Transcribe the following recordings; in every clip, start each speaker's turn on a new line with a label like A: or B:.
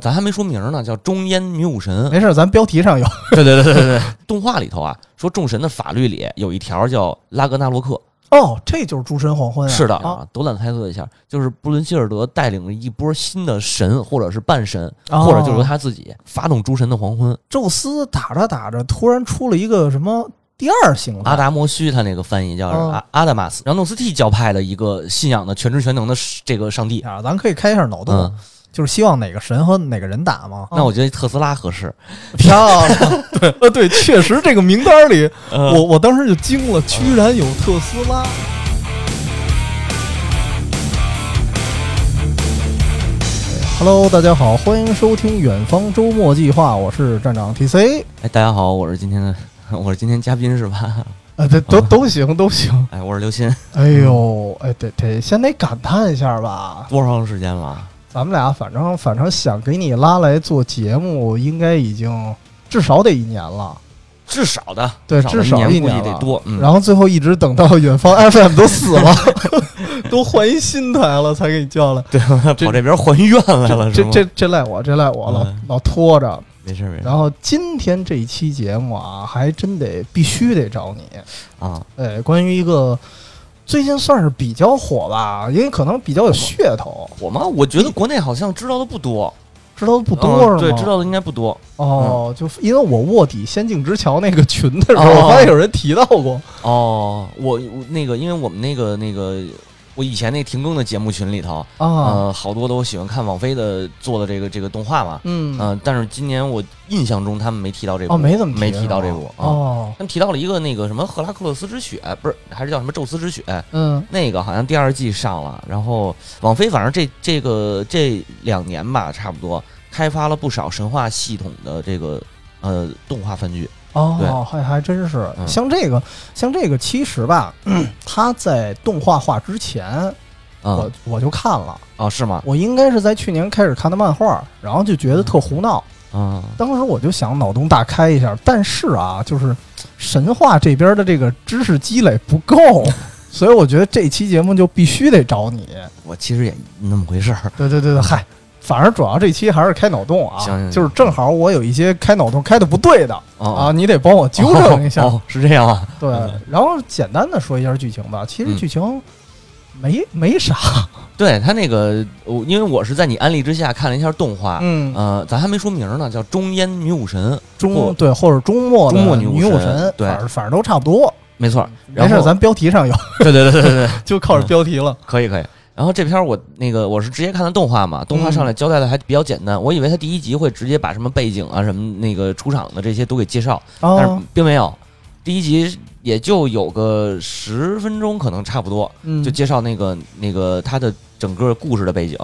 A: 咱还没说名呢，叫中烟女武神。
B: 没事，咱标题上有。
A: 对对对对对，动画里头啊，说众神的法律里有一条叫拉格纳洛克，
B: 哦，这就是诸神黄昏啊。
A: 是的
B: 啊，
A: 啊，斗胆猜测一下，就是布伦希尔德带领了一波新的神，或者是半神，
B: 哦
A: 或者就是由他自己发动诸神的黄昏。
B: 宙斯打着打着，突然出了一个什么第二形
A: 阿
B: 态，
A: 达摩须他那个翻译叫
B: 哦
A: 阿阿达马斯，然后诺斯替教派的一个信仰的全知全能的这个上帝。
B: 啊，咱可以开一下脑洞，
A: 嗯，
B: 就是希望哪个神和哪个人打嘛。啊
A: 那我觉得特斯拉合适。
B: 漂亮， 对，嗯呃，对，确实这个名单里，
A: 呃
B: 我我当时就惊了，居然有特斯拉。Hello，大家好，欢迎收听《远方周末计划》，我是站长 TC。
A: 哎，大家好，我是今天的， 我是今天嘉宾是吧？
B: 呃，这都都行，都行。
A: 哎，我是刘鑫，
B: 哎呦，
A: 嗯
B: 哎，得得先得感叹一下吧。
A: 多长时间了？
B: 咱们俩反正反正想给你拉来做节目，应该已经至少得一年了。
A: 至少的，
B: 对
A: 的
B: 至少
A: 一
B: 一年
A: 估计得
B: 了
A: 多。嗯，
B: 然后最后一直等到远方 FM 都死了，都换一新台了才给你叫来。
A: 对，跑这边还愿来了，是
B: 这
A: 吗？
B: 这这赖我，这赖我老
A: 嗯
B: 老拖着。
A: 没事没事
B: 然后今天这一期节目啊，还真得必须得找你。
A: 啊，
B: 哎，关于一个最近算是比较火吧，因为可能比较有噱头，
A: 我嘛，我觉得国内好像知道的不多，
B: 知道的不多是
A: 嗯
B: 吗？
A: 对，知道的应该不多。
B: 哦，就因为我卧底仙境之桥那个群的时候，
A: 哦
B: 我发现有人提到过。
A: 哦，我我那个，因为我们那个那个，我以前那停更的节目群里头，
B: 啊，
A: 呃，好多都喜欢看网飞的做的这个这个动画嘛，
B: 嗯，
A: 嗯，但是今年我印象中他们没提到这部，
B: 哦，没怎么
A: 没
B: 提
A: 提到这部啊
B: 是吧哦，
A: 他们提到了一个那个什么赫拉克勒斯之血，不是还是叫什么宙斯之血，
B: 嗯
A: 那个好像第二季上了，然后网飞反正这这个这两年吧，差不多开发了不少神话系统的这个呃动画番剧，
B: 哦，
A: 对
B: 还还真是
A: 嗯
B: 像这个，像这个，其实吧， 它在动画化之前，
A: 嗯
B: 我我就看了，
A: 哦是吗？
B: 我应该是在去年开始看的漫画，然后就觉得特胡闹，
A: 嗯
B: 当时我就想脑洞大开一下，但是啊，就是神话这边的这个知识积累不够，所以我觉得这期节目就必须得找你。
A: 我其实也那么回事儿，
B: 对对对对，嗨，反正主要这期还是开脑洞啊，
A: 行行行
B: 就是正好我有一些开脑洞开的不对的、
A: 哦
B: 啊，你得帮我纠正一下。
A: 哦，哦是这样啊，
B: 对
A: 嗯，
B: 然后简单的说一下剧情吧，其实
A: 嗯
B: 剧情没、没啥，
A: 对他那个，我因为我是在你安利之下看了一下动画，
B: 嗯，
A: 呃，咱还没说名呢，叫《中烟女武神》，
B: 中
A: 或
B: 对或者中末的
A: 中末
B: 女
A: 女武
B: 武
A: 神
B: 神，
A: 对
B: 反正反正都差不多，
A: 没错儿。
B: 嗯没
A: 然
B: 事
A: 后嗯
B: 儿，咱标题上有，
A: 对对对对对，
B: 就靠着标题了。
A: 可以可以。然后这片儿我那个我是直接看的动画嘛，动画
B: 嗯
A: 上来交代的还比较简单，我以为他第一集会直接把什么背景啊、什么那个出场的这些都给介绍，但
B: 啊
A: 是，并没有。第一集也就有个十分钟，可能差不多，
B: 嗯
A: 就介绍那个那个他的整个故事的背景，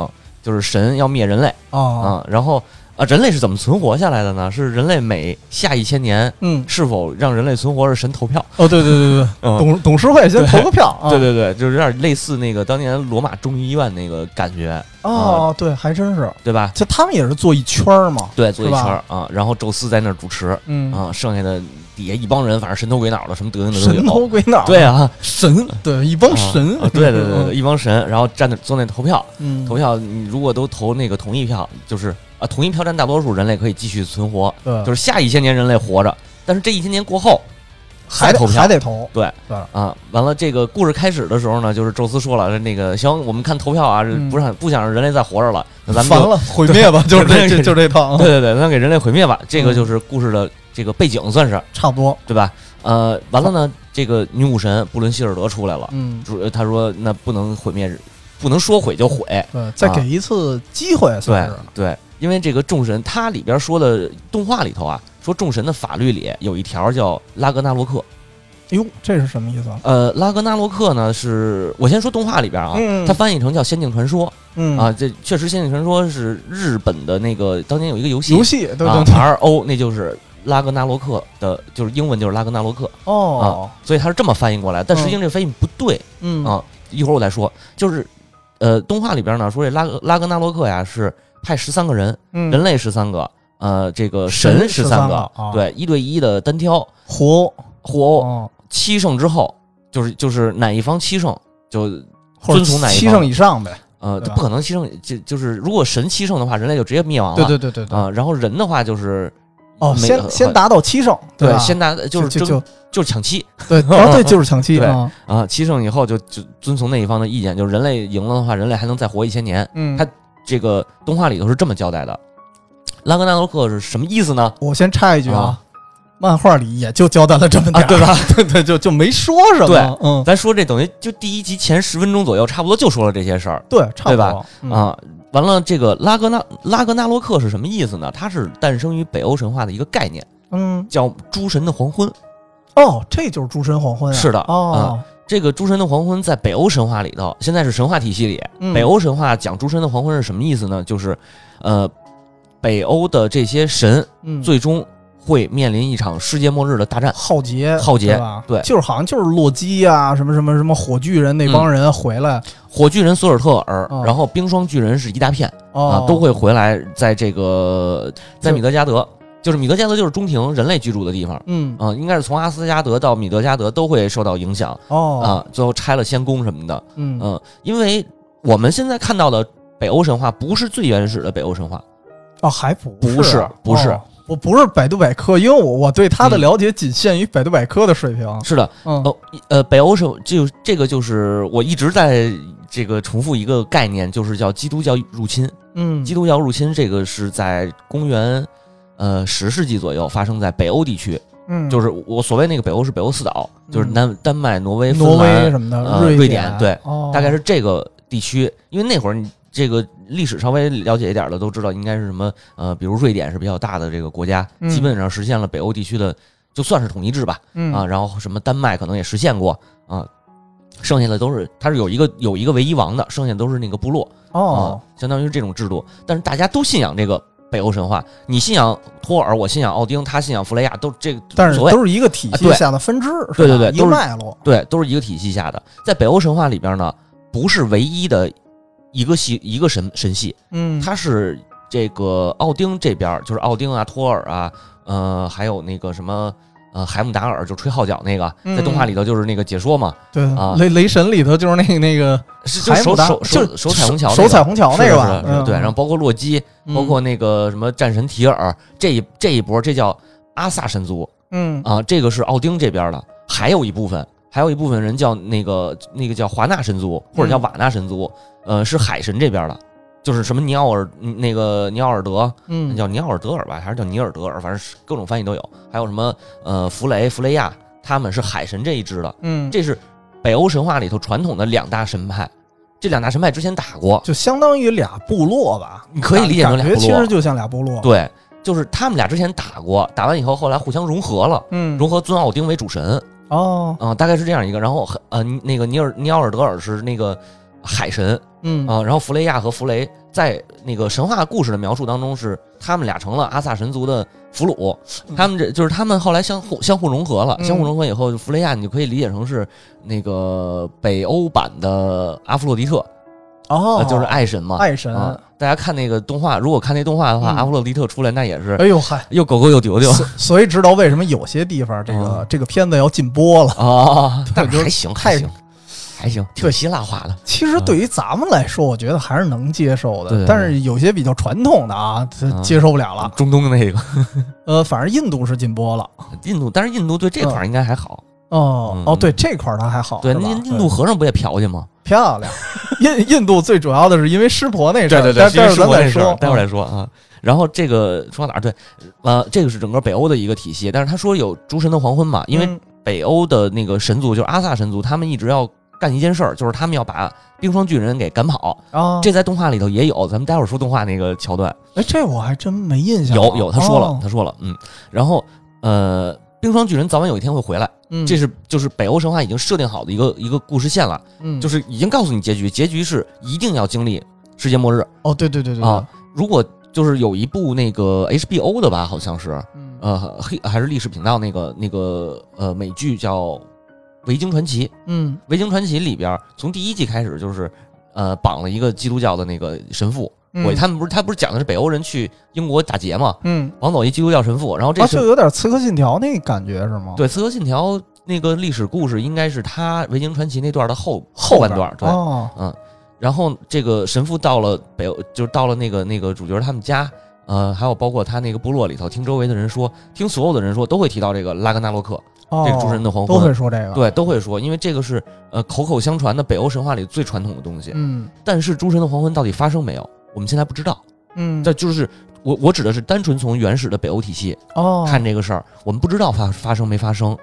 A: 就是神要灭人类
B: 啊，
A: 啊、然后啊人类是怎么存活下来的呢？是人类每下一千年
B: 嗯，
A: 是否让人类存活是神投票，
B: 哦，对对对对对，
A: 嗯
B: 董董事会先投个 票啊，
A: 对对对，就是有点类似那个当年罗马众议院那个感觉，啊
B: 哦，对，还真是，
A: 对吧？
B: 就他们也是坐一圈儿嘛，
A: 对，坐一
B: 是吧
A: 圈儿啊，然后宙斯在那儿主持
B: 嗯，
A: 啊，剩下的底下一帮人，反正神头鬼脑的，什么德行的啊都
B: 神
A: 有。
B: 头鬼脑，
A: 对啊，
B: 神，对一帮
A: 啊
B: 神
A: 啊，对对对对，，一帮神，然后站那坐那投票，
B: 嗯，
A: 投票你如果都投那个同意票，就是啊同意票占大多数，人类可以继续存活，
B: 对，
A: 就是下一千年人类活着，但是这一千年过后
B: 还
A: 再
B: 得
A: 投票
B: 还得投，
A: 对
B: 对
A: 啊，完了这个故事开始的时候呢，就是宙斯说了那个行，我们看投票啊，
B: 嗯
A: 不想不想让人类再活着了，那咱们
B: 烦
A: 就
B: 了，毁灭 吧，就是这
A: 对
B: 这
A: 对
B: 就这套，
A: 对对对，那给人类毁灭吧，这个
B: 嗯
A: 就是故事的这个背景算是。
B: 差不多，
A: 对吧？呃，完了呢，这个女武神布伦希尔德出来了，
B: 嗯，
A: 主呃他说那不能毁灭，不能说毁就毁，
B: 对，再给一次机会算
A: 啊对
B: 是，
A: 对，因为这个众神，它里边说的动画里头啊，说众神的法律里有一条叫拉格纳洛克，
B: 哎呦，这是什么意思啊？
A: 呃，拉格纳洛克呢是我先说动画里边啊，
B: 嗯
A: 它翻译成叫《仙境传说》
B: 嗯
A: 啊，，这确实《仙境传说》是日本的那个当年有一个游戏
B: 游戏对
A: 啊
B: 对对，
A: ，R O 那就是拉格纳洛克的，就是英文就是拉格纳洛克，
B: 哦，
A: 所以它是这么翻译过来，但实际上这翻译不对。
B: 嗯
A: 啊，一会儿我再说。就是，呃，动画里边呢说这拉格拉格纳洛克呀是派十三个人，
B: 嗯，
A: 人类十三个，呃，这个
B: 神
A: 神十三
B: 13个
A: 个，
B: 啊
A: 对，一对一的单挑
B: 活
A: 互殴，
B: 哦，
A: 七胜之后就是就是哪一方七胜就
B: 或者
A: 遵从哪一
B: 七
A: 方
B: 胜以上呗，
A: 呃，
B: 对
A: 它
B: 啊吧
A: 不可能牺牲，就就是如果神牺牲的话，人类就直接灭亡了。
B: 对对对对对。
A: 啊、然后人的话就是
B: 哦，
A: 没
B: 先
A: 呃
B: 先达到七胜，吧？
A: 对，先拿就是
B: 就
A: 争
B: 就
A: 就是抢七
B: 对，哦对，就是抢七
A: 对
B: 啊，
A: 啊，七胜以后就就遵从那一方的意见，就是人类赢了的话，人类还能再活一千年。
B: 嗯
A: 他这个动画里头是这么交代的。拉格纳多克是什么意思呢？
B: 我先插一句啊，漫画里也就交代了这么点儿，
A: 啊对
B: 吧？ 对对，就就没说什么，
A: 对
B: 嗯，
A: 咱说这等于就第一集前十分钟左右，差不多就说了这些事儿
B: 对，差不
A: 对吧
B: 多，嗯
A: 啊。完了，这个拉格纳拉格纳洛克是什么意思呢？它是诞生于北欧神话的一个概念，
B: 嗯，
A: 叫诸神的黄昏。
B: 哦，这就是诸神黄昏啊，
A: 是的
B: 哦，
A: 这个诸神的黄昏在北欧神话里头，现在是神话体系里，
B: 嗯
A: 北欧神话讲诸神的黄昏是什么意思呢？就是，呃，北欧的这些神
B: 嗯
A: 最终会面临一场世界末日的大战。
B: 浩劫，
A: 浩劫
B: 对吧？
A: 对嗯
B: 就是好像就是洛基啊，什么什么什么火巨人那帮人回来
A: 火巨人索尔特尔
B: 哦，
A: 然后冰霜巨人是一大片
B: 哦
A: 啊，，都会回来，在这个在
B: 就
A: 米德加德，就是米德加德就是中庭人类居住的地方
B: 嗯
A: 啊，应该是从阿斯加德到米德加德都会受到影响
B: 哦
A: 啊，最后拆了仙宫什么的，
B: 嗯
A: 嗯，因为我们现在看到的北欧神话不是最原始的北欧神话，
B: 哦，还不
A: 不是
B: 啊
A: 不是
B: 哦我不是百度百科，因为我我对他的
A: 嗯
B: 了解仅限于百度百科的水平。
A: 是的，
B: 嗯
A: 哦，一呃，北欧神就这个就是我一直在这个重复一个概念，就是叫基督教入侵。
B: 嗯
A: 基督教入侵这个是在公元呃十世纪左右发生在北欧地区，
B: 嗯，
A: 就是我所谓那个北欧是北欧四岛，就是
B: 嗯
A: 丹丹麦、挪威、芬
B: 挪
A: 兰
B: 威什么的，
A: 呃瑞
B: 典
A: 典对
B: 哦
A: 大概是这个地区，因为那会儿你这个历史稍微了解一点的都知道，应该是什么呃，比如瑞典是比较大的这个国家，
B: 嗯
A: 基本上实现了北欧地区的就算是统一制吧
B: 嗯
A: 啊，然后什么丹麦可能也实现过啊，剩下的都是它是有一个有一个唯一王的，剩下都是那个部落啊
B: 哦，，
A: 相当于是这种制度，但是大家都信仰这个。北欧神话，你信仰托尔，我信仰奥丁，他信仰弗雷亚，都这个
B: 但是
A: 所谓
B: 都是一个体
A: 啊
B: 系
A: 对
B: 下的分支，
A: 对
B: 是
A: 对
B: 吧
A: 对
B: 一
A: 都
B: 个
A: 是
B: 脉络。
A: 对，都是一个体系下的。在北欧神话里边呢，不是唯一的一个系一个神神系，
B: 嗯
A: 它是这个奥丁这边儿，就是奥丁啊、托尔啊，呃，还有那个什么。呃，海姆达尔就吹号角那个，
B: 嗯
A: 在动画里头就是那个解说嘛，
B: 对
A: 啊
B: 雷雷神里头就是那个那个
A: 是就
B: 嗯海姆
A: 手
B: 达
A: 手
B: 就
A: 手手
B: 是
A: 彩虹桥那个，
B: 手彩虹桥那个
A: 是的
B: 吧
A: 是的是的
B: 嗯
A: 对，然后包括洛基， 包括那个什么战神提尔这一这一波，这叫阿萨神族
B: 嗯
A: 啊，这个是奥丁这边的，还有一部分，还有一部分人叫那个那个叫华纳神族或者叫瓦纳神族，呃，是海神这边的，就是什么尼奥尔那个尼奥尔德，那
B: 嗯
A: 叫尼奥尔德尔吧，还是叫尼尔德尔，反正是各种翻译都有。还有什么呃弗雷、弗雷亚，他们是海神这一支的，
B: 嗯，
A: 这是北欧神话里头传统的两大神派。这两大神派之前打过，
B: 就相当于俩部落吧，
A: 你可以理解成
B: 感
A: 俩
B: 觉
A: 部
B: 其实
A: 落。
B: 就像俩部落。，
A: 对，就是他们俩之前打过，打完以后后来互相融合了，
B: 嗯
A: 融合尊奥丁为主神，
B: 哦，
A: 啊、大概是这样一个。然后呃，那个尼尔尼奥尔德尔是那个海神
B: 嗯
A: 啊、然后弗雷亚和弗雷在那个神话故事的描述当中是他们俩成了阿萨神族的俘虏，他们这就是他们后来相互相互融合了，
B: 嗯
A: 相互融合以后，弗雷亚你就可以理解成是那个北欧版的阿弗洛狄特，
B: 哦
A: 呃，就是爱神嘛。
B: 爱神，
A: 啊，大家看那个动画，如果看那动画的话，
B: 嗯
A: 阿弗洛狄特出来那也是
B: 哎呦嗨，
A: 又狗狗又丢丢
B: 所所以知道为什么有些地方这个
A: 啊
B: 这个片子要禁播了。
A: 啊，但
B: 就是
A: 还行
B: 太
A: 还行还行，挺希腊化的。
B: 其实对于咱们来说，我觉得还是能接
A: 嗯对
B: 受的，
A: 对对
B: 但是有些比较传统的啊，这
A: 啊
B: 接受不了了。
A: 中东那个
B: 呃，反正印度是禁播了。
A: 印度，但是印度对这块儿应该还好。
B: 哦
A: 嗯
B: 哦，对这块儿它还好，
A: 对，
B: 嗯是吧嗯
A: 那印印度和尚不也嫖去吗？
B: 对漂亮。 印印度最主要的是因为湿婆那事儿，待
A: 待
B: 待
A: 会儿
B: 会儿咱再
A: 事儿
B: 说，嗯
A: 待会儿再说啊。然后这个说到哪儿？对，呃，这个是整个北欧的一个体系。但是他说有诸神的黄昏嘛，因为
B: 嗯
A: 北欧的那个神族就是阿萨神族，他们一直要干一件事儿，就是他们要把冰霜巨人给赶跑。
B: 啊，
A: 这在动画里头也有，咱们待会儿说动画那个桥段。
B: 哎这我还真没印象啊。
A: 有有，他说了
B: 哦，
A: 他说了，嗯，然后呃，冰霜巨人早晚有一天会回来，
B: 嗯，
A: 这是就是北欧神话已经设定好的一个一个故事线了，
B: 嗯
A: 就是已经告诉你结局，结局是一定要经历世界末日。
B: 哦，对对对对
A: 啊，如果就是有一部那个 HBO 的吧，好像是
B: 对嗯
A: 呃黑还是历史频道那个那个呃美剧叫《维京传奇》，《
B: 嗯
A: 维京传奇》里边儿从第一季开始就是呃绑了一个基督教的那个神父，
B: 嗯
A: 我他们不是他不是讲的是北欧人去英国打劫嘛，
B: 嗯，
A: 绑走一基督教神父，然后这
B: 啊，
A: 是、
B: 就有点《刺客信条》那感觉是吗？
A: 对《刺客信条》那个历史故事应该是他《维京传奇》那段的后
B: 后
A: 半
B: 边
A: 段
B: 儿，
A: 对。
B: 哦，
A: 然后这个神父到了北欧，就是到了那个那个主角他们家，呃，还有包括他那个部落里头，听周围的人说，听所有的人说，都会提到这个拉格纳洛克，
B: 哦
A: 这个诸神的黄
B: 都
A: 昏，
B: 会说这个，，
A: 对，都会说，因为这个是呃口口相传的北欧神话里最传统的东西。
B: 嗯
A: 但是诸神的黄昏到底发生没有，我们现在不知道。
B: 嗯，
A: 这就是我我指的是单纯从原始的北欧体系
B: 哦，
A: 看这个事儿，我们不知道发发生没发生，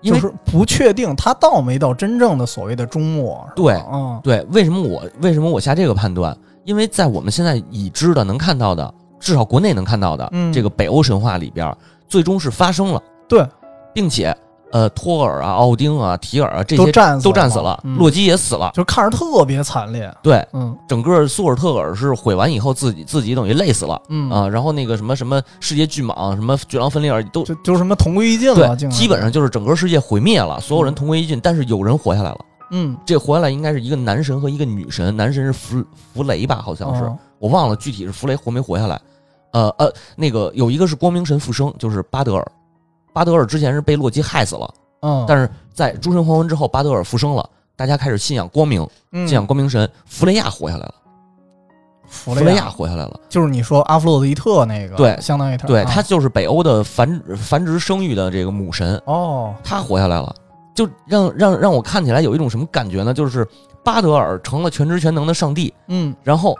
A: 因
B: 就
A: 为
B: 是不确定他到没到真正的所谓的终末，是吧
A: 对
B: 嗯，
A: 对，为什么我为什么我下这个判断？因为在我们现在已知的、能看到的，至少国内能看到的、
B: 嗯
A: 这个北欧神话里边儿，最终是发生了，
B: 对，
A: 并且呃，托尔啊、奥丁啊、提尔啊这
B: 都
A: 些
B: 战死
A: 都战死了，
B: 嗯
A: 洛基也死了。
B: 就看着特别惨烈，
A: 对，
B: 嗯
A: 整个苏尔特尔是毁完以后，自己自己等于累死了
B: 嗯
A: 啊。然后那个什么什么世界巨蟒、什么巨狼分裂耳都
B: 就就什么同归于尽了，嗯
A: 对，
B: 竟然
A: 基本上就是整个世界毁灭了，所有人同归于尽，但是有人活下来了。
B: 嗯，
A: 这活下来应该是一个男神和一个女神，男神是弗弗雷吧，好像是，
B: 哦
A: 我忘了具体是弗雷活没活下来。呃呃，那个有一个是光明神复生，就是巴德尔。巴德尔之前是被洛基害死了，
B: 嗯，
A: 但是在诸神黄昏之后，巴德尔复生了，大家开始信仰光明，
B: 是
A: 信仰光明神。弗雷亚活下来了，
B: 弗
A: 弗
B: 雷
A: 亚活下来了。
B: 就是你说阿弗洛狄特那个，
A: 对
B: 相当于他，
A: 对，
B: 啊
A: 他就是北欧的繁繁殖生育的这个母神，
B: 哦，
A: 他活下来了，就让让让我看起来有一种什么感觉呢？就是巴德尔成了全知全能的上帝，
B: 嗯，
A: 然后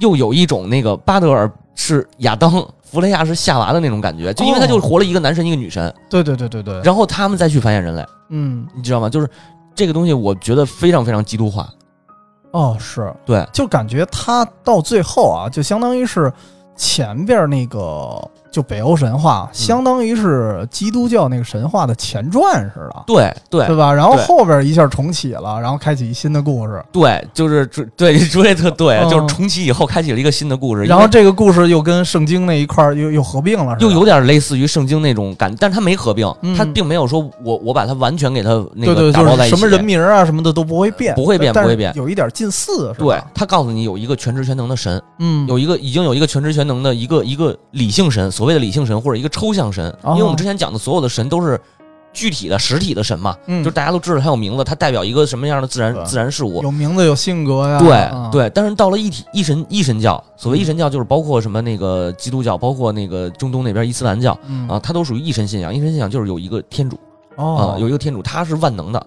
A: 又有一种那个巴德尔是亚当，弗雷亚是夏娃的那种感觉，就因为他就活了一个男神一个女神，
B: 对对对对对，
A: 然后他们再去繁衍人类，
B: 嗯，
A: 你知道吗？就是这个东西，我觉得非常非常基督化。
B: 哦是，
A: 对，
B: 就感觉他到最后啊，就相当于是前边那个就北欧神话，
A: 嗯
B: 相当于是基督教那个神话的前传似的。
A: 对，对
B: 对，吧？然后
A: 对
B: 后边一下重启了，然后开启一新的故事，
A: 对，就是对，你说这特对，
B: 嗯
A: 就是重启以后开启了一个新的故事，
B: 然后
A: 因为
B: 这个故事又跟圣经那一块儿又又合并了，是
A: 又
B: 吧
A: 有点类似于圣经那种感，但是他没合并，
B: 嗯
A: 他并没有说我我把它完全给它那
B: 对
A: 个
B: 对，
A: 打
B: 就
A: 包在
B: 是
A: 一
B: 什
A: 起，
B: 么人名啊什么的都不会变，
A: 不会变
B: 但
A: 不会
B: 是
A: 变
B: 有一点近似，是吧
A: 对，他告诉你有一个全知全能的神，
B: 嗯，
A: 有一个已经有一个全知全能的一个一个理性神，所谓的理性神或者一个抽象神，
B: 哦
A: 因为我们之前讲的所有的神都是具体的实体的神嘛，
B: 嗯
A: 就大家都知道它有名字，它代表一个什么样的自然
B: 对
A: 自然事物。
B: 有名字有性格呀，啊嗯
A: 对，对，但是到了一体一神一神教，所谓一神教就是包括什么那个基督教，包括那个中东那边伊斯兰教
B: 嗯
A: 啊，它都属于一神信仰。一神信仰就是有一个天主啊
B: 哦，，
A: 有一个天主，他是万能的，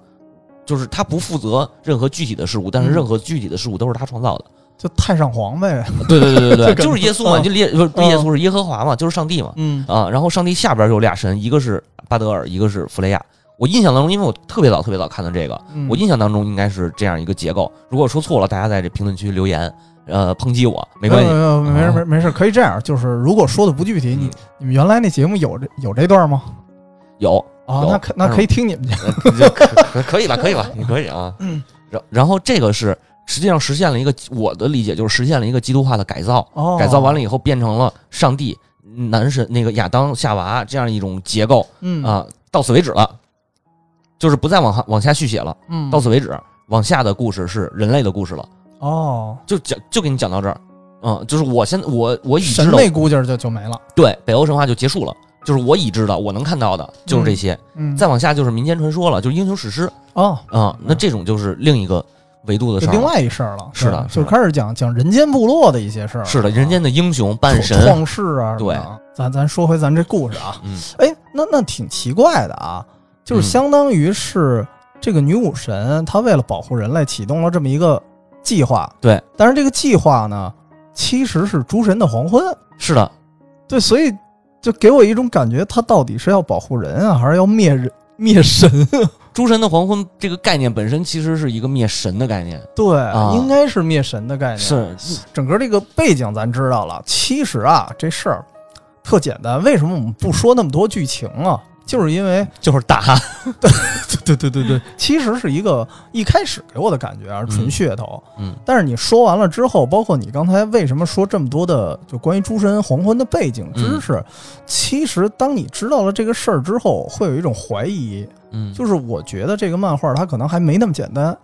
A: 就是他不负责任何具体的事物，但是
B: 嗯
A: 任何具体的事物都是他创造的。
B: 就太上 皇呗，
A: 对对对对对，
B: 这
A: 就是耶稣嘛，
B: 嗯
A: 就耶不是不是
B: 嗯
A: 耶稣是耶和华嘛，就是上帝嘛
B: 嗯
A: 啊。然后上帝下边有俩神，一个是巴德尔，一个是弗雷亚。我印象当中，因为我特别早特别早看的这个，
B: 嗯
A: 我印象当中应该是这样一个结构。如果说错了，大家在这评论区留言，呃，抨击我没关系。
B: 呃没事
A: 啊
B: 没没事，可以这样，就是如果说的不具体，你
A: 嗯
B: 你们原来那节目有这有这段吗？
A: 有
B: 啊，
A: 有
B: 那可那可以听你们家，
A: 呃就可 可以吧，可以吧，你可以啊。
B: 嗯，
A: 然然后这个是实际上实现了一个我的理解，就是实现了一个基督化的改造。
B: 哦，
A: 改造完了以后，变成了上帝、男神那个亚当、夏娃这样一种结构。
B: 嗯
A: 啊，到此为止了，就是不再往下往下续写了，
B: 嗯，
A: 到此为止，往下的故事是人类的故事了，
B: 哦，
A: 就讲就给你讲到这儿，嗯，就是我现我我已
B: 神
A: 知的
B: 那估计儿就就没了，
A: 对北欧神话就结束了，就是我已知的我能看到的就是这些，
B: 嗯，
A: 再往下就是民间传说了，就是英雄史诗
B: 哦，
A: 啊、那这种就是另一个维度的
B: 就
A: 事儿
B: 另
A: 了，
B: 外一事儿了，
A: 是的
B: 对
A: 是的
B: 就开始讲讲人间部落的一些事儿了，
A: 是的，
B: 啊
A: 人间的英雄半神，
B: 创世啊，
A: 对，
B: 咱咱说回咱这故事啊，
A: 嗯，
B: 哎，那那挺奇怪的啊，就是相当于是这个女武神，她为了保护人类，启动了这么一个计划。
A: 对，
B: 但是这个计划呢，其实是诸神的黄昏。
A: 是的，
B: 对，所以就给我一种感觉，她到底是要保护人啊，还是要灭人灭神 啊？
A: 诸神的黄昏这个概念本身其实是一个灭神的概念，
B: 对，
A: 啊
B: 应该是灭神的概念。
A: 是
B: 整个这个背景咱知道了。其实啊，这事儿特简单。为什么我们不说那么多剧情啊？就是因为
A: 就是打，
B: 对对对对，其实是一个一开始给我的感觉啊，是纯噱头。
A: 嗯
B: 但是你说完了之后，包括你刚才为什么说这么多的就关于诸神黄昏的背景
A: 嗯
B: 知识，其实当你知道了这个事儿之后，会有一种怀疑，
A: 嗯，
B: 就是我觉得这个漫画它可能还没那么简单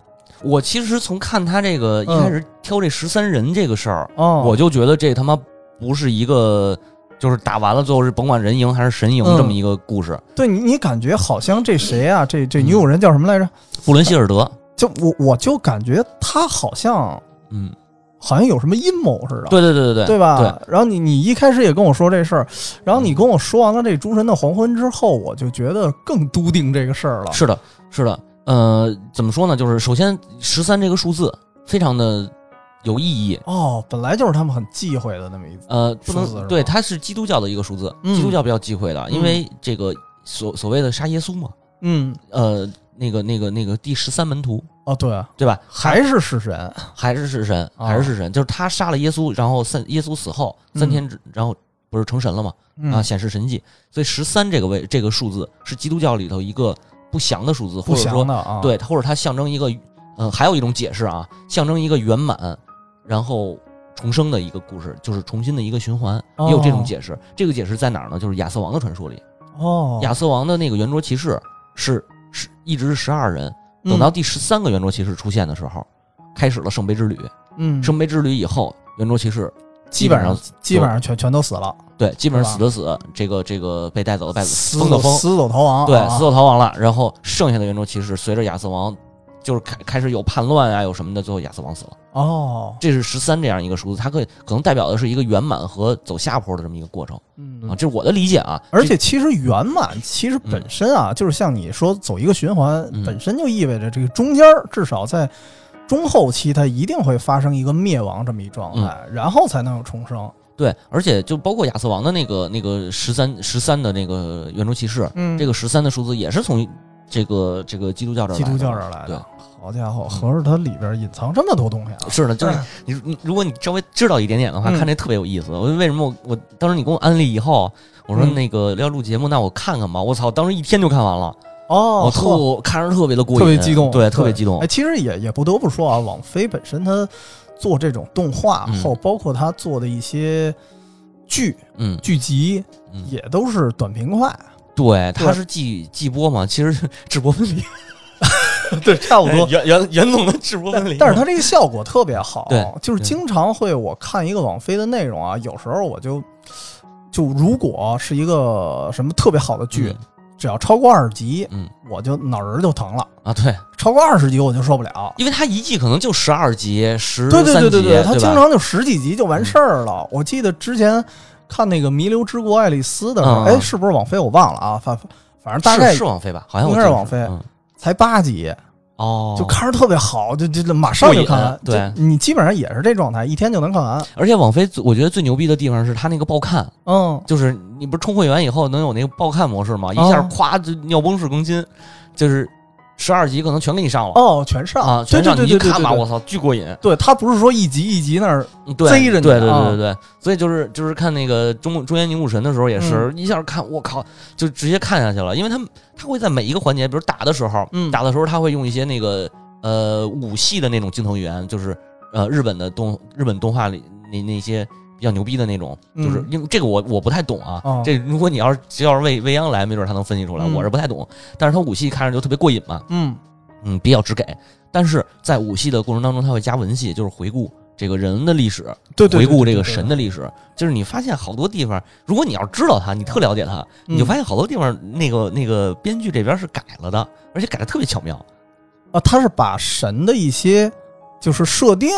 A: 我其实从看他这个一
B: 嗯
A: 开始挑这十三人这个事儿，
B: 哦，
A: 我就觉得这他妈不是一个，就是打完了最后是甭管人赢还是神赢
B: 嗯
A: 这么一个故事。
B: 对你，你感觉好像这谁啊，
A: 嗯
B: 这这女主人叫什么来着？
A: 布伦希尔德，
B: 就我我就感觉他好像
A: 嗯，
B: 好像有什么阴谋似的，
A: 对对对对对，
B: 对吧？
A: 对，
B: 然后你你一开始也跟我说这事儿，然后你跟我说完了这《诸神的黄昏》之后，我就觉得更笃定这个事儿了。
A: 是的，是的。呃，怎么说呢？就是首先十三这个数字非常的有意义。
B: 哦，本来就是他们很忌讳的那么一次。
A: 呃，不
B: 数字是吧
A: 能对，它是基督教的一个数字，
B: 嗯
A: 基督教比较忌讳的，
B: 嗯
A: 因为这个所所谓的杀耶稣嘛，
B: 嗯，
A: 呃，那个那个那个第十三门徒，
B: 哦，对，
A: 对吧？
B: 还是弑神。
A: 还是是神，
B: 啊
A: 还是是神，就是他杀了耶稣，然后三耶稣死后三天之，然后不是成神了嘛？
B: 嗯
A: 啊，显示神迹。所以十三这个位这个数字是基督教里头一个不祥的数字，
B: 不
A: 或者
B: 祥
A: 说
B: 的啊。，
A: 对，或者它象征一个，嗯，还有一种解释啊，象征一个圆满，然后重生的一个故事，就是重新的一个循环，也有这种解释。这个解释在哪儿呢？就是亚瑟王的传说里，
B: 哦，
A: 亚瑟王的那个圆桌骑士是是一直是十二人，等到第十三个圆桌骑士出现的时候，开始了圣杯之旅。
B: 嗯，嗯
A: 圣杯之旅以后，圆桌骑士
B: 基
A: 本
B: 本上基本上全全都死了，
A: 对，基本上死
B: 对
A: 的死，这个这个被带走的带
B: 死
A: 走，封的封，
B: 死走逃亡啊。
A: 对，
B: 啊
A: 死走逃亡了。然后剩下的圆桌骑士随着亚瑟王，就是开开始有叛乱啊，有什么的，最后亚瑟王死了。
B: 哦，
A: 这是十三这样一个数字，它可以可能代表的是一个圆满和走下坡的这么一个过程
B: 嗯
A: 啊，这是我的理解啊。
B: 而
A: 这
B: 且其实圆满，其实本身啊，就是像你说走一个循环，
A: 嗯
B: 本身就意味着这个中间儿至少在中后期，它一定会发生一个灭亡这么一状
A: 嗯
B: 态，然后才能有重生。
A: 对，而且就包括亚瑟王的那个那个十三十三的那个圆桌骑士，
B: 嗯
A: 这个十三的数字也是从这个这个基督教这儿
B: 基
A: 来的
B: 督教这儿来
A: 对
B: 的，好家伙，合着它里边隐藏这么多东西啊！
A: 是的，嗯就是你，你如果你稍微知道一点点的话，
B: 嗯
A: 看这特别有意思。我为什么我我当时你给我安利以后，我说
B: 嗯
A: 那个要录节目，那我看看吧。我操，当时一天就看完了，
B: 哦
A: 我特看着特别的过瘾，
B: 特别激动，
A: 对，特别激动
B: 哎，。其实也也不得不说啊，网飞本身它做这种动画
A: 嗯
B: 后，包括它做的一些剧
A: 嗯
B: 剧集，
A: 嗯，
B: 也都是短平快。
A: 对，
B: 对
A: 他是季季播嘛，其实是直播分离，
B: 对，差不多。
A: 袁袁袁总的直播
B: 哎但但是它这个效果特别好，
A: 对
B: 就是
A: 对
B: 经常会我看一个网飞的内容啊，有时候我就就如果是一个什么特别好的剧，只要超过二十集，
A: 嗯
B: 我就脑仁儿就疼了；
A: 啊，对，
B: 超过二十集我就受不了。
A: 因为他一季可能就十二集、十
B: 对
A: 三集，
B: 对对对对，它
A: 吧嗯
B: 经常就十几集就完事儿了。我记得之前看那个《弥留之国爱丽丝》的时候，
A: 嗯嗯
B: 哎，是不是网飞我忘了啊？反反正大概
A: 是是王菲吧，好像我
B: 应该是
A: 记得
B: 王菲
A: 嗯
B: 才八集，
A: 哦，
B: 就看着特别好，就就就马上就看完。
A: 过瘾
B: 就你基本上也是这状态，一天就能看完。
A: 而且网飞最，我觉得最牛逼的地方是他那个报看，
B: 嗯，
A: 就是你不是充会员以后能有那个报看模式吗？一下
B: 哦
A: 咵就尿崩式更新，就是十二集可能全给你上了
B: 哦，全上
A: 啊，全
B: 对对
A: 上
B: 对
A: 你
B: 对
A: 一
B: 对
A: 看吧，
B: 对
A: 我操，巨过瘾。
B: 对他不是说一集一集那儿，
A: 嗯对
B: 贼着
A: 对对
B: 你
A: 对
B: 啊
A: 对对，所以就是就是看那个中中原凝固神的时候也是、
B: 嗯
A: 一下看，我靠，就直接看下去了，因为他他会在每一个环节，比如打的时候，
B: 嗯
A: 打的时候他会用一些那个呃武戏的那种镜头语言，就是呃日本的动日本动画里那那些。比较牛逼的那种，
B: 嗯
A: 就是因为这个我我不太懂啊。
B: 哦
A: 这如果你要是只要是未未央来，没准他能分析出来，
B: 嗯
A: 我是不太懂。但是他武戏看着就特别过瘾嘛，
B: 嗯，
A: 嗯，比较直给。但是在武戏的过程当中，他会加文戏，就是回顾这个人的历史，
B: 对对，
A: 回顾
B: 对
A: 这个
B: 对对
A: 神的历史，就是你发现好多地方，如果你要知道它，你特了解它，
B: 嗯
A: 你就发现好多地方那个那个编剧这边是改了的，而且改的特别巧妙。
B: 啊，他是把神的一些就是设定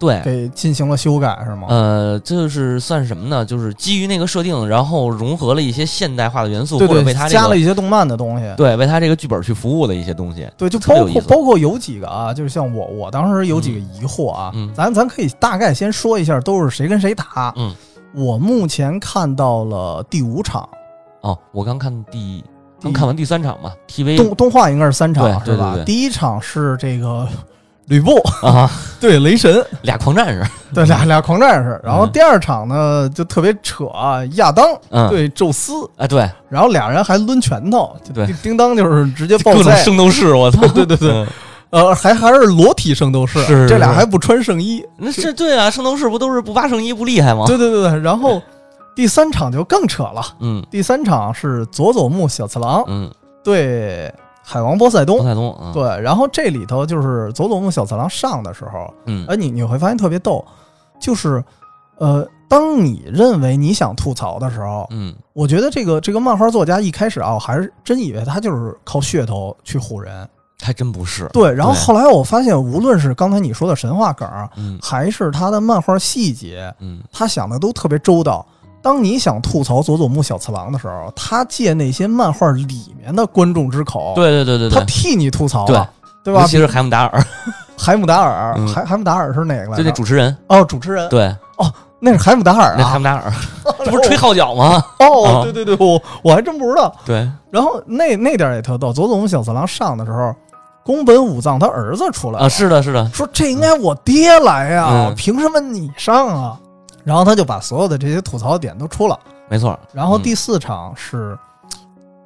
A: 对，
B: 给进行了修改，是吗？
A: 呃，这就是算什么呢？就是基于那个设定，然后融合了一些现代化的元素，
B: 对
A: 或者
B: 对
A: 为，它
B: 加
A: 这
B: 了
A: 个
B: 一些动漫的东西。
A: 对为它这个剧本去服务的一些东西。
B: 对，就
A: 特别
B: 包
A: 有意
B: 括
A: 思
B: 包括有几个啊，就是像我，我当时有几个疑惑啊，
A: 嗯嗯
B: 咱咱可以大概先说一下都是谁跟谁打。
A: 嗯，
B: 我目前看到了第五场
A: 哦，我刚看第
B: 第
A: 刚看完第三场嘛
B: 动
A: ，TV
B: 动画，应该是三场
A: 对嗯对
B: 是吧？
A: 对对
B: 第一场是这个 吕布
A: 啊，
B: 对雷神，
A: 俩狂战士，
B: 对俩俩狂战士，然后
A: 嗯
B: 第二场呢就特别扯啊，亚当
A: 嗯，
B: 对宙斯，
A: 啊对，
B: 然后俩人还抡拳头，就
A: 对
B: 叮叮当就是直接爆
A: 各种
B: 赛，
A: 圣斗士，我操，
B: 对对对
A: 嗯
B: 呃，还还是裸体圣斗士，
A: 是是
B: 这俩
A: 是
B: 还不穿圣衣，
A: 那这对啊，圣斗士不都是不八圣一不厉害吗？
B: 对对对对，然后第三场就更扯了。
A: 嗯
B: 第三场是佐佐木小次郎
A: 嗯，
B: 对海王波塞
A: 王
B: 冬，
A: 太东，嗯
B: 对，然后这里头就是佐佐木小次郎上的时候，
A: 嗯
B: 哎，你你会发现特别逗，就是呃，当你认为你想吐槽的时候，
A: 嗯
B: 我觉得这个这个漫画作家一开始啊，我还是真以为他就是靠噱头去唬人，
A: 还真不是。
B: 对，然后后来我发现，无论是刚才你说的神话梗儿，
A: 嗯
B: 还是他的漫画细节，
A: 嗯，
B: 他想的都特别周到。当你想吐槽佐佐木小次郎的时候，他借那些漫画里面的观众之口，
A: 对对对对
B: 他
A: 对，
B: 替你吐槽
A: 对
B: 了，对吧
A: 尤？其是海姆达尔，
B: 海姆达尔，
A: 嗯
B: 海海姆达尔是哪个来着？
A: 就那主持人，
B: 哦，主持人，
A: 对，
B: 那是海姆达尔
A: 那海
B: 啊，
A: 姆达尔，这不是吹号角吗？
B: 哦，
A: 啊
B: 对对对，我我还真不知道。
A: 对，
B: 然后那那点儿也特逗，佐佐木小次郎上的时候，宫本武藏他儿子出来了
A: 啊，是的，是的，
B: 说这应该我爹来呀、
A: 嗯
B: 凭什么你上啊？然后他就把所有的这些吐槽点都出了。
A: 没错。
B: 然后
A: 嗯
B: 第四场是，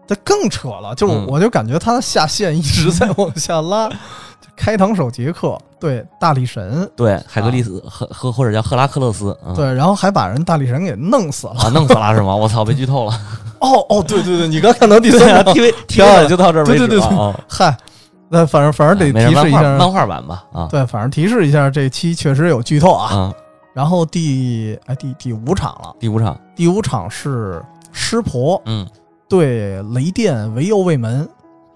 B: 这更扯了，就是
A: 嗯
B: 我就感觉他的下限一直在往下拉。就开膛手杰克对大力神，
A: 对，海格力斯和和或者叫赫拉克勒斯，嗯、
B: 对，然后还把人大力神给弄死了。
A: 啊，弄死了是吗？我操，被剧透了。
B: 哦哦，对对对，你刚看到第
A: 对啊
B: 三场，
A: ，TV
B: 挺好
A: TV 就到这儿为止了
B: 对对对对
A: 啊。
B: 嗨，那反正反正得
A: 没事
B: 提示
A: 漫
B: 一
A: 画
B: 下，
A: 漫画版吧啊
B: 对，反正提示一下，这期确实有剧透啊。
A: 啊，
B: 然后第哎第第五场了。
A: 第五场，
B: 第五场是湿婆
A: 嗯，
B: 对雷电为右卫门，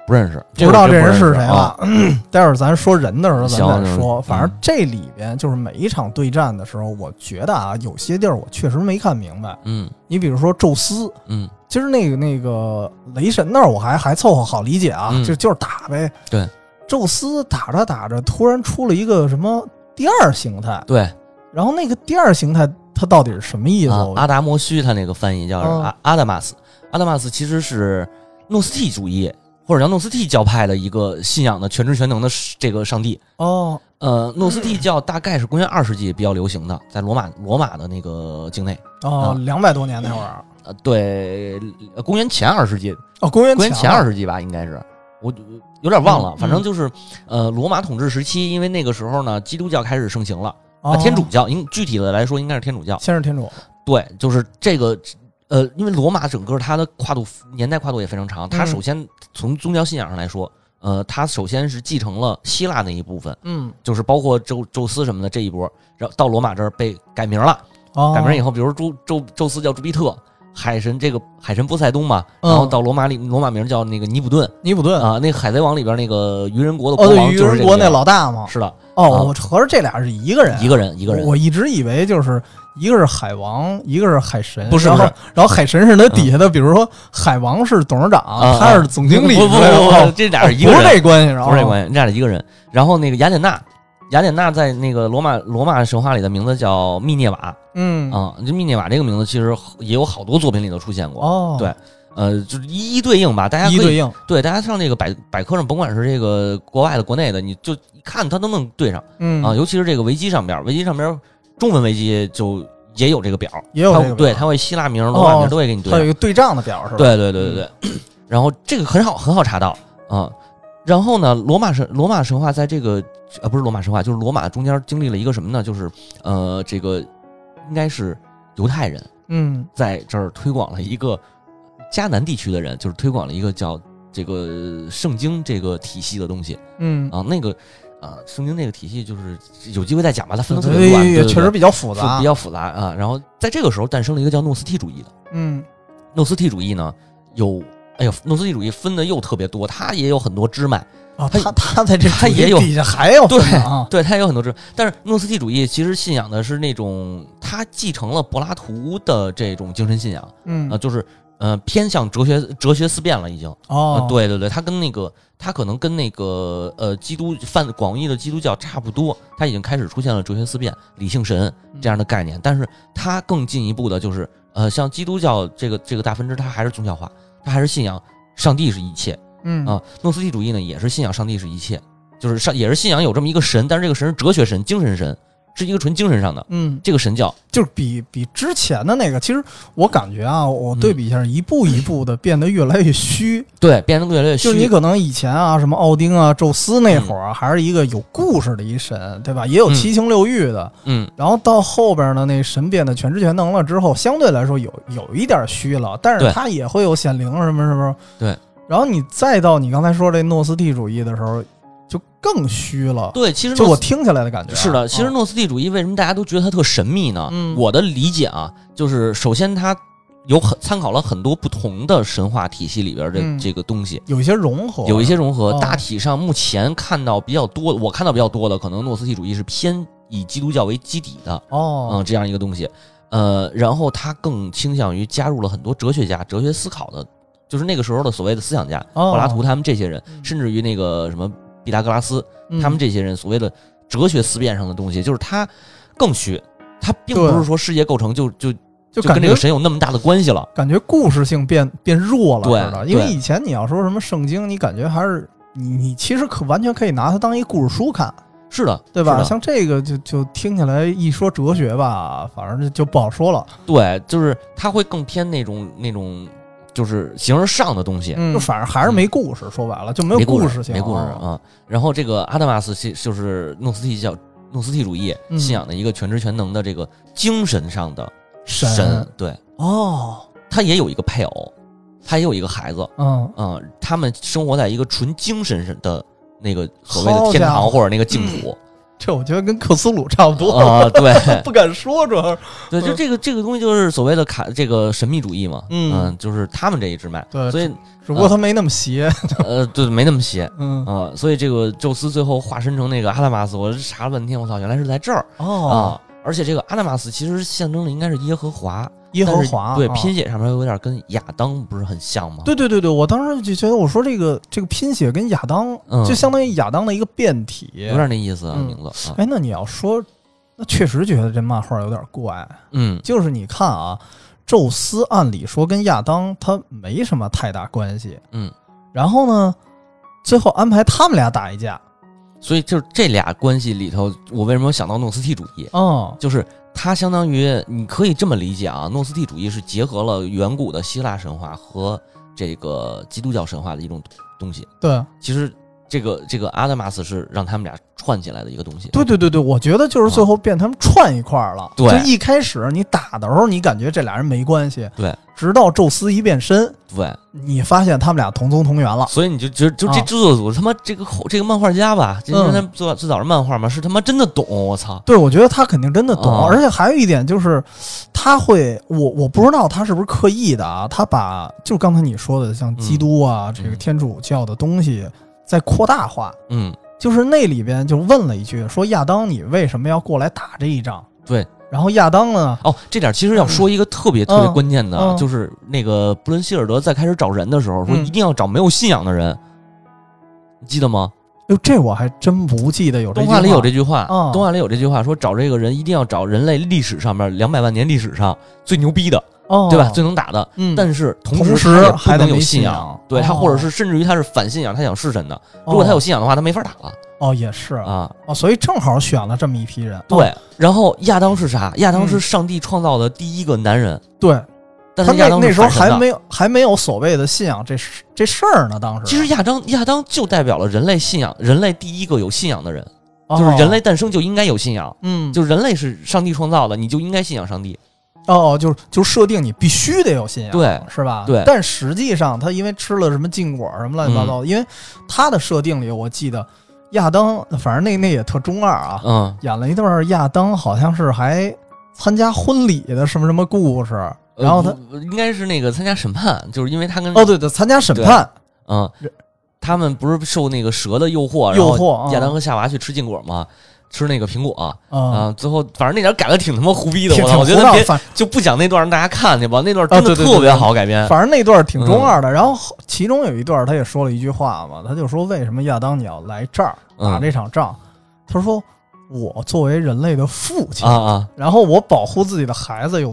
A: 不认识，
B: 不知道
A: 这
B: 这
A: 个我真不
B: 人
A: 认
B: 是
A: 识
B: 谁
A: 啊。
B: 了。嗯待会儿咱说人的时候咱
A: 行
B: 再说。
A: 嗯
B: 反正这里边就是每一场对战的时候，我觉得啊，有些地儿我确实没看明白。
A: 嗯
B: 你比如说宙斯，
A: 嗯，
B: 其实那个那个雷神那儿我还还凑合好理解啊，
A: 嗯
B: 就就是打呗。
A: 对，
B: 宙斯打着打着突然出了一个什么第二形态，
A: 对
B: 然后那个第二形态它到底是什么意思？
A: 啊
B: 我，
A: 阿达摩须他那个翻译叫
B: 嗯
A: 阿阿达马斯，阿达马斯其实是诺斯替主义或者叫诺斯替教派的一个信仰的全知全能的这个上帝。
B: 哦
A: 呃，诺斯替教大概是公元二世纪比较流行的，在罗马罗马的那个境内，
B: 哦，两百多年那会儿。
A: 呃，对，呃公元前二世纪，
B: 哦，公元
A: 公元前二
B: 十，
A: 世纪吧，应该是，我有点忘了，
B: 嗯
A: 反正就是，呃，罗马统治时期，因为那个时候呢，基督教开始盛行了，啊，
B: 哦
A: 天主教，应具体的来说应该是天主教，
B: 先是天主，
A: 对，就是这个。呃，因为罗马整个它的跨度年代跨度也非常长，它
B: 嗯
A: 首先从宗教信仰上来说，呃，它首先是继承了希腊那一部分，
B: 嗯，
A: 就是包括宙宙斯什么的这一波，然后到罗马这儿被改名了，
B: 哦，
A: 改名以后，比如宙宙宙斯叫朱庇特，海神这个海神波塞冬嘛，
B: 嗯
A: 然后到罗马里罗马名叫那个尼普顿
B: 尼普顿，
A: 啊，那个海贼王里边那个鱼人国的
B: 哦，
A: 国
B: 对，
A: 王
B: 愚
A: 就是
B: 人
A: 这个
B: 国那
A: 人
B: 老大嘛，
A: 是的，啊
B: 哦，我合着这俩是一个人，
A: 一个人一个人
B: 我，我一直以为就是一个是海王，一个是海神，
A: 不是
B: 然后
A: 不是嗯
B: 然后海神是他底下的，比如说海王是董事长，
A: 啊
B: 他是总经理之
A: 不不不
B: 类的，
A: 不不，
B: 哦
A: 这俩
B: 哦
A: 是一个人，
B: 不是这哦关系，然后
A: 不是这关系，这俩是一个人。然后那个雅典娜，雅典娜在那个罗马罗马神话里的名字叫密涅瓦
B: 嗯，
A: 啊，这密涅瓦这个名字其实也有好多作品里头出现过，
B: 哦，
A: 对呃，就是一一对应吧，大家可
B: 一
A: 以
B: 对应，
A: 对，大家上这个百百科上，甭管是这个国外的、国内的，你就一看它都能对上
B: 嗯
A: 啊。，尤其是这个维基上边儿，维基上边儿中文维基就也有这个表儿，
B: 也有
A: 它
B: 这个
A: 对，
B: 表
A: 它会希腊名、罗马名
B: 哦
A: 都会给你对
B: 它有
A: 上。
B: 一个嗯对仗的表是吧？，
A: 对对对对对。 然后这个很好很好查到啊。然后呢，罗马神罗马神话在这个呃不是罗马神话，就是罗马中间经历了一个什么呢？就是呃这个应该是犹太人
B: 嗯，
A: 在这儿推广了一个迦南地区的人，就是推广了一个叫这个圣经这个体系的东西
B: 嗯。
A: 啊。那个啊，圣经这个体系就是有机会再讲吧，它分的特别
B: 对
A: 乱，对
B: 也
A: 对
B: 确实
A: 对
B: 比较复
A: 复
B: 杂
A: 比，较复杂啊。然后在这个时候诞生了一个叫诺斯替主义的。
B: 嗯，
A: 诺斯替主义呢，有哎呀，诺斯替主义分的又特别多，它也有很多支脉，
B: 啊，
A: 它
B: 他他在这
A: 它
B: 主题
A: 也有
B: 底下还有
A: 对
B: 分呢啊，
A: 对，它也有很多支。但是诺斯替主义其实信仰的是那种，它继承了柏拉图的这种精神信仰啊、
B: 嗯
A: 呃就是呃偏向哲学哲学思辨了已经。
B: 哦
A: 啊，，对对对，它跟那个，它可能跟那个呃基督泛广义的基督教差不多，它已经开始出现了哲学思辨、理性神
B: 嗯
A: 这样的概念，但是它更进一步的就是，呃，像基督教这个这个大分支，它还是宗教化，它还是信仰上帝是一切
B: 嗯
A: 啊、诺斯替主义呢也是信仰上帝是一切，就是上也是信仰有这么一个神，但是这个神是哲学神、精神神，是一个纯精神上的
B: 嗯，
A: 这个神教，
B: 就是比比之前的那个，其实我感觉啊，我对比一下，一步一步的变得越来越虚。
A: 对，变得越来越嗯虚
B: 就是你可能以前啊，什么奥丁啊、宙斯那会儿啊，还是一个有故事的一神，对吧？也有
A: 嗯
B: 七情六欲的。
A: 嗯，
B: 然后到后边呢，那神变得全知全能了之后，相对来说有有一点虚了，但
A: 对
B: 是它也会有显灵什么什么。
A: 对。
B: 然后你再到你刚才说这诺斯替主义的时候，就更虚了。
A: 对，其实
B: 就
A: 诺
B: 我
A: 斯
B: 听起来的感觉啊、
A: 是的，其实
B: 啊
A: 诺斯替主义为什么大家都觉得它特神秘呢？
B: 嗯
A: 我的理解啊，就是首先它有很参考了很多不同的神话体系里边的
B: 嗯
A: 这个东西，
B: 有一些融合，
A: 有一些融合
B: 哦。
A: 大体上目前看到比较多，我看到比较多的，可能诺斯替主义是偏以基督教为基底的，
B: 哦
A: 嗯，，这样一个东西。呃，然后他更倾向于加入了很多哲学家、哲学思考的，就是那个时候的所谓的思想家，
B: 哦
A: 呃柏拉图他们这些人，
B: 嗯
A: 甚至于那个什么毕达哥拉斯，
B: 嗯
A: 他们这些人所谓的哲学思辨上的东西，就是他更虚，他并不
B: 对
A: 是说世界构成就就
B: 就
A: 就
B: 感
A: 跟这
B: 觉
A: 个神有那么大的关系了。
B: 感觉故事性变变弱了
A: 对
B: 似的，因为
A: 对
B: 以前你要说什么圣经，你感觉还是你你其实可完全可以拿它当一故事书看，
A: 是的，
B: 对吧？
A: 是的
B: 像这个就就听起来一说哲学吧，反正就就不好说了，
A: 对，就是他会更偏那种那种就是形而上的东西，
B: 就反正还是没故事，说白了就没有
A: 嗯没故
B: 事性，
A: 没故事
B: 啊。
A: 啊。然后这个阿达玛斯其就是诺斯替教诺斯替主义
B: 嗯
A: 信仰的一个全知全能的这个精神上的
B: 神
A: 神对
B: 哦，
A: 他也有一个配偶，他也有一个孩子，
B: 嗯，
A: 嗯，他们生活在一个纯精神上的那个所谓
B: 好
A: 的天
B: 家伙
A: 堂或者那个净土
B: 这我觉得跟克苏鲁差不 多， 嗯
A: 啊，对
B: 不敢说，主要是
A: 对，就这个这个东西就是所谓的卡这个神秘主义嘛，
B: 嗯
A: 嗯，就是他们这一支脉，
B: 对
A: 所以
B: 只不过他没那么邪，
A: 呃，对，没那么邪。
B: 嗯，
A: 啊、所以这个宙斯最后化身成那个阿达玛斯，我查了半天，我操，原来是在这儿啊、
B: 哦，
A: 而且这个阿达玛斯其实象征的应该是耶和华，
B: 耶和
A: 但是
B: 华，
A: 对
B: 啊
A: 拼写上面有点跟亚当不是很像吗？
B: 对对对对，我当时就觉得，我说这个这个拼写跟亚当，
A: 嗯
B: 就相当于亚当的一个变体。
A: 有点那意思啊，
B: 嗯
A: 名字啊，
B: 哎，那你要说，那确实觉得这漫画有点怪。
A: 嗯，
B: 就是你看啊，宙斯按理说跟亚当他没什么太大关系，
A: 嗯，
B: 然后呢，最后安排他们俩打一架，
A: 所以就是这俩关系里头，我为什么想到诺斯替主义？
B: 嗯，
A: 就是它相当于你可以这么理解啊，诺斯替主义是结合了远古的希腊神话和这个基督教神话的一种东西。
B: 对，
A: 其实这个这个阿达玛斯是让他们俩串起来的一个东西。
B: 对对对对，我觉得就是最后变他们串一块儿了。
A: 对
B: 就一开始你打的时候，你感觉这俩人没关系，
A: 对，
B: 直到宙斯一变身，
A: 对，
B: 你发现他们俩同宗同源了。
A: 所以你就觉得就这
B: 啊嗯
A: 制作组他妈这个后这个漫画家吧，今天他最早最早是漫画嘛，是他妈真的懂，我操！
B: 对，我觉得他肯定真的懂，
A: 啊
B: 而且还有一点就是，他会，我我不知道他是不是刻意的啊，他把就刚才你说的像基督啊、这个天主教的东西再扩大化，
A: 嗯，
B: 就是那里边就问了一句，说亚当你为什么要过来打这一仗？
A: 对，
B: 然后亚当呢，
A: 哦，这点其实要说一个特别特别关键的啊，
B: 嗯嗯
A: 就是那个布伦希尔德在开始找人的时候说，
B: 嗯
A: 一定要找没有信仰的人，你记得吗？
B: 哟，这我还真不记得有这
A: 动
B: 句
A: 画里有
B: 话
A: 这句话，
B: 嗯
A: 动画里有这句话说，找这个人一定要找人类历史上面两百万年历史上最牛逼的，
B: 哦，
A: 对吧？最能打的，
B: 嗯，
A: 但是同
B: 同时
A: 时他也
B: 还
A: 不
B: 得
A: 能有
B: 没信
A: 信
B: 仰
A: 对他
B: 哦
A: 或者是甚至于他是反信仰，他想是神的。如果他有信仰的话，他没法打了
B: 哦，也是
A: 啊。
B: 哦，所以正好选了这么一批人。哦
A: 对，然后亚当是啥？亚当
B: 嗯
A: 是上帝创造的第一个男人，
B: 对，
A: 但
B: 他
A: 是
B: 那
A: 亚当是
B: 那时候
A: 反神
B: 还
A: 的
B: 没有还没有所谓的信仰这事这事儿呢，当时
A: 其实亚当亚当就代表了人类信仰，人类第一个有信仰的人，
B: 哦
A: 就是人类诞生就应该有信仰，
B: 嗯，
A: 就是人类是上帝创造的，你就应该信仰上帝。
B: 哦，就是就设定你必须得有信仰，
A: 对
B: 是吧？
A: 对嗯
B: 但实际上他因为吃了什么禁果什么乱七八糟的，因为他的设定里我记得亚当，反正那那也特中二啊，
A: 嗯，
B: 演了一段亚当好像是还参加婚礼的什么什么故事，然后他、
A: 呃不应该是那个参加审判，就是因为他跟
B: 哦对对，参加审判
A: 嗯，他们不是受那个蛇的诱惑，然
B: 诱
A: 后
B: 惑嗯
A: 亚当和夏娃去吃禁果吗？吃那个苹果
B: 啊。
A: 啊，最后反正那点改的挺他妈胡逼的，
B: 挺
A: 我
B: 挺
A: 操！我觉得
B: 胡闹
A: 别
B: 反
A: 就不讲那段，让大家看去吧，那段真
B: 啊对
A: 的
B: 对对
A: 特别好改编。
B: 反正那段挺
A: 嗯
B: 中二的。然后后其中有一段他也说了一句话嘛，他就说为什么亚当你要来这儿打
A: 嗯
B: 这场仗？他说我作为人类的父亲。
A: 啊啊，
B: 然后我保护自己的孩子有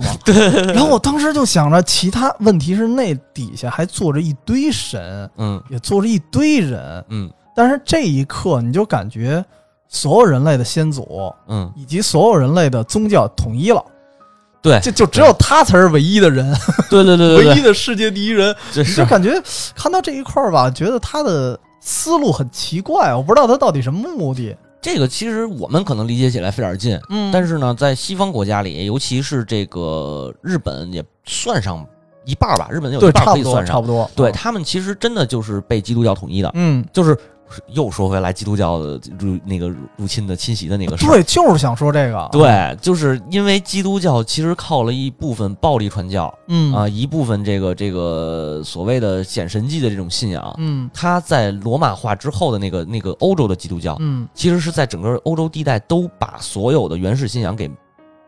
B: 吗？对。然后我当时就想着，其他问题是那底下还坐着一堆神，
A: 嗯
B: 也坐着一堆人。
A: 嗯
B: 但是这一刻，你就感觉所有人类的先祖
A: 嗯，
B: 以及所有人类的宗教统一了，
A: 对
B: 就就只有他才是唯一的人，
A: 对对对对
B: 唯一
A: 对，
B: 的世界第一人。
A: 这
B: 你
A: 是
B: 就感觉看到这一块儿吧，觉得他的思路很奇怪，我不知道他到底什么目的。
A: 这个其实我们可能理解起来费点劲，
B: 嗯
A: 但是呢，在西方国家里，尤其是这个日本，也算上一半儿吧，日本有
B: 对，
A: 一半
B: 差
A: 儿可
B: 不
A: 以
B: 多，
A: 算
B: 差
A: 上。
B: 不多。
A: 对，他们其实真的就是被基督教统一的，
B: 嗯，
A: 就是又说回来基督教的入那个入侵的侵袭的那个事儿。
B: 对，就是想说这个。，
A: 对，就是因为基督教其实靠了一部分暴力传教
B: 嗯
A: 啊、一部分这个这个所谓的显神迹的这种信仰，
B: 嗯
A: 它在罗马化之后的那个那个欧洲的基督教，
B: 嗯，
A: 其实是在整个欧洲地带都把所有的原始信仰给几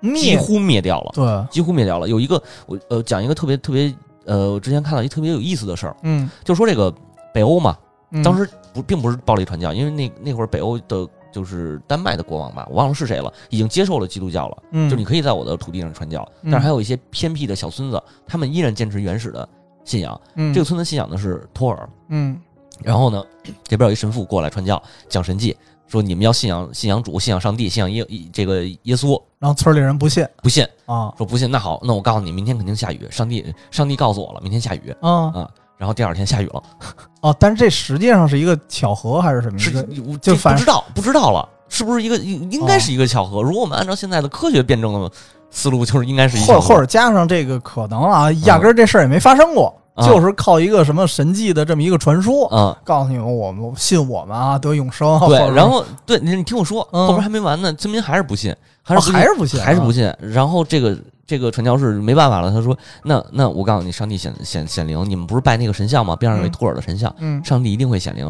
B: 嗯灭
A: 乎灭掉了，
B: 对，
A: 几乎灭掉了。有一个我呃讲一个特别特别呃，我之前看到一特别有意思的事儿，
B: 嗯，
A: 就说这个北欧嘛，
B: 嗯
A: 当时不并不是暴力传教，因为那那会儿北欧的就是丹麦的国王吧，我忘了是谁了，已经接受了基督教了，
B: 嗯，
A: 就是你可以在我的土地上传教，
B: 嗯
A: 但是还有一些偏僻的小村子，他们依然坚持原始的信仰。
B: 嗯
A: 这个村子信仰的是托尔，
B: 嗯
A: 然后呢，这边有一神父过来传教，讲神迹，说你们要信仰信仰主，信仰上帝，信仰耶这个耶稣，
B: 然后村里人不信
A: 不信，
B: 啊
A: 说不信，那好，那我告诉你，明天肯定下雨，上帝上帝告诉我了，明天下雨，
B: 啊
A: 然后第二天下雨了，
B: 哦，但是这实际上是一个巧合还是什么？
A: 是
B: 一个
A: 我
B: 嗯就
A: 这
B: 反哦
A: 不知道不知道了，是不是一个应应该是一个巧合？如果我们按照现在的科学辩证的思路，就是应该是一个嗯
B: 或
A: 巧合
B: 或者加上这个可能啊，压根儿这事儿也没发生过，
A: 啊
B: 就是靠一个什么神迹的这么一个传说，
A: 嗯。
B: 告诉你们我们信我们啊得永生。或
A: 对
B: 者，
A: 然后对你你听我说，
B: 嗯
A: 后边还没完呢，村民还是不信，还
B: 哦
A: 是
B: 还是不信，
A: 还是不。信。然后这个这个传教士没办法了，他说：“那那我告诉你，上帝显显显灵，你们不是拜那个神像吗？边上有一
B: 嗯
A: 托尔的神像，
B: 嗯，
A: 上帝一定会显灵，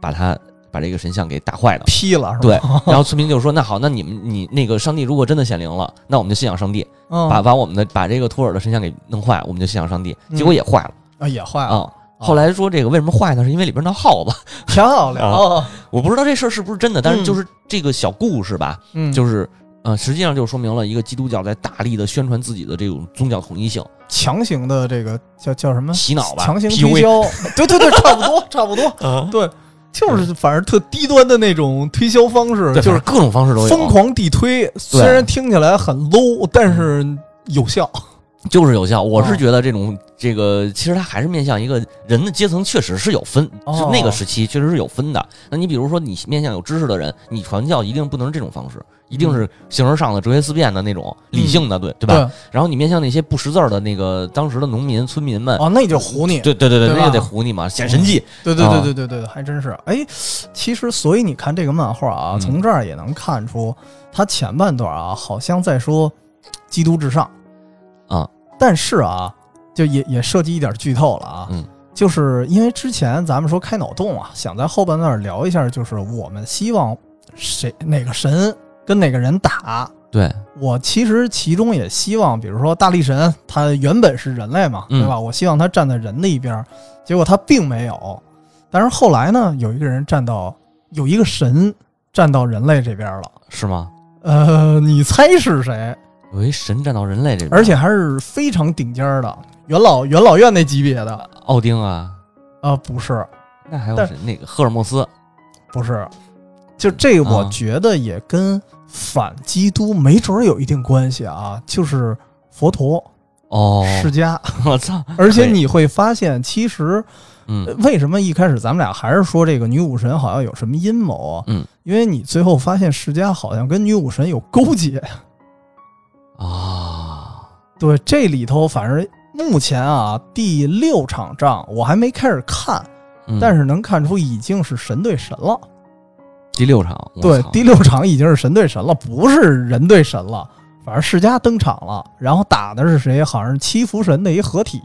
A: 把他把这个神像给打坏的。”
B: 劈了是吧？
A: 对， 然后村民就说：“那好，那你们你那个上帝如果真的显灵了，那我们就信仰上帝，
B: 嗯，
A: 把把我们的把这个托尔的神像给弄坏，我们就信仰上帝。”
B: 嗯
A: 结果也坏了
B: 啊也坏了，
A: 啊。后来说这个为什么坏呢？是因为里边闹耗子。
B: 漂亮。
A: 啊
B: 哦
A: 我不知道这事儿是不是真的，但是
B: 嗯
A: 就是这个小故事吧，
B: 嗯，
A: 就是呃，实际上就说明了一个基督教在大力的宣传自己的这种宗教统一性，
B: 强行的这个叫叫什么？
A: 洗脑吧，
B: 啊强行
A: PUA
B: 推销，对对对，差不多，差不多，
A: 啊，
B: 对，就是反正特低端的那种推销方式，
A: 对，就
B: 就
A: 是是各种方式都有，
B: 疯，狂地推，虽然听起来很 low，但是有效。
A: 就是有效。我
B: 哦
A: 是觉得这种这个，其实它还是面向一个人的阶层，确实是有分，
B: 哦
A: 就那个时期确实是有分的。那你比如说，你面向有知识的人，你传教一定不能是这种方式，一
B: 嗯
A: 定是形而上的、哲学思辨的那种理性的，对对吧？然后你面向那些不识字儿的那个当时的农民、村民们，
B: 哦，那就唬你。
A: 对对对对，
B: 对吧嗯
A: 那个得唬你嘛，显神迹，
B: 对对
A: 啊
B: 对对对对，还真是。哎，其实所以你看这个漫画啊，
A: 嗯
B: 从这儿也能看出，它前半段啊，好像在说基督至上
A: 啊，
B: 但是啊，就也也涉及一点剧透了啊。
A: 嗯
B: 就是因为之前咱们说开脑洞啊，想在后半段聊一下，就是我们希望谁哪个神跟哪个人打。
A: 对，
B: 我其实其中也希望，比如说大力神，他原本是人类嘛，
A: 嗯
B: 对吧？我希望他站在人的一边儿，结果他并没有。但是后来呢，有一个人站到，有一个神站到人类这边了。
A: 是吗？
B: 呃，你猜是谁？
A: 有一神站到人类这边，
B: 而且还是非常顶尖儿的元老元老院那级别的。
A: 奥丁啊，
B: 啊，不是，
A: 那还有
B: 但
A: 谁？那个赫尔墨斯，
B: 不是，就这，
A: 啊
B: 我觉得也跟反基督没准儿有一定关系啊。就是佛陀
A: 哦，
B: 世家，
A: 我操！
B: 而且
A: 可以
B: 你会发现，其实呃
A: 嗯，
B: 为什么一开始咱们俩还是说这个女武神好像有什么阴谋啊？
A: 嗯，
B: 因为你最后发现世家好像跟女武神有勾结。呃
A: 啊，
B: 对，这里头反正目前啊第六场仗我还没开始看，
A: 嗯
B: 但是能看出已经是神对神了。
A: 第六场，我
B: 对
A: 操，
B: 第六场已经是神对神了，不是人对神了。反正世家登场了，然后打的是谁？好像是七福神的一合体，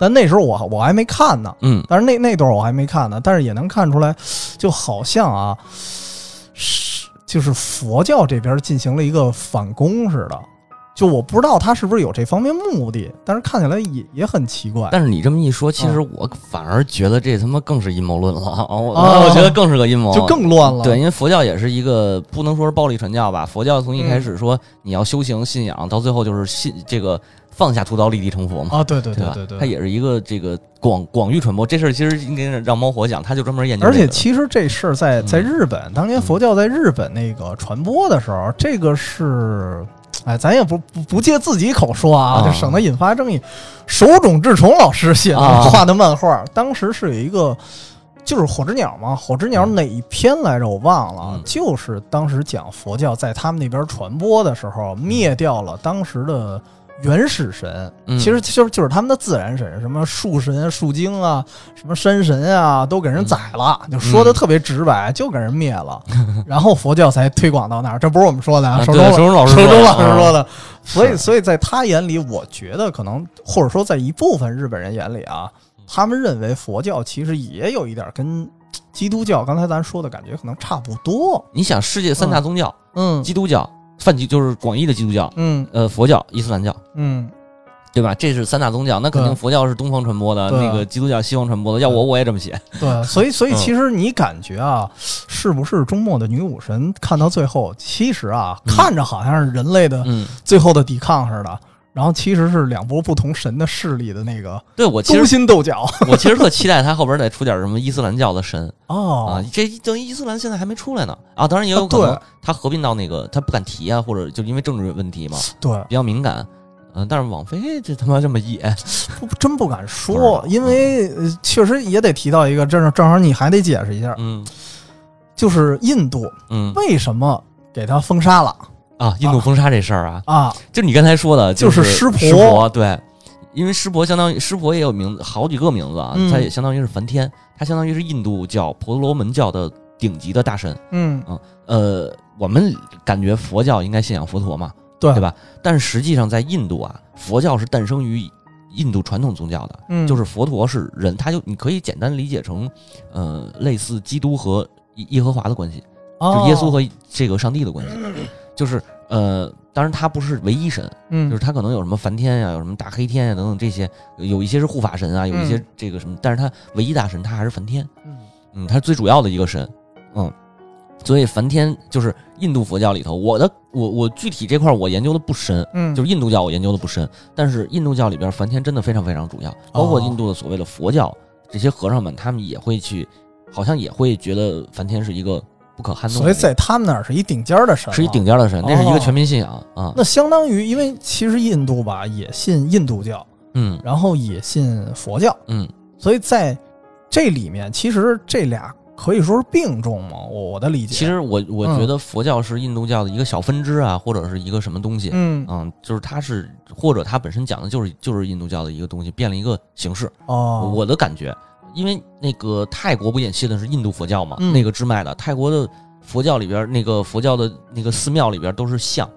B: 但那时候我我还没看呢。
A: 嗯，
B: 但是那那段我还没看呢，但是也能看出来，就好像啊，是就是佛教这边进行了一个反攻似的。就我不知道他是不是有这方面目的，但是看起来也也很奇怪。
A: 但是你这么一说，其
B: 嗯
A: 实我反而觉得这他妈更是阴谋论了啊！我
B: 啊
A: 我觉得更是个阴谋，
B: 就更乱了，
A: 对，因为佛教也是一个不能说是暴力传教吧，佛教从一
B: 嗯
A: 开始说你要修行信仰，到最后就是信这个放下屠刀立地成佛嘛。
B: 啊，对对
A: 吧？
B: 对对
A: 它也是一个这个广广域传播这事儿，其实应该让猫火讲，他就专门研究
B: 而
A: 这个的。
B: 且其实这事儿在
A: 嗯
B: 在日本，当年佛教在日本那个传播的时候，这个是，哎，咱也不不不借自己口说啊，
A: 啊
B: 就省得引发争议。手冢治虫老师写的、
A: 啊
B: 画的漫画，当时是有一个。就是火之鸟嘛，火之鸟哪一篇来着？我忘了。
A: 嗯
B: 就是当时讲佛教在他们那边传播的时候，灭掉了当时的原始神，
A: 嗯
B: 其实就是就是他们的自然神，什么树神啊、树精啊、什么山神啊，都给
A: 嗯
B: 人宰了，就说的特别直白，就给人灭了。然后佛教才推广到那儿，这不是我们说的
A: 啊
B: 啊，
A: 对手
B: 手中
A: 中老师
B: 手
A: 说嗯
B: 中
A: 的
B: 老师说的。 所以，
A: 是
B: 所以在他眼里，我觉得可能或者说在一部分日本人眼里啊，
A: 嗯
B: 他们认为佛教其实也有一点跟基督教刚才咱说的感觉可能差不多。
A: 你想，世界三大宗教，
B: 嗯
A: 基督教、泛基就是广义的基督教，
B: 嗯
A: 呃，佛教、伊斯兰教，
B: 嗯，
A: 对吧？这是三大宗教，那肯定
B: 对
A: 佛教是东方传播的，
B: 对
A: 那个基督教西方传播的。要我我也这么写，
B: 对，所以所以
A: 嗯
B: 其实你感觉啊，是不是终末的女武神看到最后，其实啊，
A: 嗯
B: 看着好像是人类的
A: 嗯，
B: 最后的抵抗似的，然后其实是两波不同神的势力的那个
A: 对我其
B: 勾
A: 实啊
B: 心斗角。
A: 我其实特期待他后边再出点什么伊斯兰教的神啊
B: 哦，，
A: 这等于伊斯兰现在还没出来呢啊，当然也有可能
B: 啊
A: 他合并到那个他不敢提啊，或者就因为政治问题嘛，
B: 对，
A: 比较敏感。嗯，但是网飞这他妈这么野，
B: 不真不敢
A: 不知
B: 说
A: 道，嗯
B: 因为呃确实也得提到一个，正正好你还得解释一下，
A: 嗯
B: 就是印度
A: 嗯
B: 为什么给他封杀了
A: 啊，印度封杀这事儿啊，
B: 啊？
A: 就你刚才说的，
B: 就是是湿婆
A: 湿对，因为湿婆相当于湿婆也有名字，好几个名字啊，
B: 嗯
A: 它也相当于是梵天，它相当于是印度教婆罗门教的顶级的大神。
B: 嗯，
A: 呃，我们感觉佛教应该信仰佛陀嘛，
B: 对
A: 对？吧？但实际上在印度啊，佛教是诞生于印度传统宗教的，
B: 嗯，
A: 就是佛陀是人，他就你可以简单理解成，呃，类似基督和耶耶和华的关系。就耶稣
B: 哦
A: 和这个上帝的关系，就是呃，当然他不是唯一神，就
B: 嗯
A: 是他可能有什么梵天呀、有什么大黑天呀、等等这些，有一些是护法神啊，有一些
B: 嗯
A: 这个什么，但是他唯一大神他还是梵天，
B: 嗯
A: 嗯，他是最主要的一个神，嗯，所以梵天就是印度佛教里头，我的我我具体这块我研究的不深。
B: 嗯，
A: 就是印度教我研究的不深，但是印度教里边梵天真的非常非常主
B: 哦
A: 要，包括印度的所谓的佛教，这些和尚们他们也会去，好像也会觉得梵天是一个不可撼动的
B: 所
A: 一
B: 以
A: 个。
B: 在他们那儿是一顶尖儿的神，
A: 是一顶。尖的神，那是一个
B: 哦
A: 全民信仰啊。
B: 那相当于，因为其实印度吧也信印度教，
A: 嗯
B: 然后也信佛教，
A: 嗯，
B: 所以在这里面，其实这俩可以说是并重嘛。我我的理解，
A: 其实我我
B: 嗯
A: 觉得佛教是印度教的一个小分支啊，或者是一个什么东西，
B: 嗯
A: 嗯，就是它是或者它本身讲的就是就是印度教的一个东西，变了一个形式。
B: 哦，
A: 我的感觉，因为那个泰国不也信的是印度佛教嘛，
B: 嗯
A: 那个支脉的泰国的佛教里边，那个佛教的那个寺庙里边都是像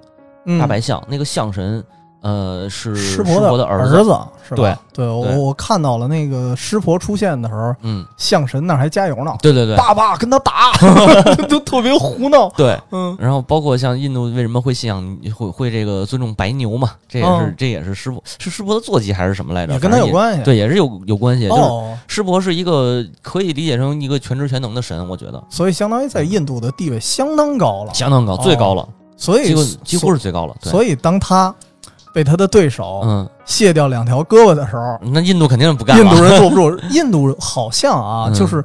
B: 嗯
A: 大白象，那个象神呃是
B: 湿
A: 婆
B: 婆的
A: 儿
B: 儿子是吧？对，
A: 对
B: 我我看到了那个湿婆出现的时候，
A: 嗯，
B: 象神那儿还加油呢，
A: 对对对
B: 爸爸跟他 打，都特别胡闹。
A: 对。
B: 嗯
A: 然后包括像印度为什么会信仰会会这个尊重白牛嘛？这也是、
B: 嗯
A: 这也是师傅是师傅的坐骑还是什么来着？
B: 也跟他有
A: 系，
B: 关系。
A: 对，也是有有关系。就是
B: 哦，
A: 师伯是一个可以理解成一个全知全能的神，我觉得
B: 所以相当于在印度的地位相当高了，
A: 相当高，
B: 哦
A: 最高了，
B: 所以
A: 几乎几乎是最高了。对，
B: 所以当他被他的对手
A: 嗯，
B: 卸掉两条胳膊的时候，
A: 那印度肯定不干了。
B: 印度人坐 不住。印度好像啊，
A: 嗯
B: 就是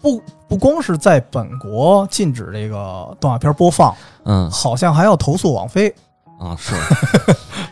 B: 不不光是在本国禁止这个动画片播放，
A: 嗯
B: 好像还要投诉网飞，
A: 啊 是，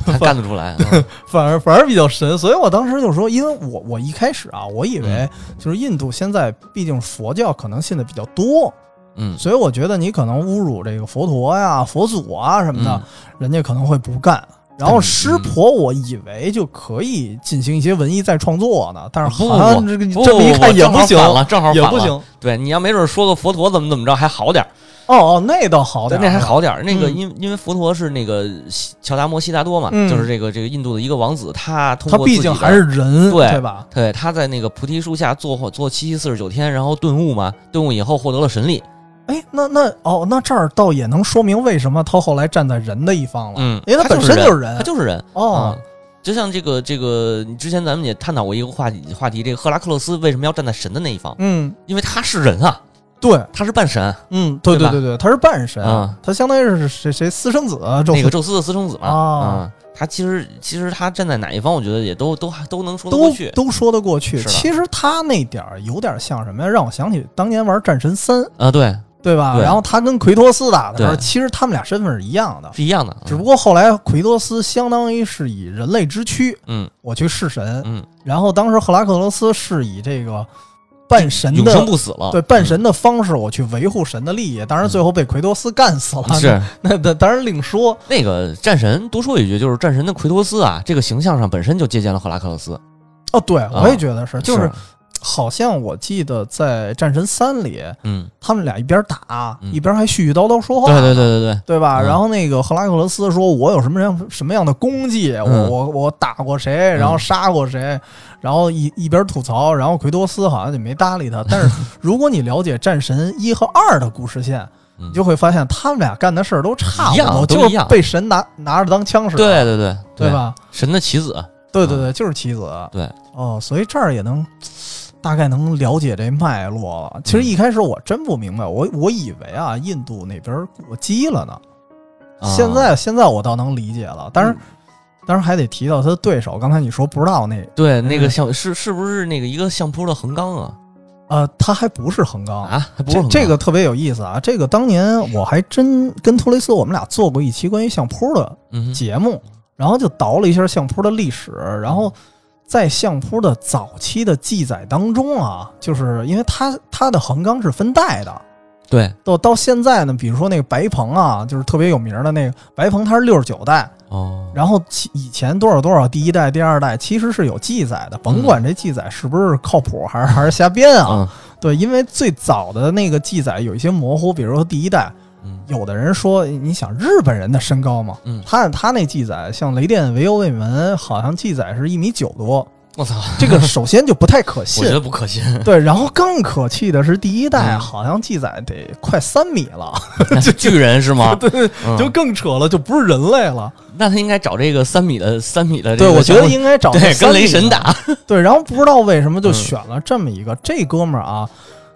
A: 他干得出来。嗯
B: 反而反而比较神。所以我当时就说，因为我我一开始啊，我以为
A: 嗯
B: 就是印度现在毕竟佛教可能信的比较多，
A: 嗯
B: 所以我觉得你可能侮辱这个佛陀呀、佛祖啊什么的，
A: 嗯
B: 人家可能会不干。然后
A: 嗯
B: 湿婆，我以为就可以进行一些文艺再创作呢，但是
A: 嗯不
B: 好像这个
A: 不
B: 这么一
A: 不
B: 看也
A: 正
B: 不
A: 好
B: 行，
A: 反了，正好
B: 也
A: 反
B: 不
A: 了
B: 行。。
A: 对，你要没准说个佛陀怎么怎么着还好点儿。
B: 哦哦，那倒好点，
A: 那还。好点儿。那个
B: 嗯
A: 因、因为佛陀是那个悉乔达摩悉达多嘛，
B: 嗯
A: 就是这个这个印度的一个王子，他通
B: 他
A: 过
B: 毕
A: 自己
B: 竟
A: 的
B: 还是人，
A: 对
B: 吧？
A: 对，他在那个菩提树下坐坐七七四十九天，然后顿悟嘛，顿悟以后获得了神力。
B: 哎，那那哦，那这儿倒也能说明为什么他后来站在人的一方了，
A: 嗯，
B: 因为
A: 他
B: 本身
A: 人，
B: 就是人。
A: 他就是人
B: 哦
A: 嗯，就像这个这个，你之前咱们也探讨过一个话题，话题这个赫拉克勒斯为什么要站在神的那一方？
B: 嗯，
A: 因为他是人啊，
B: 对，
A: 他是半神，
B: 嗯，对
A: 对吧
B: 对对，他是半神
A: 嗯，
B: 他相当于是谁谁私生子啊宙斯
A: 那个宙斯的私生子嘛。
B: 哦
A: 嗯，他其实其实他站在哪一方，我觉得也都都都能说得过
B: 都
A: 去。
B: 都说得过去。
A: 是的
B: 其实他那点儿有点像什么呀？让我想起当年玩《战神三》，
A: 啊，对，
B: 对吧？
A: 对
B: 然后他跟奎托斯打的时候，
A: 对嗯
B: 其实他们俩身份是一样的，
A: 是一样的。
B: 只不过后来奎托斯相当于是以人类之躯，
A: 嗯
B: 我去弑神，
A: 嗯
B: 然后当时赫拉克勒斯是以这个半神
A: 永生
B: 的
A: 不死了。嗯
B: 对半神的方式，我去维护神的利益。当然，最后被奎托斯干死了，
A: 嗯是
B: 那那当然另说。
A: 那个战神，多说一句，就是战神的奎托斯啊，这个形象上本身就借鉴了赫拉克勒斯，
B: 哦，对，我也觉得是，就是
A: 啊是
B: 好像我记得在《战神三》里，
A: 嗯，
B: 他们俩一边打、
A: 嗯
B: 一边还絮絮叨叨说话，
A: 对对对对对，
B: 对吧？
A: 嗯
B: 然后那个赫拉克勒斯说：“我有什么样什么样的功绩？我、
A: 嗯
B: 我我打过谁，然后杀过谁，然后一一边吐槽，然后奎多斯好像就没搭理他。但 是如果你了解战神一和二的故事线，
A: 嗯
B: 你就会发现他们俩干的事儿都差
A: 一
B: 不
A: 样
B: 多，
A: 都
B: 就
A: 一
B: 是
A: 样
B: 被神拿拿着当枪使，
A: 对对对
B: 对？吧？
A: 神的棋子，啊
B: 对对对，就是棋子。
A: 对，
B: 哦，所以这儿也能大概能了解这脉络了。其实
A: 嗯
B: 一开始我真不明白，我我以为啊，印度那边过激了呢。
A: 啊嗯
B: 现在现在我倒能理解了，但是当然还得提到他的对手。刚才你说不知道那
A: 对那个像是是不是那个一个相扑的横纲啊
B: 呃，他还不是横纲。
A: 啊，还不是
B: 这
A: 横纲
B: 哦这个特别有意思啊！这个当年我还真跟托雷斯我们俩做过一期关于相扑的
A: 嗯哼
B: 节目，然后就倒了一下相扑的历史，然后在相扑的早期的记载当中啊，就是因为它它的横纲是分代的，
A: 对
B: 到到现在呢，比如说那个白鹏啊，就是特别有名的那个白鹏，他是六十九代，
A: 哦，
B: 然后其以前多少多少第一代、第二代其实是有记载的，甭管这记载是不是靠谱还是还是瞎编啊，
A: 嗯
B: 对，因为最早的那个记载有一些模糊，比如说第一代，
A: 嗯
B: 有的人说，你想日本人的身高嘛，
A: 嗯
B: 他按他那记载，像雷电维欧卫门好像记载是一米九多，
A: 我操，
B: 这个首先就不太可
A: 我觉
B: 信。
A: 得不可 信，
B: 对，然后更可气的是，第一代
A: 嗯
B: 好像记载得快三米了，
A: 巨人是吗？
B: 对对，
A: 嗯
B: 就更扯了，就不是人类了。
A: 那他应该找这个三米的三米的这
B: 对，
A: 个
B: 我觉得
A: 相扑
B: 应该找个
A: 对
B: 三
A: 跟
B: 米
A: 雷神打，
B: 对，然后不知道为什么就
A: 嗯
B: 选了这么一个，这哥们儿啊，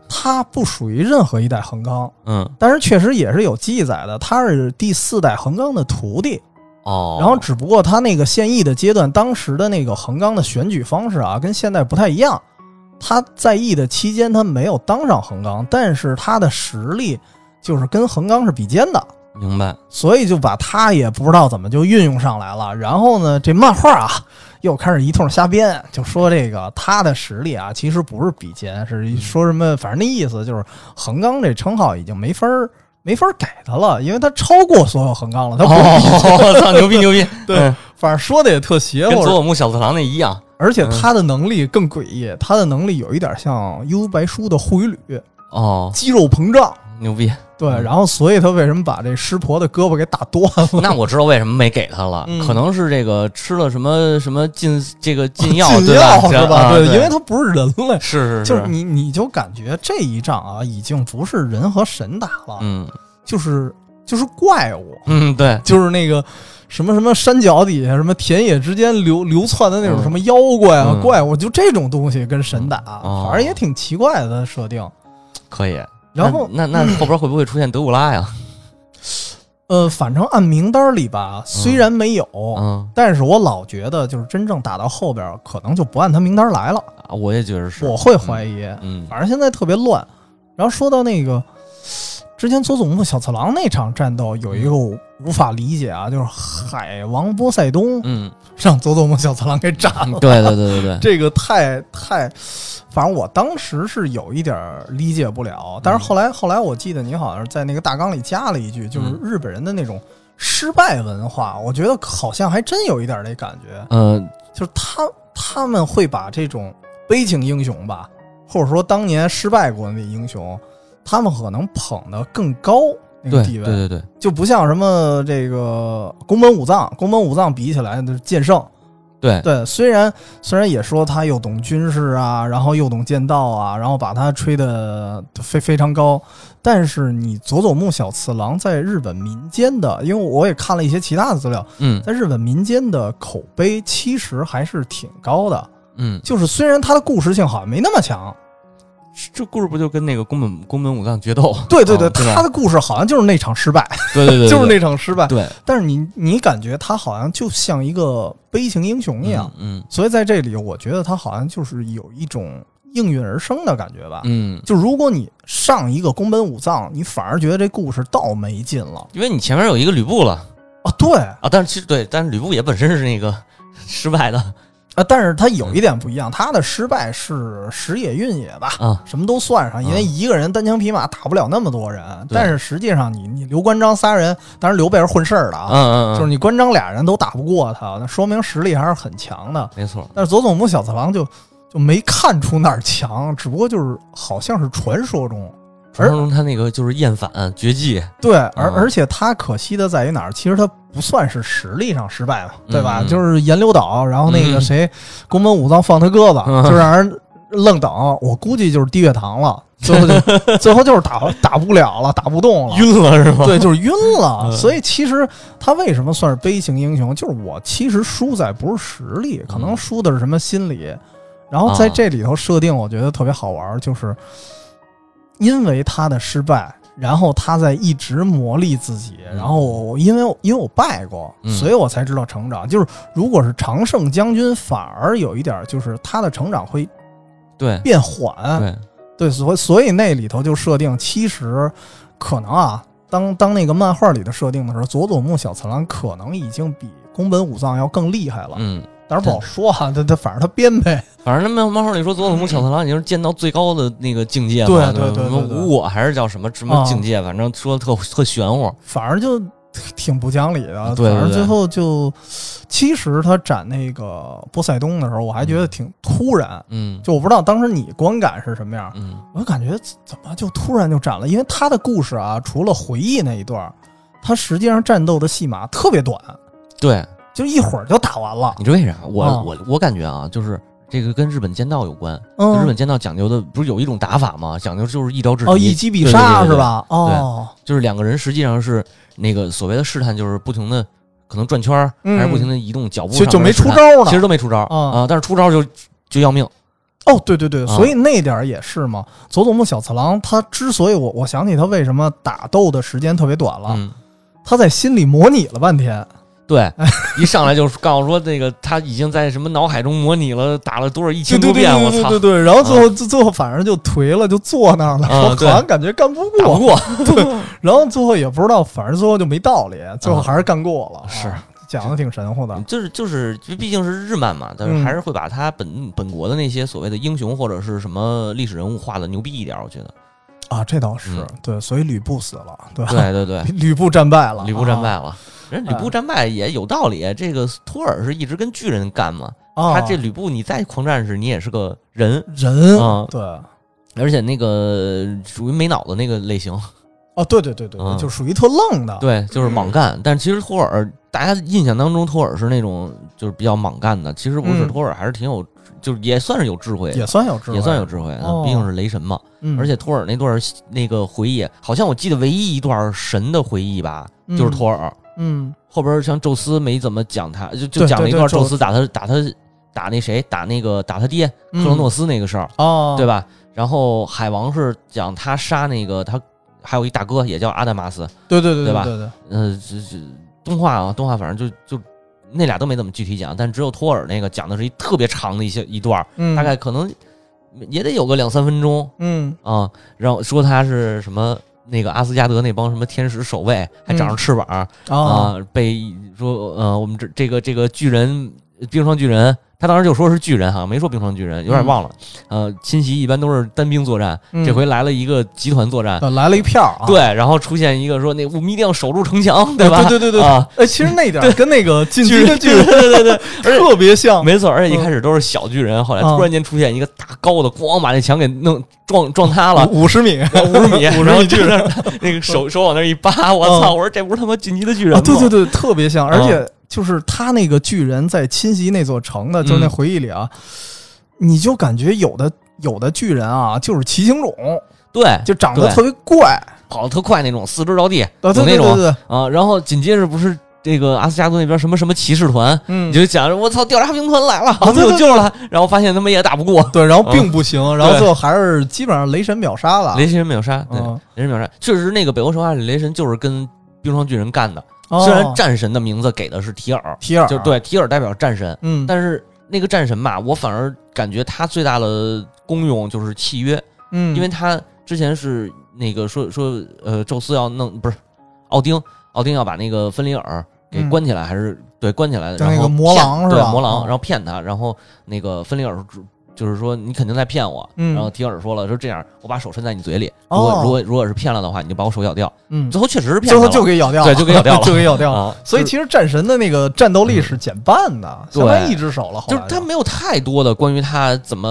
B: 他不属于任何一代横纲，
A: 嗯
B: 但是确实也是有记载的，他是第四代横纲的徒弟。
A: 哦，
B: 然后只不过他那个现役的阶段，当时的那个横纲的选举方式啊，跟现在不太一样。他在役的期间，他没有当上横纲，但是他的实力就是跟横纲是比肩的，
A: 明 白，
B: 所以就把他也不知道怎么就运用上来了。然后呢，这漫画啊又开始一通瞎编，就说这个他的实力啊其实不是比肩，
A: 嗯
B: 是说什么反正那意思就是横纲这称号已经没法儿没法儿给他了，因为他超过所有横纲了，他不是
A: 哦，我操，牛逼牛逼，
B: 对
A: 嗯
B: 反正说的也特邪
A: 跟嗯
B: 乎，
A: 佐佐木小次郎那一样，
B: 而且他的能力更诡异，他的能力有一点像幽白书的护羽吕，
A: 哦，
B: 肌肉膨胀。
A: 牛逼。
B: 对，
A: 嗯
B: 然后所以他为什么把这湿婆的胳膊给打断了？
A: 那我知道为什么没给他了，
B: 嗯
A: 可能是这个吃了什么什么禁这个禁药，
B: 禁
A: 对
B: 药
A: 吧？
B: 是
A: 啊
B: 对
A: 对，，
B: 因为他不是人类，
A: 是是
B: 就是你你就感觉这一仗啊，已经不是人和神打了，
A: 嗯
B: 就是就是怪物，
A: 嗯，对，
B: 就是那个什么什么山脚底下、什么田野之间流流窜的那种
A: 嗯
B: 什么妖怪啊、
A: 嗯
B: 怪物，就这种东西跟神打，
A: 哦
B: 反正也挺奇怪的设定。
A: 可以。
B: 然后
A: 那那那后边会不会出现德古拉呀？
B: 呃，反正按名单里吧，虽然没有，
A: 嗯，
B: 但是我老觉得就是真正打到后边儿，可能就不按他名单来了，
A: 啊我也觉得是，
B: 我会怀疑。
A: 嗯
B: 反正现在特别乱。然后说到那个之前佐佐木小次郎那场战斗，有一个我无法理解啊，就是海王波塞冬
A: 嗯，
B: 让佐佐木小次郎给炸了，
A: 对对对对 对，
B: 这个太太，反正我当时是有一点儿理解不了，但是后来后来我记得你好像是在那个大纲里加了一句，就是
A: 嗯
B: 日本人的那种失败文化，我觉得好像还真有一点儿那感觉，
A: 嗯
B: 就是他他们会把这种悲情英雄吧，或者说当年失败过的那英雄，他们可能捧得更高那
A: 对
B: 个地
A: 对
B: 位，
A: 对对，
B: 就不像什么这个宫本武藏，宫本武藏比起来那是剑圣。
A: 对
B: 对，虽然虽然也说他又懂军事啊，然后又懂剑道啊，然后把他吹得非非常高，但是你佐佐木小次郎在日本民间的，因为我也看了一些其他的资料，
A: 嗯
B: 在日本民间的口碑其实还是挺高的。
A: 嗯，
B: 就是虽然他的故事性好像没那么强，
A: 这故事不就跟那个宫本宫本武藏决斗？
B: 对对对，
A: 啊
B: 他
A: 吧
B: 的故事好像就是那场失败，
A: 对对 对，
B: 就是
A: 对
B: 那场失败。
A: 对
B: 但是你你感觉他好像就像一个悲情英雄一样，，
A: 嗯
B: 所以在这里，我觉得他好像就是有一种应运而生的感觉吧。
A: 嗯，嗯
B: 就如果你上一个宫本武藏，你反而觉得这故事倒没劲了
A: 因为你前面有一个吕布了
B: 啊。对
A: 啊，但是其实对，但是吕布也本身是那个失败的，
B: 啊，但是他有一点不一样，他的失败是时也运也吧，
A: 啊，
B: 什么都算上，因为一个人单枪匹马打不了那么多人。
A: 对
B: 但是实际上你，你刘关张仨人，当然刘备是混事儿的
A: 嗯嗯，
B: 啊，就是你关张俩人都打不过他，那说明实力还是很强的。
A: 没错，
B: 但是左总目小次郎就就没看出哪儿强，只不过就是好像是传说中，
A: 传说中他那个就是厌反绝技，
B: 对，而
A: 嗯
B: 而且他可惜的在于哪儿？其实他不算是实力上失败嘛，对吧？
A: 嗯
B: 就是岩流岛，然后那个
A: 嗯
B: 谁，宫本武藏放他鸽子，
A: 嗯
B: 就让人愣等。我估计就是低血糖了，最后 就最后就是打打不了了，打不动了。
A: 晕了 是吗？
B: 对，就是晕了，
A: 嗯
B: 所以其实他为什么算是悲情英雄？就是我其实输在不是实力，可能
A: 嗯
B: 输的是什么心理。然后在
A: 啊
B: 这里头设定，我觉得特别好玩儿，就是因为他的失败，然后他在一直磨砺自己。
A: 嗯
B: 然后我因为我因为我败过，
A: 嗯
B: 所以我才知道成长。就是如果是常胜将军，反而有一点儿就是他的成长会
A: 对
B: 变缓，
A: 对，
B: 对，所所以那里头就设定，其实可能啊，当当那个漫画里的设定的时候，佐佐木小次郎可能已经比宫本武藏要更厉害了，
A: 嗯，
B: 但是不好说哈、他他反正他编呗，
A: 反正他们漫画里说佐佐 木小次郎已经是见到最高的那个境界
B: 对
A: 嘛，
B: 对对
A: 什么
B: 对对
A: 无我还是叫什么什么境界，反正说的特特玄乎，
B: 反正就挺不讲理的，
A: 对对
B: 反正
A: 对
B: 最后就，其实他斩那个波塞冬的时候，我还觉得挺突然。
A: 嗯
B: 就我不知道当时你观感是什么样，
A: 嗯
B: 我感觉怎么就突然就斩了？因为他的故事啊，除了回忆那一段儿，他实际上战斗的戏码特别短，
A: 对，
B: 就一会儿就打完了。
A: 你知道为啥？我、
B: 啊
A: 我我感觉啊，就是这个跟日本剑道有关。
B: 嗯
A: 日本剑道讲究的不是有一种打法吗？讲究就是一招制敌，
B: 哦，一击必
A: 对对
B: 杀
A: 对对
B: 是吧？哦，
A: 就是两个人实际上是那个所谓的试探，就是不停的可能转圈儿，
B: 嗯
A: 还是不停的移动脚步
B: 就
A: 上
B: 就没
A: 面试
B: 出
A: 探，
B: 招呢。
A: 其实都没出招
B: 啊
A: 啊、但是出招就就要命。
B: 哦，对对对，
A: 啊
B: 所以那点儿也是嘛。佐佐木小次郎他之所以我我想起他为什么打斗的时间特别短了，
A: 嗯，
B: 他在心里模拟了半天。
A: 对，一上来就告诉说那个他已经在什么脑海中模拟了打了多少一千多遍，我操
B: 对，对，然后最后最最后反正就颓了，就坐那儿了，
A: 啊
B: 说 好
A: 对
B: 像感觉干不
A: 打不
B: 过，
A: 过，嗯
B: 然后最后也不知道，反正最后就没道理，最后还是干过了。
A: 是嗯
B: 啊讲的挺神乎的，
A: 就是就是，就毕竟是日漫嘛，但
B: 嗯
A: 是还是会把他本本国的那些所谓的英雄或者是什么历史人物画的牛逼一点，我觉 得。
B: 啊，这倒是
A: 嗯
B: 对，所以吕布死了，对吧？
A: 对对对，
B: 吕布战败了，
A: 吕布战败
B: 啊，
A: 了，人吕布战败也有道理。这个托尔是一直跟巨人干嘛，
B: 啊
A: 他这吕布你再狂战士，你也是个人，
B: 人
A: 啊
B: 对，
A: 而且那个属于没脑子那个类型，
B: 哦，对对对对，对
A: 嗯
B: 就属于特愣的，
A: 对，就是莽干。但其实托尔，大家印象当中托尔是那种就是比较莽干的，其实不是，
B: 嗯
A: 托尔还是挺有，就是也算是有智慧的，
B: 也算有智慧，
A: 也算有，智慧
B: 哦，
A: 毕竟是雷神嘛。
B: 嗯，
A: 而且托尔那段儿那个回忆，好像我记得唯一一段神的回忆吧，
B: 嗯
A: 就是托尔
B: 嗯，
A: 后边儿像宙斯没怎么讲他，就就
B: 对
A: 讲了一
B: 对
A: 段
B: 对
A: 宙斯打他打他打那谁打那个打他爹克
B: 嗯
A: 罗诺斯那个事儿，
B: 哦，
A: 对吧？然后海王是讲他杀那个他还有一大哥也叫阿达玛斯，
B: 对对对
A: 对吧
B: 对对，
A: 呃，这这动画啊动画反正就就。那俩都没怎么具体讲，但只有托尔那个讲的是一特别长的一些一段儿，
B: 嗯，
A: 大概可能也得有个两三分钟，
B: 嗯，
A: 啊，然后说他是什么那个阿斯加德那帮什么天使守卫，还长着翅膀、
B: 啊，
A: 啊，被说呃我们这这个这个巨人冰霜巨人，他当时就说是巨人哈，没说冰霜巨人，有点忘了。呃，侵袭一般都是单兵作战，
B: 嗯
A: 这回来了一个集团作战，
B: 呃来了一票啊，
A: 对，然后出现一个说那我们一定要守住城墙，
B: 对
A: 吧？
B: 对对对对
A: 啊，
B: 哎，其实那点儿跟那个进击
A: 巨
B: 的
A: 人
B: 巨人
A: 对对对，而且
B: 特别像，
A: 没错，而且一开始都是小巨人，后来
B: 啊
A: 突然间出现一个大高的，咣把那墙给弄撞撞塌了，
B: 五十米，
A: 五十米，
B: 五十
A: 然后
B: 米
A: 就是那个手手往那儿一扒，我操！我说这不是他妈进击的巨人
B: 啊
A: 吗？
B: 对对对，特别像，而
A: 嗯
B: 且就是他那个巨人在侵袭那座城的，就是那
A: 嗯
B: 回忆里啊，你就感觉有的有的巨人啊，就是骑行种，
A: 对，
B: 就长得
A: 对
B: 特别怪，
A: 跑得特快那种，四肢着地，
B: 啊，
A: 有
B: 对对
A: 那
B: 对
A: 种
B: 对，
A: 啊。然后紧接着不是这个阿斯加多那边什么什么骑士团，
B: 嗯
A: 你，就想着我操，调查兵团来了，我们
B: 对对
A: 有救了。然后发现他们也打不过，
B: 对，然后
A: 嗯
B: 并不行，然后最后还是基本上雷神秒杀了。
A: 雷神没有杀，对，
B: 啊嗯，
A: 雷神没有杀。确实，那个北欧神话里雷神就是跟冰霜巨人干的，
B: 哦
A: 虽然战神的名字给的是提尔，
B: 提尔啊
A: 就是，对提尔代表战神，
B: 嗯，
A: 但是那个战神吧，我反而感觉他最大的功用就是契约。
B: 嗯，
A: 因为他之前是那个说说呃，宙斯要弄不是奥丁，奥丁要把那个芬里尔给关起来，还是对关起来的，
B: 就
A: 然
B: 嗯
A: 后
B: 那个魔
A: 骗
B: 狼是
A: 对
B: 吧
A: 魔狼，
B: 嗯
A: 然后骗他，然后那个芬里尔就就是说你肯定在骗我，
B: 嗯
A: 然后提尔说了说这样，我把手伸在你嘴里，如
B: 哦
A: 果如果如果是骗了的话，你就把我手咬掉，
B: 嗯，
A: 最后确实是骗
B: 最
A: 他
B: 后
A: 了，
B: 就给咬掉了，
A: 对就给咬掉了
B: 就给咬掉了。
A: 啊，
B: 所以
A: 就是嗯
B: 其实战神的那个战斗力是减半的，
A: 对
B: 相当于一只手了。后
A: 就
B: 来
A: 是他没有太多的关于他怎么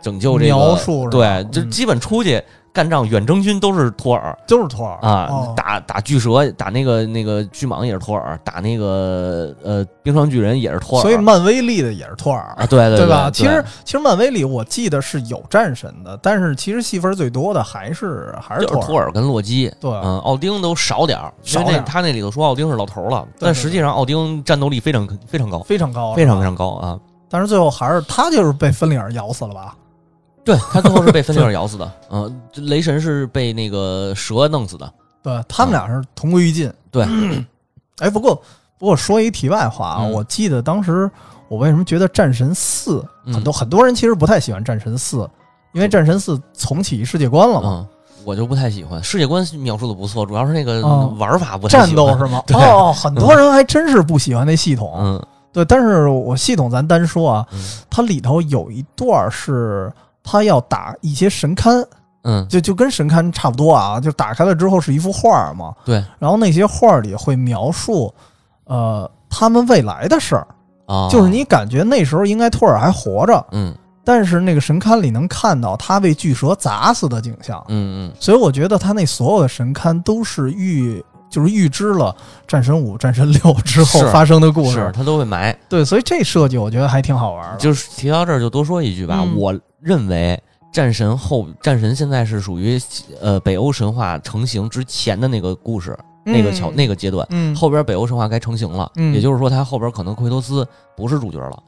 A: 拯救这个
B: 描述是吧
A: 对，就
B: 嗯
A: 基本出去干仗，远征军都是托尔，
B: 就是托尔
A: 啊
B: 哦，
A: 打打巨蛇，打那个那个巨蟒也是托尔，打那个呃冰霜巨人也是托尔，
B: 所以漫威立的也是托尔，
A: 啊，对对
B: 吧？其实
A: 对
B: 其实漫威里我记得是有战神的，但是其实戏份最多的还是还是
A: 就是
B: 托
A: 托
B: 尔。
A: 尔跟洛基，
B: 对
A: 嗯，奥丁都少点儿，因为
B: 少点
A: 那
B: 儿
A: 他那里头说奥丁是老头了，
B: 对对
A: 但实际上奥丁战斗力非常非常高，
B: 非常高，
A: 非常非
B: 高。
A: 常高啊！
B: 但是最后还是他就是被芬里尔咬死了吧？
A: 对他最后是被 芬利尔咬死的，嗯，雷神是被那个蛇弄死的，
B: 对他们俩是同归于尽。
A: 嗯对，
B: 哎，不过不过说一题外话啊，
A: 嗯
B: 我记得当时我为什么觉得《战神四》
A: 嗯
B: 很多很多人其实不太喜欢《战神四》，因为《战神四》重启世界观了嘛，
A: 嗯，我就不太喜欢，世界观描述的不错，主要是那个
B: 哦
A: 玩法嗯不太
B: 战
A: 喜
B: 斗
A: 欢，
B: 是吗？
A: 对
B: 哦，很多人还真是不喜欢那系统。
A: 嗯
B: 对，但是我系统咱单说啊，
A: 嗯
B: 它里头有一段是他要打一些神龛，
A: 嗯，
B: 就就跟神龛差不多啊，就打开了之后是一幅画嘛，
A: 对
B: 然后那些画儿里会描述，呃，他们未来的事儿，
A: 啊，
B: 就是你感觉那时候应该托尔还活着，
A: 嗯
B: 但是那个神龛里能看到他被巨蛇砸死的景象，
A: 嗯嗯
B: 所以我觉得他那所有的神龛都是预。就是预知了战神五、战神六之后
A: 是
B: 发生的故
A: 嗯，是
B: 事，
A: 他都会埋。
B: 对，所以这设计我觉得还挺好玩的。
A: 就是提到这儿就多说一句吧，
B: 嗯
A: 我认为战神后战神现在是属于呃北欧神话成型之前的那个故事、那个桥
B: 嗯
A: 那个阶段，
B: 嗯，
A: 后边北欧神话该成型了，
B: 嗯
A: 也就是说他后边可能奎托斯不是主角了。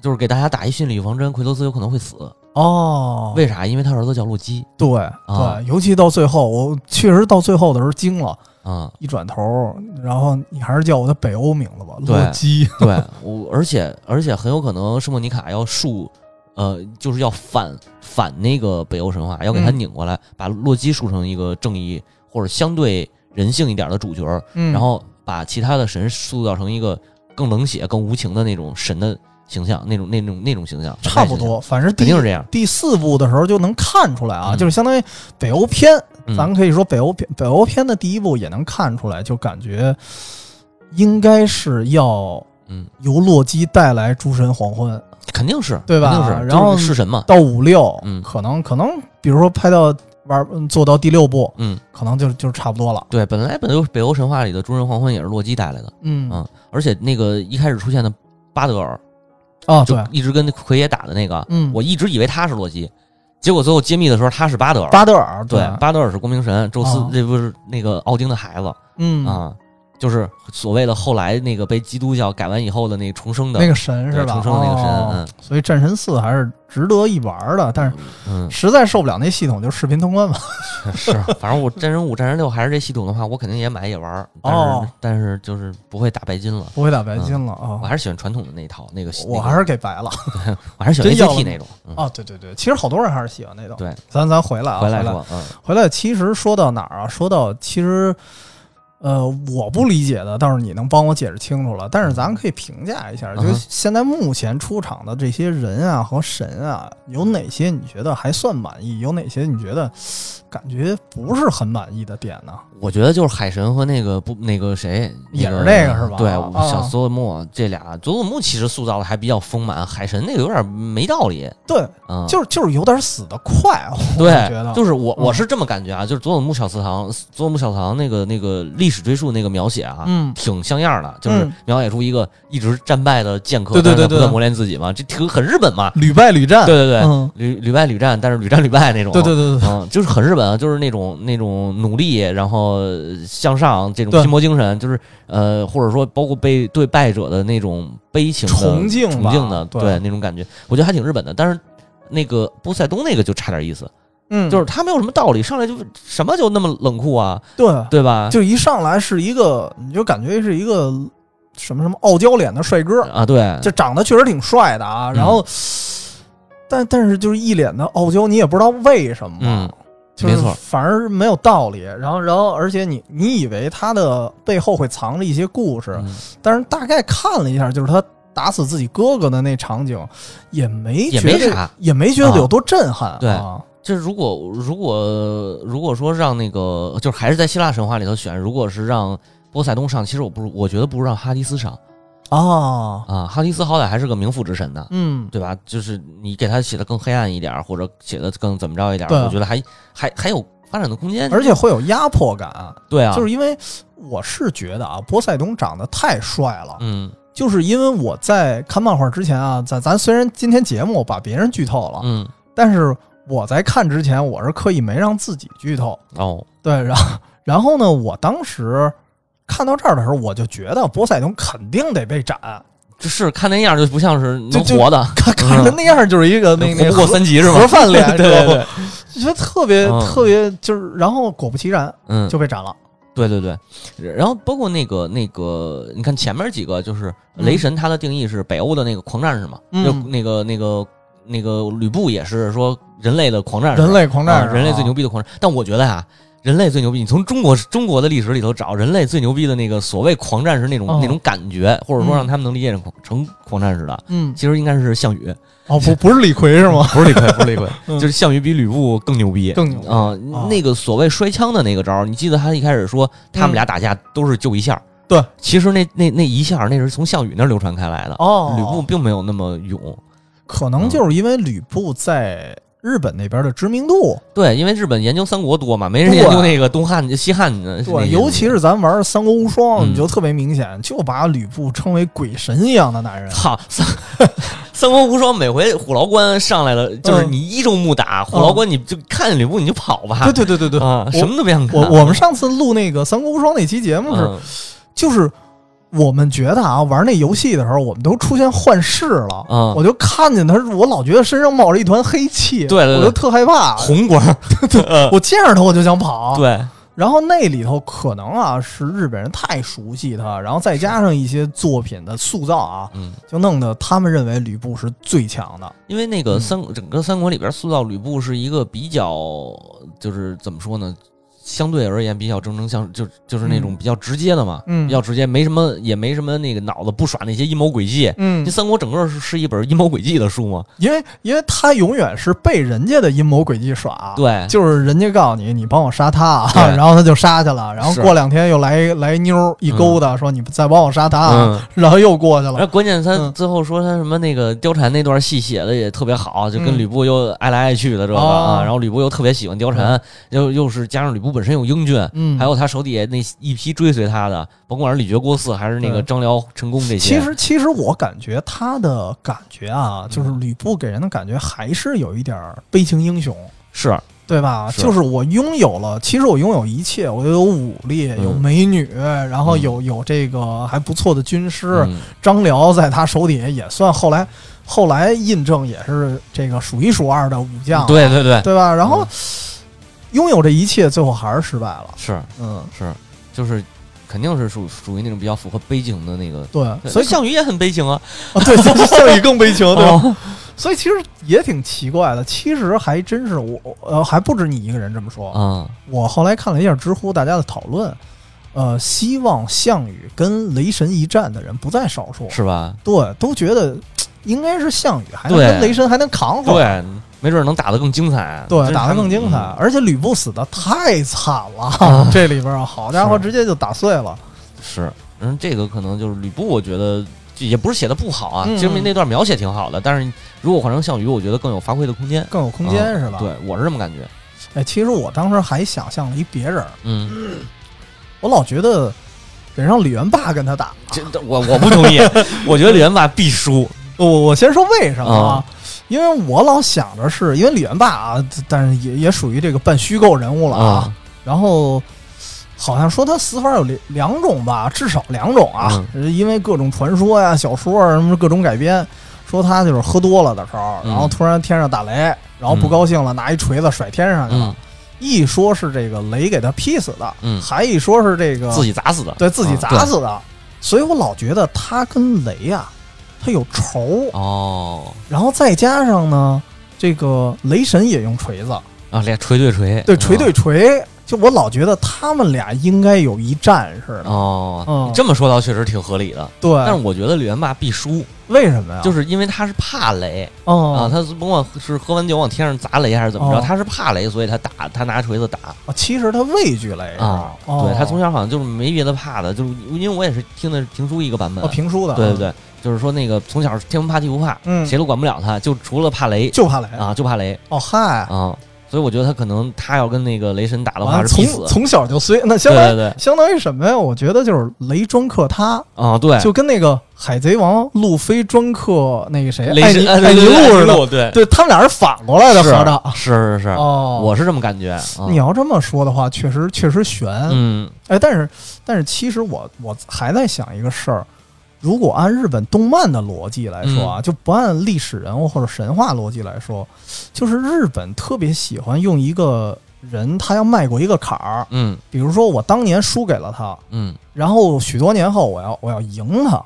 A: 就是给大家打一心理预防针，奎托斯有可能会死，
B: 哦，
A: 为啊啥？因为他儿子叫洛基
B: 对对，尤其到最后，我确实到最后的时候惊了，
A: 啊、
B: 一转头，然后你还是叫我的北欧名字吧，
A: 对
B: 洛 基。
A: 对我，而且而且很有可能圣莫妮卡要树，呃，就是要反反那个北欧神话，要给他
B: 嗯
A: 拧过来，把洛基树成一个正义或者相对人性一点的主角，
B: 嗯
A: 然后把其他的神塑造成一个更冷血、更无情的那种神的形象，那种那种那种形象，
B: 差
A: 反派
B: 不
A: 形象
B: 多，反正
A: 肯
B: 第
A: 定是这样。
B: 第四部的时候就能看出来啊，
A: 嗯
B: 就是相当于北欧篇，
A: 嗯
B: 咱们可以说北欧篇，北欧篇的第一部也能看出来，就感觉应该是要
A: 嗯，
B: 由洛基带来诸神黄昏，
A: 肯定是
B: 对吧
A: 肯定是，
B: 然后
A: 就是弑神嘛，
B: 到五六，
A: 嗯
B: 可能可能比如说拍到玩嗯做到第六部，
A: 嗯，
B: 可能就就差不多了。
A: 对，本来北欧北欧神话里的诸神黄昏也是洛基带来的，
B: 嗯
A: 嗯，而且那个一开始出现的巴德尔，
B: 啊，
A: 就
B: 对，
A: 一直跟奎爷打的那个，
B: 嗯
A: 我一直以为他是洛基，结果最后揭秘的时候他是巴德尔，
B: 巴德尔，嗯
A: 对，巴德尔是光明神，宙斯、
B: 哦
A: 这不是那个奥丁的孩子、
B: 嗯，
A: 啊，就是所谓的后来那个被基督教改完以后的那个重生的
B: 那个神是
A: 对
B: 吧？
A: 重生的那个神
B: 哦
A: 嗯
B: 所以战神四还是值得一玩的，但是
A: 嗯
B: 实在受不了那系统，就视频通关吧。
A: 是， 反正我战神五、战神六还是这系统的话，我肯定也买也玩儿，但是、
B: 哦
A: 但是就是不会打白金了。
B: 不会打白金了啊
A: 我。还是喜欢传统的那一套，那个
B: 我
A: 嗯那个
B: 还是给白了
A: 我还是喜欢
B: 真要了
A: ACT 那种。嗯、
B: 啊！对对对，其实好多人还是喜欢那种。
A: 对，
B: 咱咱回来啊，
A: 回
B: 回
A: 来
B: 回来
A: 说，嗯
B: 其实说到哪儿啊？说到其实，呃，我不理解的，倒是你能帮我解释清楚了。但是咱们可以评价一下，
A: 嗯
B: 就
A: 哼
B: 现在目前出场的这些人啊和神啊，有哪些你觉得还算满意？有哪些你觉得感觉不是很满意的点呢？
A: 我觉得就是海神和那个不那个谁
B: 嗯也是那个是吧
A: 对，
B: 啊
A: 小佐佐木这俩，佐佐木其实塑造的还比较丰满，海神那个有点没道理。
B: 对，
A: 嗯，
B: 就是就是有点死的快，啊我觉得
A: 对，就是我
B: 嗯
A: 我是这么感觉啊，就是佐佐木小祠堂，佐佐木小祠堂那个那个历史追溯那个描写啊，
B: 嗯
A: 挺像样的，就是
B: 嗯
A: 描写出一个一直战败的剑客，
B: 对对
A: 但是他
B: 对对
A: 不断
B: 对
A: 磨练自己嘛，这挺很日本嘛。
B: 屡败屡战，
A: 对对对，
B: 嗯，
A: 屡屡败屡战，但是屡战屡败那种。
B: 对对 对对，
A: 嗯，就是很日本啊，就是那种那种努力，然后向上这种
B: 对
A: 拼搏精神，就是呃，或者说包括被对败者的那种悲情的
B: 崇敬吧
A: 崇敬的，
B: 对
A: 那种感觉，我觉得还挺日本的。但是那个波塞冬那个就差点意思，
B: 嗯，
A: 就是他没有什么道理，上来就什么就那么冷酷啊，
B: 对，
A: 对吧？
B: 就一上来是一个，你就感觉是一个什么什么傲娇脸的帅哥，
A: 啊，对，嗯
B: 就长得确实挺帅的啊，然后，但但是就是一脸的傲娇，你也不知道为什么，
A: 嗯
B: 就是
A: 没错
B: 反而没有道理。然后，然后，而且你你以为它的背后会藏着一些故事，
A: 嗯
B: 但是大概看了一下，就是他打死自己哥哥的那场景，也没
A: 也
B: 觉
A: 没
B: 得
A: 啥
B: 也没觉得有多震撼、啊
A: 对就是如果如果如果说让那个，就是还是在希腊神话里头选，如果是让波塞冬上，其实我不是，我觉得不如让哈迪斯上
B: 啊，
A: 啊。哈迪斯好歹还是个冥府之神呢，
B: 嗯，
A: 对吧？就是你给他写的更黑暗一点儿，或者写的更怎么着一点儿，
B: 对啊
A: 我觉得还还还有发展的空间。
B: 而且会有压迫感，
A: 对啊，
B: 就是因为我是觉得啊，波塞冬长得太帅了，
A: 嗯
B: 就是因为我在看漫画之前啊，咱咱虽然今天节目把别人剧透了，
A: 嗯
B: 但是我在看之前，我是刻意没让自己剧透。
A: 哦
B: 对， 然后然后呢，我当时看到这儿的时候，我就觉得波塞冬肯定得被斩，
A: 就是看那样就不像是能
B: 就
A: 活的，
B: 看看着那样就是一个那
A: 嗯
B: 那
A: 活不过三级是吗
B: 盒？饭脸，
A: 对对对，
B: 就觉得特别
A: 嗯
B: 特别就是，然后果不其然
A: 嗯，
B: 就被斩了。
A: 对对对。然后包括那个那个，你看前面几个就是雷神，他的定义是北欧的那个狂战士嘛，
B: 嗯
A: 就那个那个那个吕布也是说人类的狂战士，
B: 人类狂战士
A: 啊
B: 啊，
A: 人类最牛逼的狂战。但我觉得啊，人类最牛逼，你从中国中国的历史里头找人类最牛逼的那个所谓狂战士那种、
B: 哦
A: 那种感觉，或者说
B: 嗯
A: 让他们能理解成狂成狂战士的，
B: 嗯，
A: 其实应该是项羽，
B: 哦不不是李逵是吗？
A: 不是李 逵，不是李逵，
B: 嗯
A: 就是项羽比吕布更牛逼。
B: 更牛逼
A: 啊、
B: 哦
A: 那个所谓摔枪的那个招儿，你记得他一开始说他们俩打架都是就一下儿，
B: 对
A: 其实那那那一下儿那是从项羽那儿流传开来的，
B: 哦，
A: 吕布嗯并没有那么勇。
B: 可能就是因为吕布在日本那边的知名度，
A: 对，因为日本研究三国多嘛，没人研究那个东汉、西汉的。那个
B: 对，啊尤其是咱玩《三国无双》，
A: 嗯
B: 你就特别明显，就把吕布称为鬼神一样的男 人。
A: 操三三国无双，每回虎牢关上来了，就是
B: 嗯
A: 你一周目打虎牢关，你就看见吕布你就跑吧，
B: 对对对对对，
A: 啊，
B: 我
A: 什么都不想看。
B: 我我们上次录那个《三国无双》那期节目是，
A: 嗯
B: 就是我们觉得啊，玩那游戏的时候，我们都出现幻视了。
A: 嗯
B: 我就看见他，我老觉得身上冒着一团黑气，
A: 对对对
B: 我就特害怕。
A: 红光， 对
B: 我见着他我就想跑。，
A: 呃对，
B: 然后那里头可能啊是日本人太熟悉他，然后再加上一些作品的塑造啊，
A: 嗯。
B: 就弄得他们认为吕布是最强的。
A: 因为那个
B: 嗯
A: 三、整个三国里边塑造吕布是一个比较，就是怎么说呢，相对而言比较正正相，就就是那种
B: 嗯
A: 比较直接的嘛，
B: 嗯
A: 比较直接，没什么也没什么那个脑子不耍那些阴谋诡计。
B: 嗯
A: 这，三国整个是是一本阴谋诡计的书嘛？
B: 因为因为他永远是被人家的阴谋诡计耍。。
A: 对，
B: 啊就是人家告诉你，你帮我杀他啊，
A: 对
B: 然后他就杀去了，然后
A: 是
B: 过两天又来一来一妞儿一勾搭，说你再帮我杀他啊，
A: 嗯。
B: 然后又过去了
A: 然后。关键他
B: 嗯
A: 最后说他什么那个貂蝉那段戏写的也特别好，就跟
B: 嗯
A: 吕布又爱来爱去的这个
B: 哦
A: 啊，然后吕布又特别喜欢貂蝉，又又是加上吕布本身又英俊，
B: 嗯，
A: 还有他手底下那一批追随他的，甭管是李傕郭汜还是那个
B: 对
A: 张辽、陈宫这些，
B: 其实其实我感觉他的感觉啊，就是吕布给人的感觉还是有一点儿悲情英雄，
A: 是
B: 对吧？
A: 是
B: 就是我拥有了，其实我拥有一切，我有武力，
A: 嗯
B: 有美女，然后
A: 嗯
B: 有有这个还不错的军师，
A: 嗯
B: 张辽在他手底下也算后来后来印证也是这个数一数二的武
A: 嗯
B: 将，
A: 对对对，
B: 对嗯吧？然后。拥有这一切，最后还是失败了。
A: 是
B: 嗯，
A: 是，就是肯定是属属于那种比较符合悲情的那个，
B: 对，所以
A: 项羽也很悲情啊，
B: 啊 对，所以项羽更悲情，对吧？
A: 哦
B: 所以其实也挺奇怪的，其实还真是我，呃，还不止你一个人这么说。
A: 啊，
B: 我后来看了一下知乎大家的讨论，呃，希望项羽跟雷神一战的人不在少数，
A: 是吧？
B: 对，都觉得嘖应该是项羽还能
A: 对
B: 跟雷神还能扛会儿，
A: 对，没准能打得更精彩，啊
B: 对，
A: 真是
B: 打
A: 他
B: 得
A: 们
B: 更精彩。。
A: 嗯啊
B: 而且吕布死的太惨了， 这里边儿好家伙，
A: 是
B: 直接就打碎了。
A: 是，嗯，这个可能就是吕布，我觉得。也不是写的不好啊，
B: 嗯
A: 其实那段描写挺好的，但是如果换成项羽，我觉得更有发挥的空间。
B: 更有空间、是吧？，
A: 啊对，我是这么感觉。
B: 哎，其实我当时还想象了一别人儿，
A: 嗯，
B: 我老觉得得让李元霸跟他打，
A: 这这我我不同意，我觉得李元霸必输。
B: 我我先说为什么啊？因为我老想着是因为李元霸啊，但是也也属于这个半虚构人物了啊。
A: 啊
B: 然后好像说他死法有两两种吧，至少两种啊，
A: 嗯
B: 因为各种传说呀、小说啊什么各种改编，说他就是喝多了的时候，
A: 嗯
B: 然后突然天上打雷，然后不高兴了，拿一锤子甩天上去了。
A: 嗯
B: 一说是这个雷给他劈死的，
A: 嗯，
B: 还一说是这个
A: 自己砸死的。
B: 对自己
A: 啊
B: 砸死的，所以我老觉得他跟雷啊，他有仇。
A: 哦，
B: 然后再加上呢，这个雷神也用锤子，
A: 啊，俩锤对锤，啊
B: 对锤对锤，就我老觉得他们俩应该有一战似
A: 嗯
B: 的。
A: 哦，
B: 嗯，
A: 这么说倒确实挺合理的。
B: 对，啊
A: 但是我觉得李元霸必输，
B: 为什么呀？
A: 就是是因为他是怕雷啊，
B: 哦，
A: 他甭管是喝完酒往天上砸雷还是怎么着，
B: 哦
A: 他是怕雷，所以他打，他拿锤子打
B: 哦其实他畏惧雷
A: 啊。
B: 哦
A: 对他从小好像就是没别的怕的，就是因为我也是听的是评书一个版本
B: 哦，评书的，
A: 对对，对，就是说那个从小天不怕地不怕，
B: 嗯，
A: 谁都管不了他，就除了怕雷
B: 就怕雷。
A: 啊，就怕雷
B: 哦嗨，
A: 啊，所以我觉得他可能他要跟那个雷神打的话
B: 完了
A: 是必
B: 啊从
A: 死，
B: 从小就衰，那
A: 对
B: 相当
A: 对
B: 于
A: 对，
B: 相当于什么呀？我觉得就是雷专克他，
A: 啊对，
B: 就跟那个海贼王路飞专克那个谁
A: 雷
B: 艾
A: 神
B: 尼
A: 哎
B: 艾
A: 对
B: 尼
A: 对对
B: 路似
A: 艾尼
B: 的，
A: 路对，
B: 对他们俩是反过来的合着。
A: 是啊是是，
B: 哦，
A: 我是这么感觉，啊
B: 你要这么说的话，确实确实悬。
A: 嗯
B: 哎，但是但是，其实我我还在想一个事儿。如果按日本动漫的逻辑来说啊，就不按历史人物或者神话逻辑来说，就是日本特别喜欢用一个人，他要迈过一个坎儿。
A: 嗯
B: 比如说，我当年输给了他，
A: 嗯
B: 然后许多年后，我要我要赢他，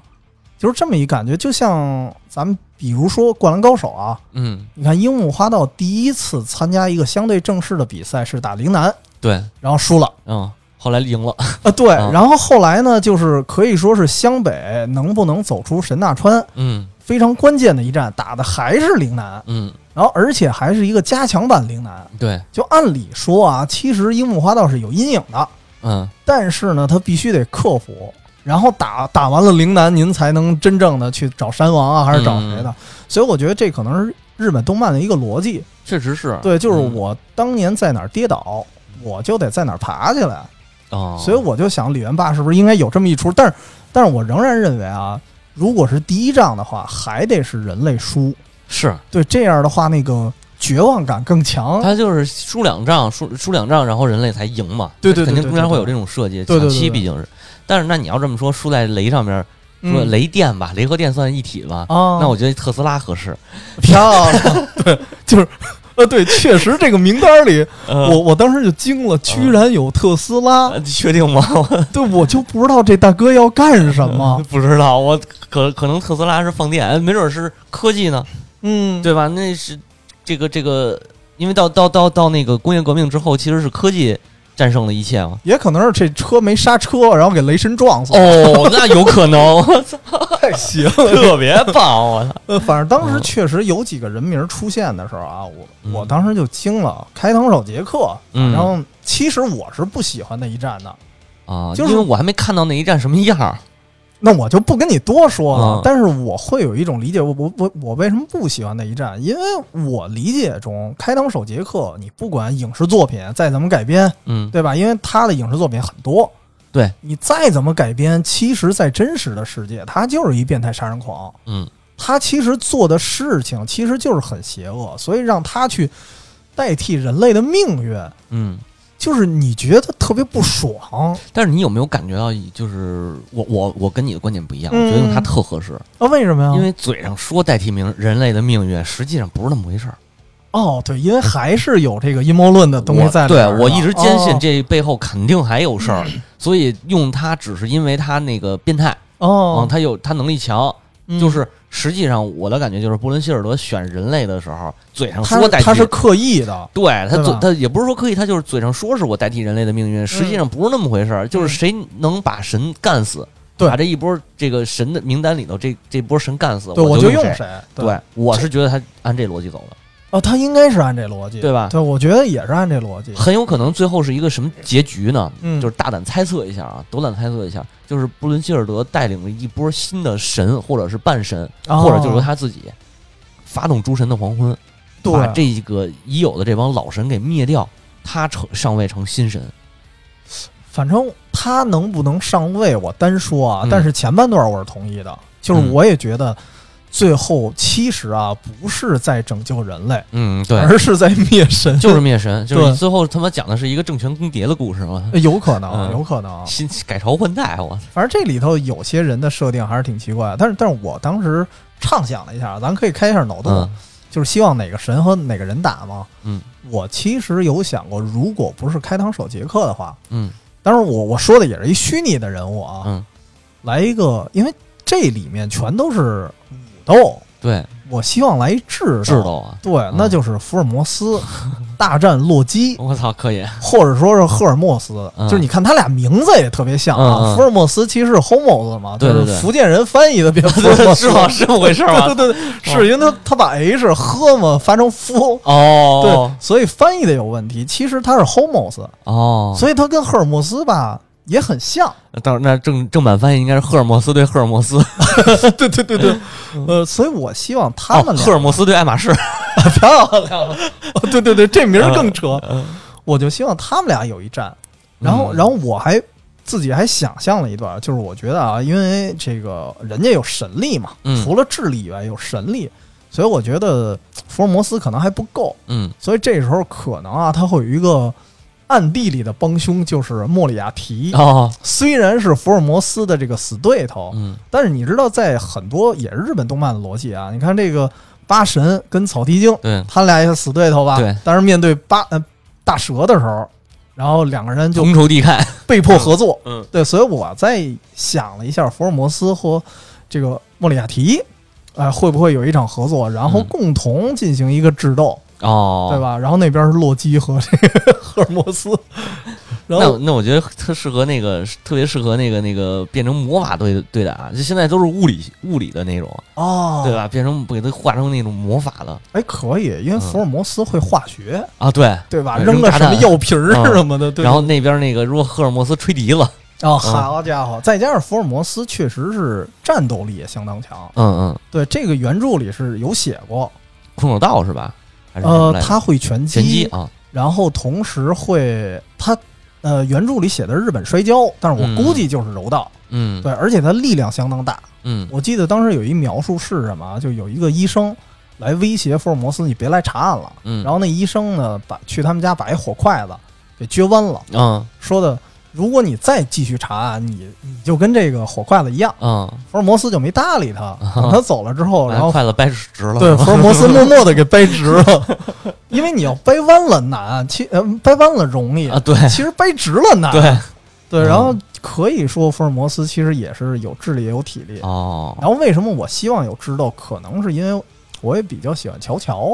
B: 就是这么一感觉。就像咱们比如说《灌篮高手》啊，
A: 嗯，
B: 你看樱木花道第一次参加一个相对正式的比赛是打陵南，
A: 对，
B: 然后输了。
A: 嗯，后来赢了，
B: 啊，对，
A: 啊
B: 然后后来呢，就是可以说是湘北能不能走出神纳川
A: 嗯
B: 非常关键的一战，打的还是陵南，
A: 嗯，
B: 然后而且还是一个加强版陵南。
A: 对，
B: 就按理说啊，其实樱木花道是有阴影的，
A: 嗯
B: 但是呢，他必须得克服，然后打打完了陵南，您才能真正的去找山王啊，还是找谁的。
A: 嗯
B: 所以我觉得这可能是日本动漫的一个逻辑，
A: 确实是，
B: 对，就是
A: 嗯
B: 我当年在哪儿跌倒，我就得在哪儿爬起来。
A: 哦，
B: 所以我就想，李元霸是不是应该有这么一出？但是，但是我仍然认为啊，如果是第一仗的话，还得是人类输。
A: 是
B: 对，这样的话，那个绝望感更强。
A: 他就是输两仗，输输两仗，然后人类才赢嘛。
B: 对对对
A: 肯定
B: 对
A: 中间
B: 对
A: 会有这种设计，
B: 对对
A: 抢
B: 对
A: 七
B: 对
A: 毕竟是。但是那你要这么说，输在雷上面，说
B: 嗯
A: 雷电吧，雷和电算一体吧，
B: 啊，
A: 那我觉得特斯拉合适。
B: 漂亮。对，就是。呃，对，确实这个名 单里，
A: 嗯
B: 我我当时就惊了，居然有特斯拉。
A: 呃确定 吗？
B: 对，我就不知道这大哥要干什 么。
A: 不知道，我可可能特斯拉是放电，哎没准是科技呢，
B: 嗯，
A: 对吧？那是这个这个，因为到到到到那个工业革命之后，其实是科技战胜了一切嘛。
B: 也可能是这车没刹车，然后给雷神撞死了。
A: 哦，那有可能，哦
B: 太行
A: 特别棒，我操！
B: 呃，反正当时
A: 嗯
B: 确实有几个人名出现的时候啊，我、
A: 嗯
B: 我当时就惊了。开膛手杰克，
A: 嗯
B: 然后其实我是不喜欢那一战的，
A: 啊，
B: 就是
A: 因为我还没看到那一站什么样儿。
B: 那我就不跟你多说了。
A: 嗯
B: 但是我会有一种理解，我我我我为什么不喜欢那一战？因为我理解中，开膛手杰克，你不管影视作品再怎么改编，
A: 嗯，
B: 对吧？因为他的影视作品很多，
A: 对
B: 你再怎么改编，其实，在真实的世界，他就是一变态杀人狂。
A: 嗯，
B: 他其实做的事情其实就是很邪恶，所以让他去代替人类的命运，
A: 嗯，
B: 就是你觉得特别不爽
A: 但是你有没有感觉到，就是我我我跟你的观点不一样，我
B: 嗯
A: 觉得用它特合适，
B: 啊？为什么呀？
A: 因为嘴上说代替名人类的命运，实际上不是那么回事儿。
B: 哦，对，因为还是有这个阴谋论的东西
A: 我
B: 在里
A: 对
B: 边儿
A: 我
B: 的
A: 一直坚信
B: 哦嗯
A: 这背后肯定还有事儿，所以用它只是因为它那个变态，嗯，
B: 哦，
A: 它有它能力强，
B: 嗯
A: 就是实际上我的感觉就是布伦希尔德选人类的时候，嘴上
B: 他
A: 说
B: 是
A: 代替
B: 他是刻意的，
A: 对他
B: 对
A: 嘴
B: 吧嗯
A: 他也不是说刻意，他就是嘴上说是我代替人类的命运，实际上不是那么回事儿。就是谁能把神干死，
B: 对
A: 把这一波这个神的名单里头这这波神干死，
B: 对
A: 我
B: 就
A: 用
B: 用
A: 谁。
B: 谁
A: 对，我是觉得他按这逻辑走的，
B: 哦，他应该是按这逻辑
A: 对吧
B: 对，我觉得也是按这逻辑，
A: 很有可能最后是一个什么结局呢？
B: 嗯，
A: 就是大胆猜测一下啊，斗胆猜测一下，就是布伦希尔德带领了一波新的神，或者是半神，
B: 哦
A: 或者就是他自己，发动诸神的黄昏，
B: 对
A: 把这个已有的这帮老神给灭掉，他成上位成新神。
B: 反正他能不能上位，我单说啊
A: 嗯，
B: 但是前半段我是同意的，就是我也觉得最后其实啊，不是在拯救人类，
A: 嗯，对
B: 而是在灭神，
A: 就是灭神，就
B: 对哎
A: 是最后他妈讲的是一个政权更迭的故事嘛，
B: 有可
A: 嗯
B: 能，有可能。
A: 新改朝换代，啊我操，
B: 反正这里头有些人的设定还是挺奇怪的，但是但是我当时畅想了一下，咱可以开一下脑洞，
A: 嗯
B: 就是希望哪个神和哪个人打嘛。
A: 嗯
B: 我其实有想过，如果不是开膛手杰克的话，
A: 嗯
B: 当然我我说的也是一虚拟的人物啊，
A: 嗯，
B: 来一个，因为这里面全都是武斗，
A: 对，
B: 我希望来一智
A: 知道啊，
B: 对，那就是福尔摩 斯大战洛基，
A: 我操，可 以，
B: 或者说是赫尔墨斯。
A: 哦嗯
B: 就是你看他俩名字也特别像
A: 嗯
B: 啊，
A: 嗯
B: 福尔摩斯其实是 Homos 嘛，
A: 对
B: 就是
A: 对对
B: 福建人翻译的变福尔摩斯
A: 是吗？是这么回事吗 哦
B: 对？对对，是因为他他把 H 喝嘛发成夫，对
A: 哦，，
B: 所以翻译的有问题。其实他是 Homos，
A: 哦，
B: 所以他跟赫尔墨斯吧也很像。
A: 到时候那正正版翻译应该是赫尔墨斯对赫尔墨斯，
B: 对对对对，呃，所以我希望他
A: 嗯哦
B: 们俩
A: 赫尔墨斯对爱马仕，
B: 漂亮，对对对，这名儿更扯。
A: 嗯
B: 我就希望他们俩有一战。然后，
A: 嗯
B: 然后我还自己还想象了一段，就是我觉得啊，因为这个人家有神力嘛，
A: 嗯
B: 除了智力以外有神力，所以我觉得福尔摩斯可能还不够，
A: 嗯，
B: 所以这时候可能啊，他会有一个暗地里的帮凶，就是莫里亚提。
A: 哦，
B: 虽然是福尔摩斯的这个死对头，
A: 嗯
B: 但是你知道，在很多也是日本动漫的逻辑啊，你看这个八神跟草剃精，
A: 对，
B: 他俩也是死对头吧？
A: 对
B: 但是面对八呃大蛇的时候，然后两个人就
A: 同仇敌忾，
B: 被迫合作。
A: 嗯
B: 对，所以我在想了一下，福尔摩斯和这个莫里亚提，呃，会不会有一场合作，然后
A: 嗯
B: 共同进行一个智斗，
A: 哦，
B: 对？吧？然后那边是洛基和这个 赫尔墨斯，然
A: 那
B: 后
A: 我那我觉得特适合那个，特别适合那个那个变成魔法对对打，就现在都是物理物理的那种，
B: 哦，
A: 对？吧？变成给它化成那种魔法的
B: 哎，可以，
A: 嗯
B: 因为福尔摩斯会化学，
A: 啊，对。
B: 对吧？
A: 对
B: 扔个
A: 扔炸
B: 什
A: 弹
B: 么药瓶儿
A: 嗯
B: 什么的，对。
A: 然后啊那边那个，如果赫尔墨斯吹笛了，
B: 哦，好家伙，再加上福尔摩斯确实是战斗力也相当强，
A: 嗯嗯，
B: 对，这个原著里是有写过，
A: 空手道是吧？还是什么
B: 呃
A: 来，着
B: 他会拳击，
A: 拳击啊，
B: 然后同时会他呃原著里写的是日本摔跤，但是我
A: 嗯
B: 估计就是柔道，
A: 嗯，
B: 对，而且他力量相当大。
A: 嗯，
B: 我记得当时有一描述是什么啊，就有一个医生来威胁福尔摩斯，你别来查案了。
A: 嗯，
B: 然后那医生呢，把去他们家把一火筷子给撅弯了，
A: 嗯
B: 说的。如果你再继续查案，你你就跟这个火筷子一样。
A: 嗯，
B: 福尔摩斯就没搭理他，等他走了之后，然
A: 把
B: 后
A: 筷子掰直啊了，
B: 对，福尔摩斯默默的给掰直了，因为你要掰弯了难，其呃掰弯了容易
A: 啊，，对
B: 其实掰直了难。
A: 对，
B: 对
A: 嗯
B: 然后可以说福尔摩斯其实也是有智力也有体力。
A: 哦
B: 然后为什么我希望有智斗，可能是因为我也比较喜欢乔乔。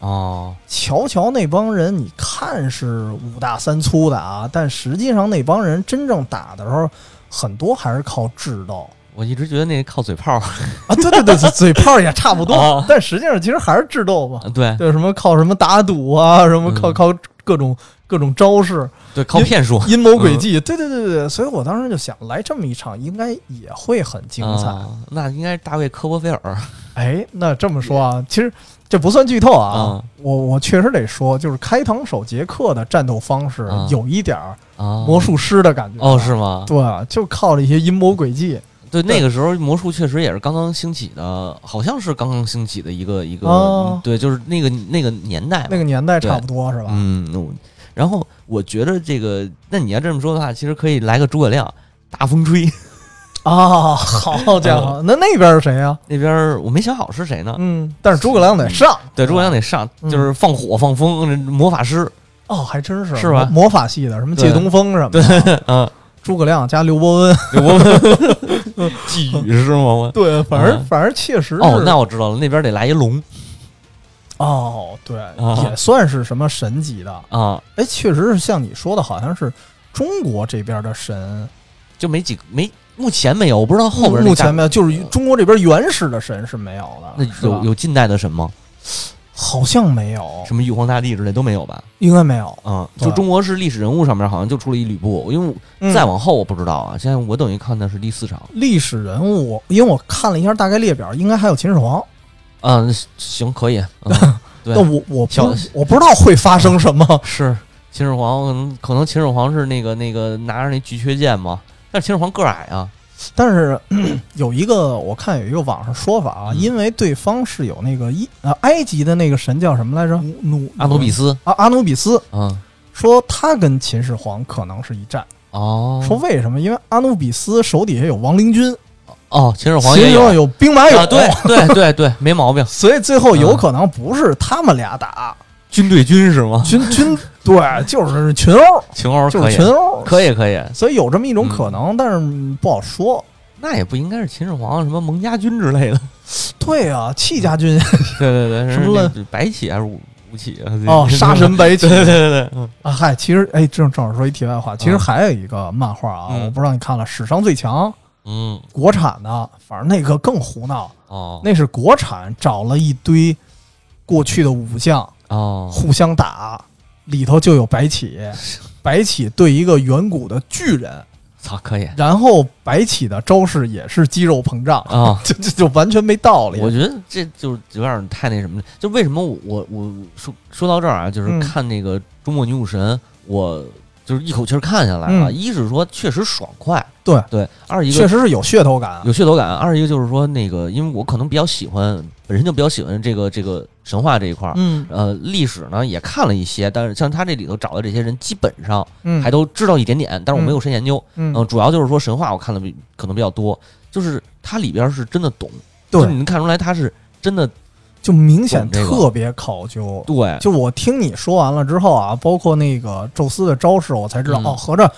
A: 哦，
B: 乔乔那帮人，你看是五大三粗的啊，但实际上那帮人真正打的时候，很多还是靠智斗
A: 我一直觉得那靠嘴炮，
B: 啊。对对对，嘴嘴炮也差不多
A: 啊，
B: 但实际上其实还是智斗嘛。
A: 对
B: 对，什么靠什么打赌啊，什么靠
A: 嗯
B: 靠各种各种招式、
A: 对，靠骗术，
B: 阴谋诡
A: 嗯
B: 计，对对对对对。所以我当时就想，来这么一场应该也会很精彩。
A: 哦那应该是大卫科波菲尔，
B: 哎，那这么说啊，其实这不算剧透啊
A: 嗯，
B: 我我确实得说，就是开膛手杰克的战斗方式
A: 嗯
B: 有一点儿
A: 啊，
B: 魔术师的感觉
A: 哦，是吗？哎
B: 对，啊就靠这些阴谋诡计
A: 对，那个时候魔术确实也是刚刚兴起的，好像是刚刚兴起的一个一个，
B: 哦
A: 嗯对，就是那个那个年代嘛，
B: 那个年代差不多是吧？
A: 嗯，那我然后我觉得这个，那你要这么说的话，其实可以来个诸葛亮大风吹，
B: 啊，好家伙，
A: 嗯
B: 那那边是谁呀？
A: 那边儿我没想好是谁呢，
B: 嗯，但是诸葛亮得上，
A: 对，诸葛亮得上，
B: 嗯
A: 就是放火放风，魔法师，
B: 哦，还真是
A: 是吧
B: 魔魔法系的，什么
A: 对
B: 借东风什么的，
A: 嗯，
B: 诸葛亮加刘伯温，
A: 我们寄语是吗？我
B: 对，反正、
A: 嗯
B: 反正确实是
A: 哦，那我知道了，那边得来一龙
B: 哦对，
A: 啊
B: 也算是什么神级的，
A: 啊，
B: 哎，确实是像你说的，好像是中国这边的神，
A: 就没几个没，目前没有，我不知道后边那
B: 目
A: 干
B: 前没有，就是中国这边原始的神是没有的，
A: 那
B: 是吧
A: 有有近代的神吗？
B: 好像没有，
A: 什么玉皇大帝之类都没有吧？
B: 应该没有，
A: 嗯，
B: 对
A: 就中国是历史人物上面好像就出了一吕布，因为
B: 嗯
A: 再往后我不知道啊。现在我等于看的是第四场，
B: 历史人物，因为我看了一下大概列表，应该还有秦始皇。
A: 嗯，行，可 以，嗯对
B: 但我我不
A: 小
B: 我不知道会发生什么。
A: 是秦始皇，可能可能秦始皇是那个那个拿着那巨阙剑嘛，但是秦始皇个儿矮啊，
B: 但是 咳有一个，我看有一个网上说法啊，
A: 嗯
B: 因为对方是有那个一呃埃及的那个神叫什么来着？努努
A: 阿努比斯，
B: 啊阿努比斯
A: 嗯，
B: 说他跟秦始皇可能是一战，
A: 哦，
B: 说为什么？因为阿努比斯手底下有亡灵军，
A: 哦，秦始皇
B: 秦
A: 也
B: 始皇
A: 有
B: 有哎哦兵马
A: 啊，
B: 俑，
A: 对，对对对，没毛 病，
B: 所以最后有
A: 嗯
B: 可能不是他们俩打，
A: 军对军是吗？
B: 群群对，就是群殴，
A: 群殴
B: 就
A: 可
B: 是
A: 以
B: 群，殴，
A: 可以可以，嗯
B: 所以有这么一种可能，但是不好说。
A: 那也不应该是秦始皇什么蒙家军之类 的，
B: 对啊，戚家军
A: 对对对，
B: 什么乱
A: 那白起还是吴吴起啊？
B: 哦，杀神白起
A: 对，对对对，嗯
B: 啊，嗨，其实哎，正正好说一题外话，其实
A: 嗯
B: 还有一个漫画啊，
A: 嗯
B: 我不知道你看了《史上最强》，
A: 嗯
B: 国产的，反正那个更胡闹，
A: 哦
B: 那是国产找了一堆过去的武将
A: 哦
B: 互相打，里头就有 白起，白起对一个远古的巨人，
A: 操，可 以啊。
B: 然后白起的招式也是肌肉膨胀，
A: 哦
B: 这这 就完全没道理。
A: 我觉得这就是有点太那什么了。就为什么我我我说说到这儿啊，就是
B: 嗯
A: 看那个《周末女武神》，我就是一口气儿看下来了。
B: 嗯
A: 一是说确实爽快，
B: 对
A: 对；二一
B: 确
A: 个
B: 实是有噱头感，啊
A: 有噱头感；二一个就是说那个，因为我可能比较喜欢，本身就比较喜欢这个这个神话这一块儿。
B: 嗯
A: 呃，历史呢也看了一些，但是像他这里头找的这些人，基本上
B: 嗯，
A: 还都知道一点点，但是我没有深研究。嗯、
B: 嗯，
A: 主要就是说神话我看的比可能比较多，就是它里边是真的懂，就是你
B: 对，
A: 能看出来他是真的
B: 就明显
A: 懂这个
B: 特别考究，
A: 对，
B: 就我听你说完了之后啊，包括那个宙斯的招式，我才知道、
A: 嗯
B: 哦，合着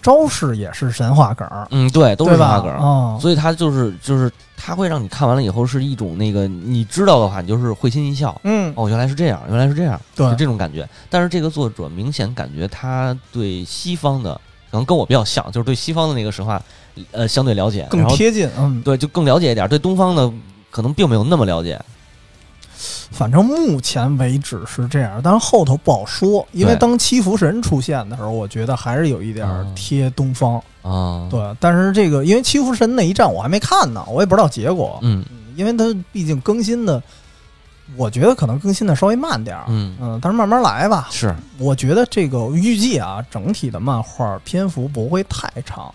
B: 招式也是神话梗儿，
A: 嗯，对，都是
B: 对
A: 花
B: 吧？
A: 梗儿，
B: 啊、
A: 所以他就是就是他会让你看完了以后是一种那个你知道的话，你就是会心一笑。
B: 嗯，
A: 哦，原来是这样，原来是这样，就
B: 对，
A: 这种感觉。但是这个作者明显感觉他对西方的，可能跟我比较像，就是对西方的那个神话，呃，相对了解，
B: 更
A: 然后
B: 贴近。嗯，
A: 对就更了解一点，对东方的可能并没有那么了解。
B: 反正目前为止是这样，但是后头不好说，因为
A: 对
B: 当七福神出现的时候，我觉得还是有一点儿
A: 嗯
B: 贴东方。
A: 啊，，
B: 对，但是这个因为七福神那一战我还没看呢，我也不知道结果，
A: 嗯
B: 嗯因为它毕竟更新的，我觉得可能更新的稍微慢点儿。
A: 嗯，
B: 嗯，但是慢慢来吧，
A: 是，
B: 我觉得这个预计啊，整体的漫画篇幅不会太长。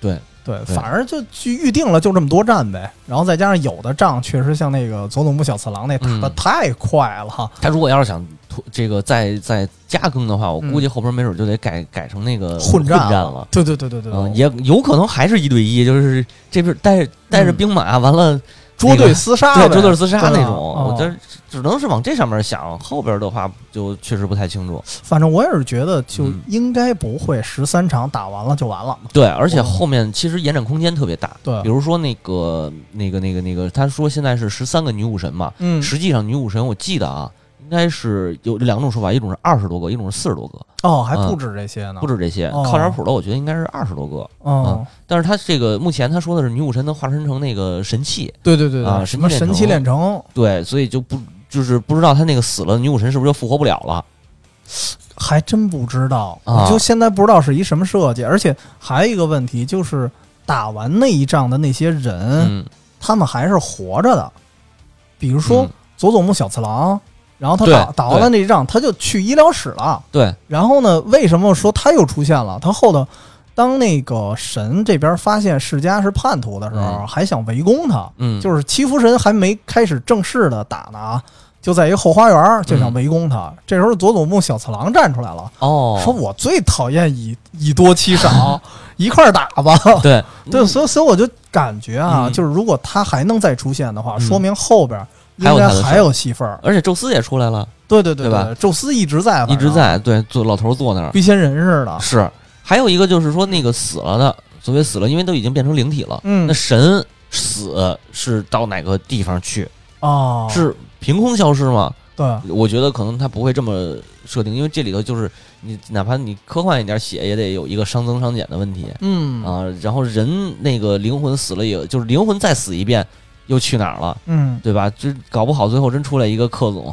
A: 对
B: 对，
A: 对
B: 反正就就预定了就这么多战呗，然后再加上有的仗确实像那个佐佐木小次郎那打的
A: 嗯
B: 太快了哈，
A: 他如果要是想突这个再再加更的话，我
B: 嗯
A: 估计后边没准就得改改成那个
B: 混
A: 呃战
B: 战
A: 了。
B: 对对对对对，
A: 嗯，
B: 对
A: 也有可能还是一对一，就是这边带带着兵马，完了
B: 捉对厮杀呗，
A: 对捉对厮杀
B: 嗯对
A: 那
B: 吧
A: 种，我
B: 哦
A: 觉得只能是往这上面想，后边的话就确实不太清楚。
B: 反正我也是觉得就
A: 嗯
B: 应该不会十三场打完了就完了。
A: 对，而且
B: 哦
A: 后面其实延展空间特别大，
B: 对
A: 比如说那个那个那个那个，他说现在是十三个女武神嘛，
B: 嗯，
A: 实际上女武神我记得啊，应该是有两种说法，一种是二十多个，一种是四十多个，
B: 哦，还不止这些呢，
A: 不止这嗯些，
B: 哦
A: 靠点谱的我觉得应该是二十多个。
B: 哦，
A: 但是他这个目前他说的是女武神能化身成那个神器，
B: 对对对对，
A: 啊
B: 什么
A: 神
B: 神
A: 器
B: 器
A: 炼
B: 炼成
A: 对，所以就不就是不知道他那个死了女武神是不是就复活不了了？
B: 还真不知道，
A: 啊
B: 我就现在不知道是一什么设计，而且还有一个问题就是，打完那一仗的那些人，
A: 嗯，
B: 他们还是活着的。比如说
A: 嗯
B: 佐佐木小次郎，然后他
A: 对
B: 打打完
A: 对
B: 了那一仗，他就去医疗室了。
A: 对，
B: 然后呢，为什么说他又出现了？他后头当那个神这边发现世家是叛徒的时候，
A: 嗯
B: 还想围攻他，
A: 嗯，是
B: 就是七福神还没开始正式的打呢啊，就在一个后花园就想围攻他。这时候佐佐木小次郎站出来了，
A: 哦，
B: 说我最讨厌以以多欺 少，一块儿打吧。
A: 对
B: 对，所以所以我就感觉啊，
A: 嗯
B: 就是如果他还能再出现的话，
A: 嗯
B: 说明后边应
A: 还有
B: 该
A: 他的事儿
B: 还有戏份儿。
A: 而且宙斯也出来了，
B: 对对对
A: 对吧
B: 对，宙斯一直在，
A: 一直
B: 反正
A: 在对坐老头坐那儿
B: 龟仙啊人似的。
A: 是，还有一个就是说那个死了的，所谓死了，因为都已经变成灵体了，
B: 嗯
A: 那神死是到哪个地方去？
B: 哦，
A: 是凭空消失吗？
B: 对，
A: 我觉得可能他不会这么设定，因为这里头就是你哪怕你科幻一点写，也得有一个熵增熵减的问题。
B: 嗯
A: 啊，然后人那个灵魂死了也，就是灵魂再死一遍，又去哪儿了，
B: 嗯
A: 对吧？这搞不好最后真出来一个克总，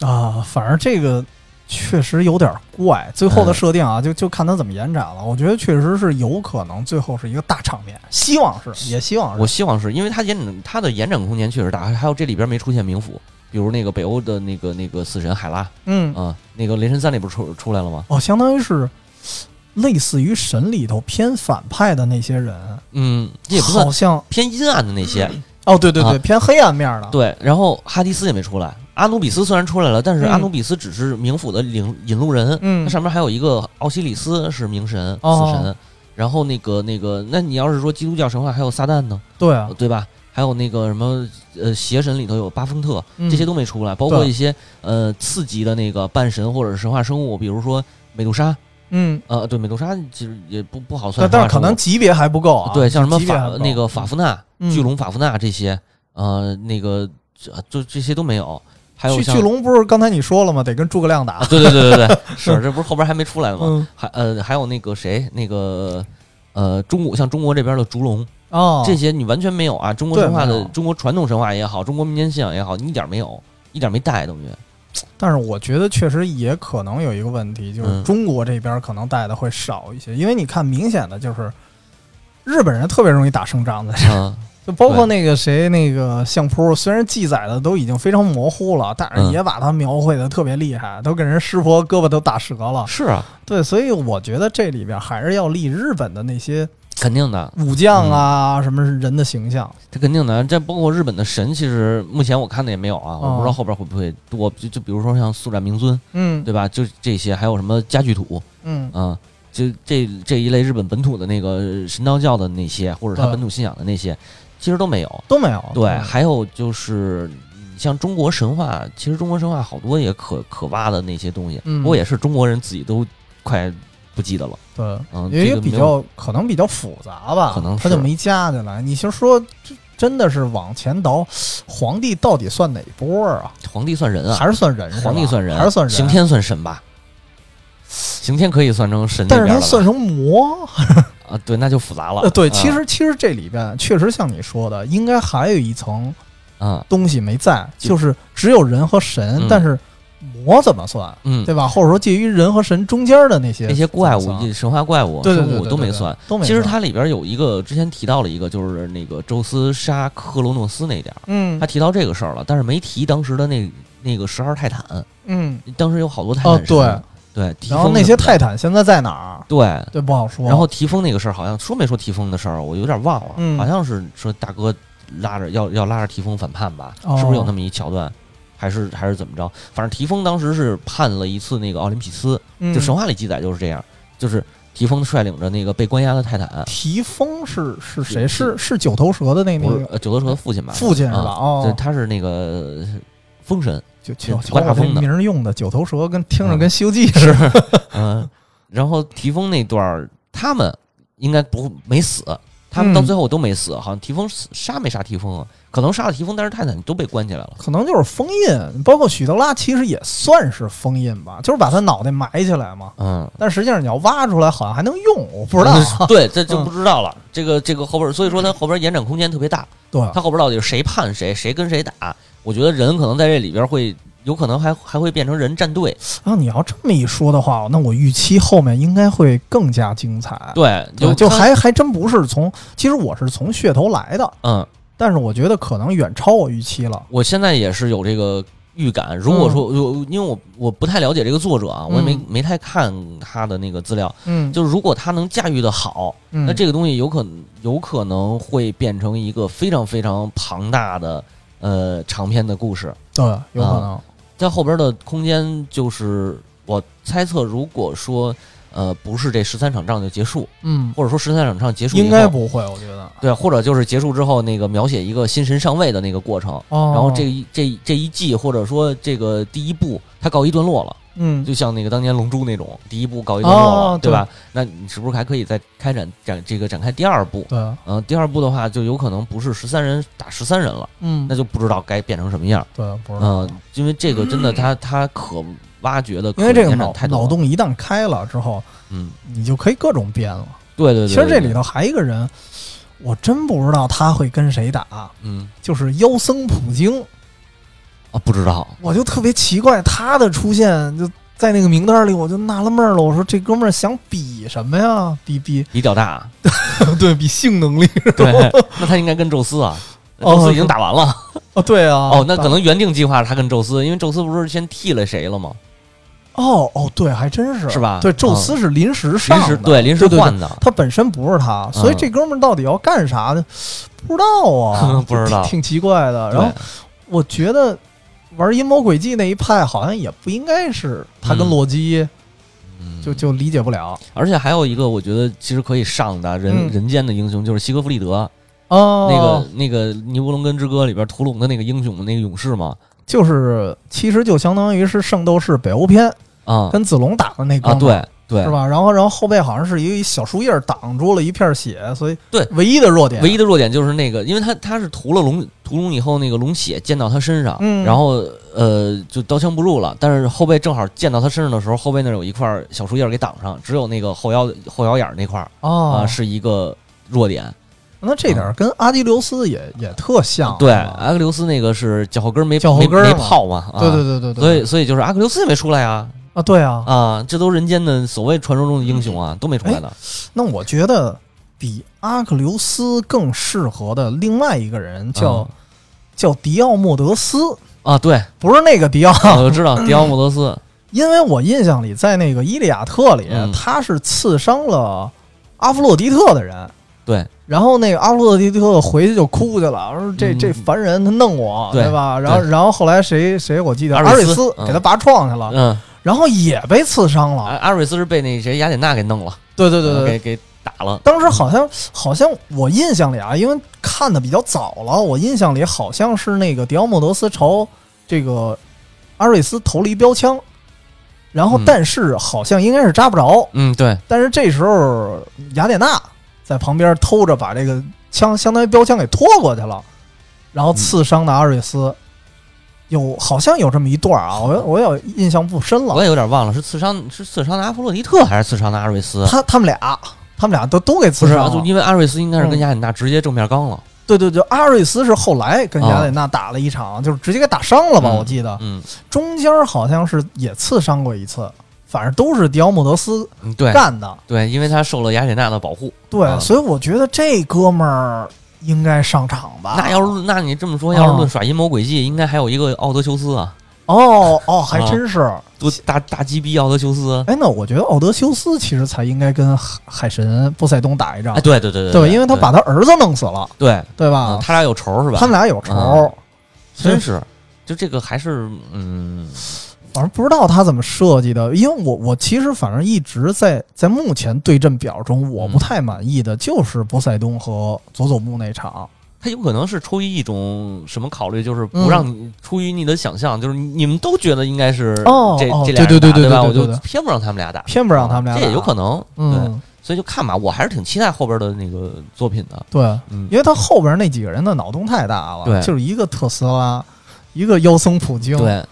B: 啊，反正这个确实有点怪。最
A: 嗯
B: 后的设定啊，就就看他怎么延展了。我觉得确实是有可能最后是一个大场面，希望是，也希望
A: 我
B: 是。
A: 希望是因为它延展它的延展空间确实大，还有这里边没出现冥府，比如那个北欧的那个那个死神海拉
B: 嗯，
A: 啊，那个雷神三里不是出出来了吗？
B: 哦，相当于是类似于神里头偏反派的那些人，
A: 嗯，这也不算
B: 好像
A: 偏阴暗的那些，
B: 哦，对对对，
A: 啊
B: 偏黑暗面的。
A: 对。然后哈迪斯也没出来，阿努比斯虽然出来了，但是
B: 嗯
A: 阿努比斯只是冥府的领引路人，
B: 嗯
A: 它上面还有一个奥西里斯是冥神、
B: 哦
A: 死神，然后那个那个，那你要是说基督教神话还有撒旦呢，
B: 对啊，
A: 对吧？还有那个什么呃邪神里头有巴丰特，
B: 嗯
A: 这些都没出来，包括
B: 对
A: 一些呃次级的那个半神或者是神话生物，比如说美杜莎
B: 嗯，
A: 呃，对，美杜莎其实也不不好算
B: 但
A: 是
B: 但
A: 法
B: 是可
A: 生物。
B: 能级别还不够啊。
A: 对，像什么
B: 级别还
A: 法
B: 不够
A: 那个法夫纳、
B: 嗯
A: 巨龙法夫纳这些，呃，那个这就这些都没有。还有
B: 巨
A: 像
B: 巨龙不是刚才你说了吗？得跟诸葛亮
A: 啊，
B: 打。
A: 对对对对 对，是这不是后边还没出来吗？
B: 嗯
A: 还呃还有那个谁那个。呃，中国像中国这边的烛龙，
B: 哦，
A: 这些你完全没有啊！中国神话
B: 对没
A: 的
B: 有
A: 中国传统神话也好，中国民间信仰也好，你一点没有，一点没带， 等于
B: 但是我觉得确实也可能有一个问题，就是
A: 嗯
B: 中国这边可能带的会少一些，因为你看明显的就是日本人特别容易打胜仗的，
A: 啊，
B: 就包括那个谁那个相扑，虽然记载的都已经非常模糊了，但是
A: 嗯
B: 也把它描绘的特别厉害，都给人师婆胳膊都打折了。
A: 是啊，
B: 对，所以我觉得这里边还是要立日本的那些
A: 肯定的，
B: 武将
A: 嗯
B: 啊，什么人的形象。
A: 这肯定的。这包括日本的神，其实目前我看的也没有啊，我不知
B: 哦
A: 道后边会不会多。就就比如说像速战明尊，
B: 嗯，
A: 对吧？就这些，还有什么家具土，
B: 嗯，
A: 啊，就这这一类日本本土的那个神道教的那些，或者他
B: 对
A: 本土信仰的那些，其实都没有。
B: 都没有。
A: 对，还有就是你像中国神话，其实中国神话好多也可可挖的那些东西，
B: 嗯
A: 不过也是中国人自己都快不记得了。
B: 对，
A: 嗯，
B: 也
A: 这
B: 也
A: 个
B: 比
A: 没有
B: 较可能比较复杂吧，
A: 可能
B: 他就是没加进来。你就说，这真的是往前倒，皇帝到底算哪波啊？
A: 皇帝算人啊，
B: 还是算人是吧？
A: 皇帝算人，
B: 还是算人？啊
A: 刑天算神吧？刑天可以算成神那
B: 但是
A: 边
B: 他
A: 了吧
B: 算成魔，
A: 啊，对，那就复杂了。
B: 呃，对，
A: 啊
B: 其实其实这里边确实像你说的，应该还有一层
A: 啊，
B: 东西没在，
A: 就
B: 就是只有人和神，
A: 嗯
B: 但是魔怎么算，
A: 嗯，
B: 对吧？或者说介于人和神中间的那些
A: 那些怪
B: 怎么
A: 物、
B: 算
A: 神话怪物、
B: 对对对
A: 生物
B: 对
A: 都没
B: 对对
A: 算。
B: 都没
A: 其实
B: 算
A: 它里边有一个之前提到了一个，就是那个宙斯杀克罗诺斯那点儿，
B: 嗯
A: 他提到这个事儿了，但是没提当时的那那个十二泰坦，
B: 嗯，
A: 当时有好多泰
B: 哦
A: 坦神、
B: 对，
A: 对对，
B: 然后那些泰
A: 坦
B: 坦现在在哪儿？
A: 对，
B: 对，不好说。
A: 然后提丰那个事儿好像说没说提丰的事儿，我有点忘了，
B: 嗯
A: 好像是说大哥拉着要要拉着提丰反叛吧，
B: 哦
A: 是不是有那么一桥段？还是还是怎么着？反正提丰当时是判了一次那个奥林匹斯，就神
B: 嗯
A: 话里记载就是这样，就是提丰率领着那个被关押的泰坦，
B: 提丰是是谁？
A: 是
B: 是是九头蛇的那那
A: 不是
B: 个
A: 呃九头蛇的父亲吧？
B: 父亲是吧？
A: 啊对，
B: 哦，
A: 他是那个风神，
B: 就就
A: 刮大
B: 我这
A: 风的
B: 名儿用的九头蛇，跟听着
A: 嗯
B: 跟《西游记》似的。
A: 嗯，然后提丰那段儿，他们应该不没死，他们到
B: 嗯
A: 最后都没死，好像提丰死杀没杀提丰啊？可能杀了提丰，但是泰坦都被关起来了。
B: 可能就是封印，包括许德拉其实也算是封印吧，就是把他脑袋埋起来嘛。
A: 嗯，
B: 但实际上你要挖出来，好像还能用，我不知道啊。
A: 对， 这就不知道了。这个这个后边儿，所以说他后边儿延展空间特别大。
B: 对，
A: 他后边儿到底是谁判谁，谁跟谁打？我觉得人可能在这里边儿会有可能还还会变成人战队。
B: 啊，你要这么一说的话，那我预期后面应该会更加精彩。
A: 对，
B: 啊对，
A: 就
B: 就
A: 他
B: 还还真不是从，其实我是从噱头来的，
A: 嗯，
B: 但是我觉得可能远超我预期了。
A: 我现在也是有这个预感。如果说我因为我我不太了解这个作者啊，我也没、
B: 嗯
A: 没太看他的那个资料。
B: 嗯，
A: 就是如果他能驾驭的好，
B: 那
A: 那这个东西有可能有可能会变成一个非常非常庞大的呃长篇的故事。
B: 对有可
A: 啊
B: 能。
A: 在后边的空间就是我猜测，如果说呃不是这十三场仗就结束，
B: 嗯，
A: 或者说十三场仗结束以后
B: 应该不会，我觉得。
A: 对，或者就是结束之后那个描写一个新神上位的那个过程。
B: 哦，
A: 然后这一这一这一季或者说这个第一部，它告一段落了，
B: 嗯
A: 就像那个当年《龙珠》那种，第一部告一段落了，
B: 哦
A: 对吧？那你是不是还可以再开展展这个展开第二部？
B: 对，
A: 嗯、第二部的话就有可能不是十三人打十三人了，
B: 嗯
A: 那就不知道该变成什么样。
B: 对不知道，
A: 嗯、因为这个真的它它可挖掘的，
B: 哦嗯因为这个
A: 延展
B: 脑
A: 太多了
B: 脑，洞一旦开了之后，
A: 嗯，
B: 你就可以各种编了。
A: 对对对
B: 其实这
A: 对
B: 里头还一个人，我真不知道他会跟谁打，
A: 嗯
B: 就是妖僧普京，
A: 啊不知道，
B: 我就特别奇怪他的出现就。在那个名单里，我就纳了闷儿了。我说这哥们儿想比什么 呀？比比
A: 比较 大，
B: 对比性能力
A: 对，那他应该跟宙斯啊，
B: 哦
A: 宙斯已经打完了。
B: 哦，对啊，
A: 哦，那可能原定计划是他跟宙斯，因为宙斯不是先替了谁了吗？
B: 哦哦，对，还真是
A: 是吧
B: 对，宙斯是临时上
A: 临
B: 的，
A: 时对临时
B: 对对
A: 换的，嗯
B: 他本身不是他，所以这哥们儿到底要干啥呢？不知道啊，
A: 不知道
B: 挺挺奇怪的。
A: 对
B: 然后我觉得玩阴谋诡计那一派好像也不应该是他
A: 嗯
B: 跟洛基，
A: 嗯
B: 就就理解不了
A: 而且还有一个，我觉得其实可以上的人、
B: 嗯
A: 人间的英雄就是西格弗里德，
B: 哦
A: 那个那个《尼伯龙根之歌》里边屠龙的那个英雄那个勇士嘛，
B: 就是其实就相当于是圣斗士北欧篇
A: 啊
B: 跟子龙打的那哥
A: 啊
B: 们儿
A: 对，对
B: 是？吧？然后然后后背好像是一个小树叶挡住了一片血，所以
A: 对
B: 唯一的弱点，
A: 唯一的弱点就是那个，因为他他是屠了龙屠龙以后，那个龙血溅到他身上，
B: 嗯
A: 然后呃就刀枪不入了。但是后背正好溅到他身上的时候，后背那儿有一块小树叶给挡上，只有那个后腰后腰眼儿那块儿啊、
B: 哦，
A: 是一个弱点。
B: 那这点儿跟阿迪留斯也也特像，
A: 对，
B: 是吧
A: 阿克琉斯那个是脚后跟儿没
B: 脚后跟儿
A: 没没
B: 嘛
A: 泡嘛，啊、
B: 对对对对对，
A: 所以所以就是阿克琉斯也没出来啊
B: 啊，对啊，
A: 啊，这都人间的所谓传说中的英雄啊，都没出来的。
B: 那我觉得比阿克琉斯更适合的另外一个人叫、
A: 嗯
B: 叫迪奥莫德斯，
A: 啊，对，
B: 不是那个迪奥，
A: 我知道迪奥莫德斯，
B: 因为我印象里在那个《伊利亚特》里，
A: 嗯
B: 他是刺伤了阿弗洛狄特的人。
A: 对，
B: 然后那个阿弗洛狄特回去就哭去了，说这
A: 嗯
B: 这凡人他弄我，
A: 对
B: 吧？然后
A: 对
B: 然后后来谁谁我记得
A: 阿
B: 阿
A: 瑞
B: 瑞
A: 斯
B: 斯
A: 嗯
B: 给他拔创去了，
A: 嗯，
B: 然后也被刺伤
A: 阿
B: 了。
A: 阿瑞斯是被那谁雅典娜给弄了，
B: 对对对
A: 给
B: 对，
A: 给打了。
B: 当时好像好像我印象里啊，因为看的比较早了，我印象里好像是那个迪奥莫德斯朝这个阿瑞斯投了一标枪，然后
A: 嗯
B: 但是好像应该是扎不着，
A: 嗯，对，
B: 但是这时候雅典娜在旁边偷着把这个枪相当于标枪给拖过去了，然后刺伤的阿瑞斯。有好像有这么一段啊，我我有印象不深了
A: 我。也有点忘了是刺伤是刺伤的阿弗洛狄特还是刺伤的阿瑞斯？啊
B: 他他们俩，他们俩都都给
A: 不
B: 刺
A: 是
B: 伤
A: 啊，
B: 了。
A: 就因为阿瑞斯应该是跟
B: 嗯
A: 雅典娜直接正面刚了。
B: 对对对，阿瑞斯是后来跟
A: 啊
B: 雅典娜打了一场，就是直接给打伤了吧？
A: 嗯
B: 我记得
A: 嗯
B: 中间好像是也刺伤过一次，反正都是迪奥莫德斯
A: 嗯，对
B: 干的。
A: 对，因为他受了雅典娜的保护。
B: 对，
A: 啊
B: 所以我觉得这哥们儿应该上场吧？
A: 那要是那你这么说，要是
B: 啊
A: 论耍阴谋诡计，应该还有一个奥德修斯啊，
B: 哦哦，还真是。
A: 多大大鸡逼奥德修斯。啊
B: 哎，那我觉得奥德修斯其实才应该跟海海神波塞冬打一仗，
A: 哎，对对对
B: 吧？因为他把他儿子弄死了，
A: 对
B: 对
A: 啊
B: 吧，？
A: 他俩有仇是吧？
B: 他们俩有仇，
A: 啊
B: 所以
A: 真是，就这个还是嗯，
B: 反正不知道他怎么设计的，因为我我其实反正一直在在目前对阵表中，我
A: 嗯
B: 不太满意的就是波塞冬和佐佐木那场。
A: 他有可能是出于一种什么考虑，就是
B: 嗯
A: 不让你出于你的想象，就是你们都觉得应该是
B: 哦
A: 这
B: 哦
A: 这俩人打
B: 对对对对
A: 吧？
B: 对
A: 我
B: 对
A: 就
B: 对
A: 偏不让他们俩打，
B: 偏不让他们俩打
A: 哦这也有可能，对，
B: 嗯，
A: 所以就看吧，我还是挺期待后边的那个作品的，
B: 对，
A: 嗯，
B: 因为他后边那几个人的脑洞太大了，
A: 对
B: 就是一个特斯拉，一个妖僧普京，，
A: 对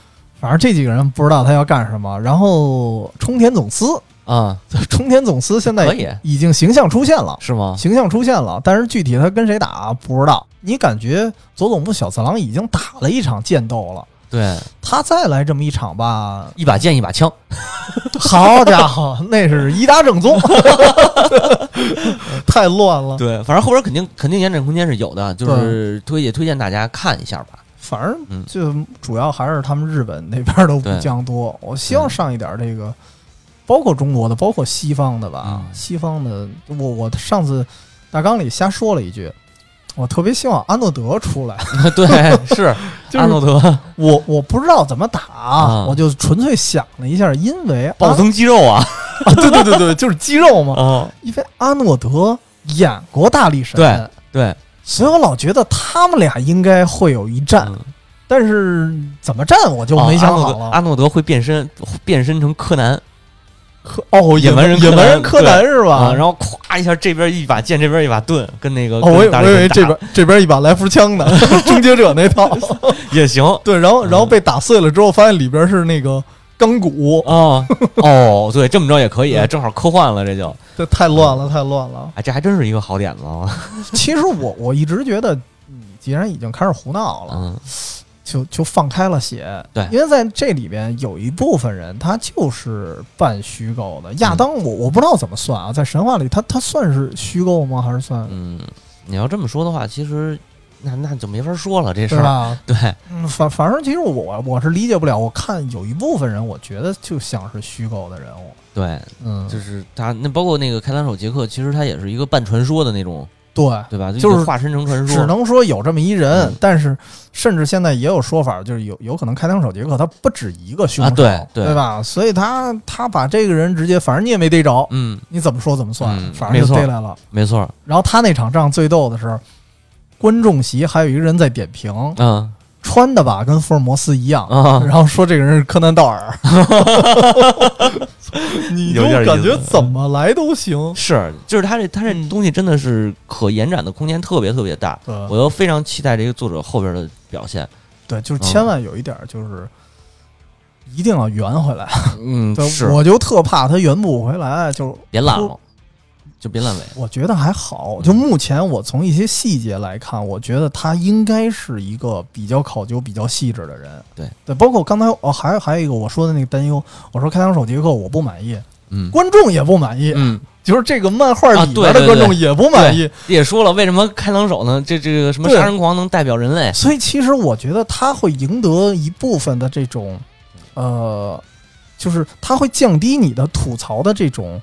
B: 反正这几个人不知道他要干什么。然后冲田总司，
A: 啊，
B: 冲田总司现
A: 可
B: 在
A: 以
B: 已经形象出现了。
A: 是吗？
B: 形象出现了，但是具体他跟谁打不知道。你感觉佐佐木小次郎已经打了一场剑斗了，
A: 对，，
B: 他再来这么一场吧
A: 一把剑一把枪，
B: 好家伙，那是一打正 宗，太乱了。
A: 对，反正后边肯定肯定延展空间是有的，就是推也推荐大家看一下 吧，
B: 反
A: 嗯
B: 正就主要还是他们日本那边的武将多，我希望
A: 对
B: 上一点这个，包括中国的，包括西方的吧。
A: 嗯
B: 西方的，我我上次大纲里瞎说了一句，我特别希望阿诺德出来，
A: 对，是
B: 就是啊
A: 阿诺德
B: 我我不知道怎么打，
A: 啊
B: 我就纯粹想了一下，因为
A: 暴
B: 啊
A: 增肌肉 啊，
B: 对对对对，就是肌肉嘛，
A: 哦，
B: 因为阿诺德演过大力神，
A: 对对，
B: 所以我老觉得他们俩应该会有一战，
A: 嗯
B: 但是怎么战我就
A: 哦
B: 没想
A: 阿诺
B: 好
A: 德
B: 了。
A: 阿诺德会变身，变身成柯南
B: 柯哦，
A: 野蛮人
B: 野
A: 柯
B: 蛮
A: 南
B: 人柯南是吧？
A: 啊，然后咵一下，这边一把剑，这边一把盾，跟那个
B: 哦，我
A: 跟
B: 以我
A: 达
B: 以
A: 利神
B: 为
A: 打
B: 这边这边一把来福枪呢，终结者那套。
A: 也 行啊
B: 对，然后然后
A: 嗯
B: 被打碎了之后，发现里边是那个钢骨，
A: 哦对，这么着也可
B: 嗯
A: 以，正好科幻了，这就
B: 这太乱了，太乱了。
A: 哎，这还真是一个好点子啊，
B: 其实我我一直觉得，你既然已经开始胡闹了，
A: 嗯
B: 就就放开了写。
A: 对
B: 因为在这里边有一部分人他就是半虚构的。亚当我，
A: 嗯
B: 我不知道怎么算啊，在神话里他他算是虚构吗？还是算
A: 嗯，你要这么说的话，其实那那就没法说了这事
B: 是
A: 儿，
B: 吧？
A: 对，
B: 嗯，反反正其实我我是理解不了。我看有一部分人，我觉得就像是虚构的人物。
A: 对，
B: 嗯，
A: 就是他那包括那个开膛手杰克，其实他也是一个半传说的那种，
B: 对。
A: 对吧？
B: 就是
A: 化身成传
B: 只
A: 说，
B: 能说有这么一人，
A: 嗯
B: 但是甚至现在也有说法，就是有有可能开膛手杰克他不止一个凶
A: 啊
B: 手，
A: 对对
B: 吧？所以他他把这个人直接，反正你也没逮着，
A: 嗯，
B: 你怎么说怎么算，
A: 嗯
B: 反正就
A: 没错
B: 逮来了。
A: 没错，
B: 然后他那场仗最逗的是，观众席还有一个人在点评，
A: 嗯
B: 穿的吧跟福尔摩斯一样，
A: 啊
B: 然后说这个人是柯南道尔，你就
A: 有点意思
B: 感觉怎么来都行。
A: 是，就是他这他这
B: 哦嗯
A: 东西真的是可延展的空间特别特别大，
B: 呃
A: 我，又非常期待这个作者后边的表 现。
B: 对，
A: 嗯
B: 就是千万有一点儿就是。一定要圆回来，
A: 嗯，
B: 对
A: 是，
B: 我就特怕它圆不回来。就是
A: 别烂
B: 我
A: 了，就别烂尾。
B: 我觉得还好，就目前我从一些细节来看，我觉得他应该是一个比较考究、比较细致的人。
A: 对
B: 对，包括刚才哦，还有还有一个我说的那个担忧，我说开膛手杰克我不满意，
A: 嗯
B: 观众也不满意，
A: 嗯，
B: 就是这个漫画
A: 啊
B: 里边
A: 对
B: 的
A: 对
B: 观众
A: 对
B: 也不满意。
A: 也说了，为什么开膛手呢？这这个什么
B: 对
A: 杀人狂能代表人类？
B: 所以其实我觉得他会赢得一部分的这种，呃，就是他会降低你的吐槽的这种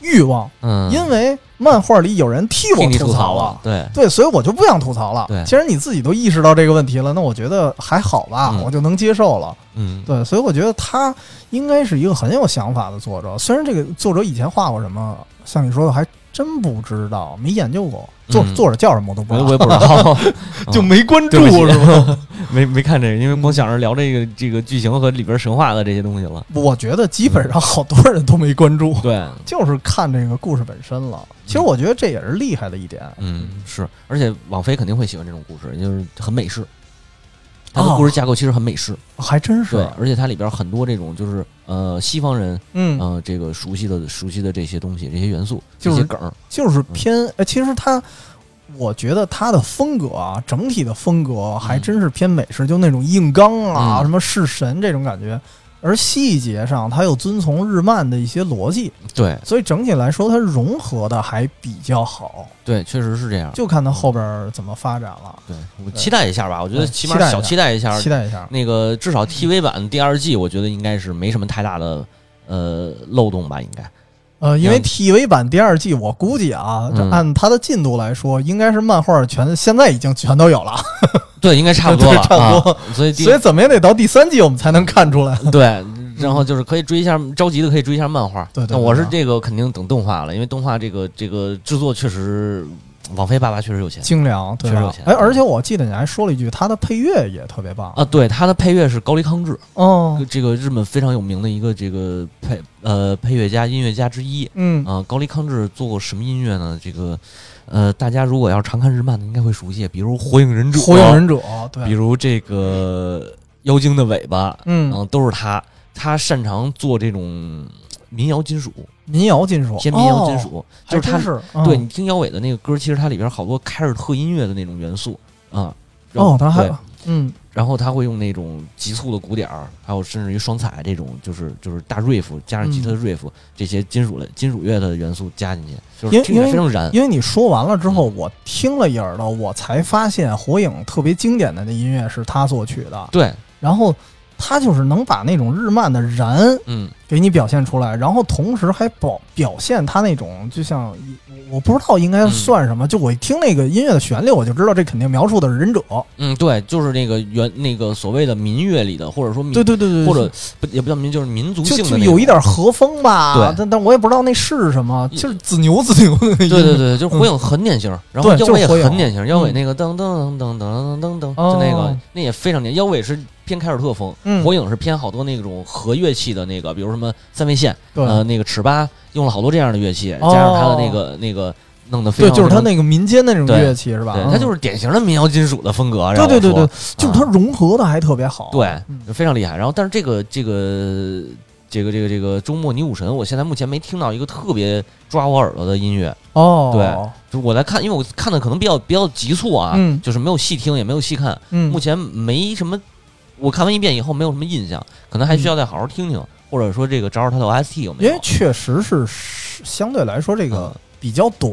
B: 欲望，
A: 嗯，
B: 因为漫画里有人替
A: 替
B: 我
A: 你
B: 吐
A: 槽
B: 槽啊了。，
A: 对，
B: 对，所以我就不想吐槽了。
A: 对
B: 既然你自己都意识到这个问题了，那我觉得还好吧，
A: 嗯
B: 我就能接受了。
A: 嗯，
B: 对，所以我觉得他应该是一个很有想法的作者。虽然这个作者以前画过什么，像你说的，还真不知道，没研究过。作、
A: 嗯
B: 作者叫什么我都不
A: 我
B: 知
A: 也
B: 道，
A: 我也不 嗯知道，
B: 就没关注
A: 对不起
B: 是吧？
A: 没没看这个，因为光想着聊这个这个剧情和里边神话的这些东西了。
B: 我觉得基本上好多人都没关注，
A: 对，
B: 就是看这个故事本身了。其实我觉得这也是厉害的一点。
A: 嗯，是，而且网飞肯定会喜欢这种故事，就是很美式。它的故事架构其实很美式，
B: 还真哦是啊
A: 对，，而且它里边很多这种就是呃西方人
B: 嗯，
A: 呃这个熟悉的熟悉的这些东西、这些元素、这
B: 就是
A: 些梗儿，
B: 就是偏，呃，其实他，我觉得他的风格啊，整体的风格还真是偏美式，就那种硬刚啊，
A: 嗯
B: 什么弑神这种感觉。而细节上，他又遵从日漫的一些逻辑，
A: 对
B: 所以整体来说，它融合的还比较好，
A: 对，确实是这样。
B: 就看他后边儿怎么发展了。
A: 对我期待一下吧，我觉得
B: 对
A: 起
B: 期
A: 码
B: 待一
A: 小
B: 下
A: 期待一下，
B: 期待一下，
A: 那个至少 TV 版第二季，我觉得应该是没什么太大的呃漏洞吧，应该。
B: 呃，因为
A: 嗯
B: TV 版第二季，我估计啊，这
A: 嗯
B: 按它的进度来说，应该是漫画全现在已经全都有了，
A: 对，应该差不多了，
B: 对差不多
A: 啊所以第
B: 所以怎么也得到第三季我们才能看出来。
A: 对，然后就是可以追一下，着急的可以追一下漫画。
B: 嗯对对对
A: 那我是
B: 对
A: 这个肯定等动画了，因为动画这个这个制作确实，网飞爸爸确实有钱
B: 精良，对
A: 确实
B: 吧
A: 有？钱
B: 哎，而且我记得你还说了一句，他的配乐也特别棒。
A: 啊。对，他的配乐是高梨康治，
B: 哦，
A: 这个日本非常有名的一个这个配呃配乐家、音乐家之一
B: 嗯，
A: 啊、高梨康治做过什么音乐呢？这个呃，大家如果要常看日漫的，应该会熟悉，比如《火影忍者》，
B: 火影忍者，
A: 比
B: 对，
A: 如这个妖精的尾巴，
B: 嗯，
A: 嗯，都是他。他擅长做这种民谣金属，
B: 民谣金属，
A: 偏民谣金
B: 哦，
A: 属，
B: 还
A: 就是他
B: 真是嗯
A: 对你听姚伟的那个歌，其实它里边好多凯尔特音乐的那种元素啊。然后
B: 哦，他还
A: 对
B: 嗯，
A: 然后他会用那种急促的鼓点儿，还有甚至于双踩这种，就是就是大 riff 加上吉他的 riff、这些金属的金属乐的元素加进去，就
B: 因
A: 是
B: 为
A: 听起来
B: 因为
A: 非常燃。
B: 因为你说完了之
A: 嗯
B: 后，我听了一耳朵，我才发现火影特别经典的那音乐是他作曲的，
A: 对，
B: 然后他就是能把那种日漫的燃
A: 嗯，
B: 给你表现出来，然后同时还表表现他那种，就像我不知道应该算
A: 嗯
B: 什么，就我一听那个音乐的旋律，我就知道这肯定描述的是忍者。
A: 嗯，对，就是那个原那个所谓的民乐里的，或者说民
B: 对对对对，
A: 或者不也不叫民，就是民族
B: 就
A: 性的
B: 就
A: 那
B: 有一
A: 种
B: 点和风吧，
A: 对
B: 但但我也不知道那是什么，
A: 嗯
B: 就是子牛子牛的那音
A: 对
B: 乐。
A: 对对，就是火影很典型，然后妖
B: 嗯对就是
A: 尾也
B: 火影
A: 很典型，妖尾
B: 嗯
A: 那个噔噔噔噔噔噔噔，
B: 哦
A: 就那个那也非常典，妖尾是偏凯尔特风，
B: 嗯
A: 火影是偏好多那种和乐器的那个，比如什么三味线，
B: 对
A: 呃，那个尺八用了好多这样的乐器，
B: 哦
A: 加上他的那个那个弄得非
B: 对，
A: 常，
B: 就是他
A: 他，
B: 那个民间那种
A: 对
B: 乐器是吧？
A: 呃对，
B: 嗯
A: 他就是典型的民谣金属的风格，
B: 对
A: 然
B: 对对
A: 后我
B: 对
A: 说，，
B: 就是他融合的还特别好。嗯
A: 对，非常厉害。然后但是这个这个。这个这个这个周末女武神，我现在目前没听到一个特别抓我耳朵的音乐，
B: 哦，
A: 对就是我来看，因为我看的可能比较比较急促啊，
B: 嗯
A: 就是没有细听，也没有细看，
B: 嗯
A: 目，前没什么，我看完一遍以后没有什么印象，可能还需要再好好听听，或者说这个找找他的 OST 有没
B: 嗯因
A: 有
B: 为？确实是相对来说这个
A: 嗯
B: 比较短，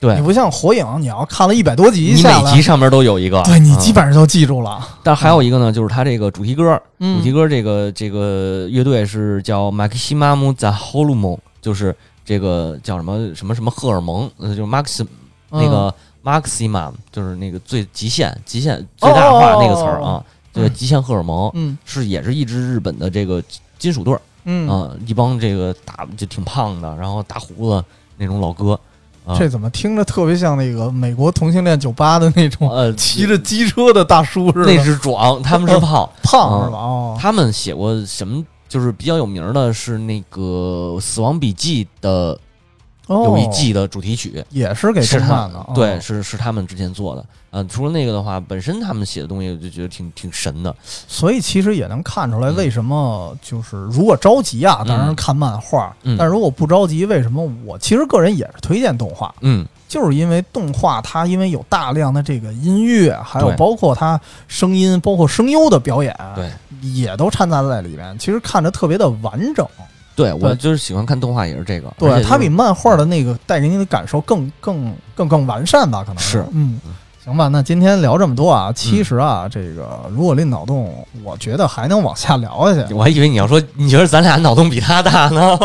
B: 你
A: 对，
B: 不像火影，你要看了一百多集
A: 你
B: 下
A: 每
B: 来
A: 集，上面都有一个，
B: 对你基
A: 本。
B: 本上就记住了。
A: 但还有一个呢，就是他这个主题歌，主题
B: 嗯，
A: 歌这个这个乐队是叫 Maximum the Hormone，就是这个叫什么什么什么荷尔蒙，呃，就是
B: 嗯
A: Max 那个 Maximum，就是那个最极限、极限最大化那个词儿
B: 哦哦哦哦
A: 啊，这个极限荷尔蒙。
B: 嗯
A: 是也是一支日本的这个金属队儿
B: 嗯嗯，
A: 啊、一帮这个大就挺胖的，然后大胡子那种老哥，啊
B: 这怎么听着特别像那个美国同性恋酒吧的那种
A: 呃，
B: 哦 骑着机车的大叔似的？
A: 那是壮，他们是胖，
B: 胖是吧？哦，
A: 他们写过什么就是比较有名儿的是那个《死亡笔记》的
B: 哦，
A: 有一季的主题曲，
B: 也是给
A: 是
B: 动
A: 他
B: 漫的
A: 们，
B: 哦
A: 对，是是他们之前做的。嗯、除了那个的话，本身他们写的东西我就觉得挺挺神的。
B: 所以其实也能看出来，
A: 嗯
B: 为什么就是如果着急啊，
A: 嗯
B: 当然是看漫画；
A: 嗯
B: 但如果不着急，为什么我其实个人也是推荐动画，
A: 嗯，
B: 就是因为动画它因为有大量的这个音乐，还有
A: 对
B: 包括它声音，包括声优的表演，
A: 对，
B: 也都掺杂在里面，其实看着特别的完整。
A: 对我
B: 对
A: 就是喜欢看动画，也是这个。而且
B: 对，
A: 就是
B: 它比漫画的那个带给你的感受更更更更完善吧，可能
A: 是嗯
B: 嗯。行吧，那今天聊这么多啊，其实啊，这个如果论脑洞，我觉得还能往下聊下去。
A: 我还以为你要说，你觉得咱俩脑洞比他大呢？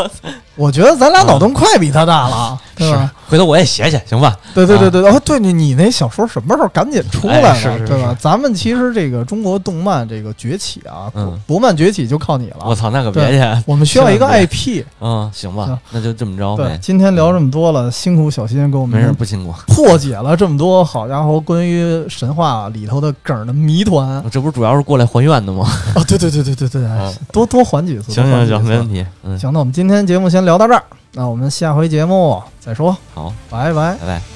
B: 我觉得咱俩脑洞快比他大了，
A: 嗯
B: 对
A: 是
B: 吧？，
A: 回头我也写写，行吧？
B: 对对对对，哦，对你你那小说什么时候赶紧出来了，
A: 啊哎是是
B: 对吧
A: 是？
B: 咱们其实这个中国动漫这个崛起啊，
A: 嗯
B: 国国漫崛起就靠你
A: 我
B: 了。
A: 操，哎那可别去。
B: 我们需要一个
A: 千万别
B: IP。
A: 嗯，行
B: 行
A: 吧，那就这么着
B: 对嗯
A: 呗，。
B: 今天聊这么多了，辛苦小新给我
A: 没事，
B: 们
A: 不辛苦。
B: 破解了这么多，好家伙，关于神话里头的梗儿的谜 团啊
A: 我这不是主要是过来还愿的吗？！
B: 对对对对对对
A: 嗯，
B: 多多缓几次。
A: 行
B: 多
A: 行
B: 缓几次
A: 行，没问题。嗯，
B: 行，那我们今天节目先聊到这儿，那我们下回节目再说，
A: 好，
B: 拜拜。
A: 拜拜。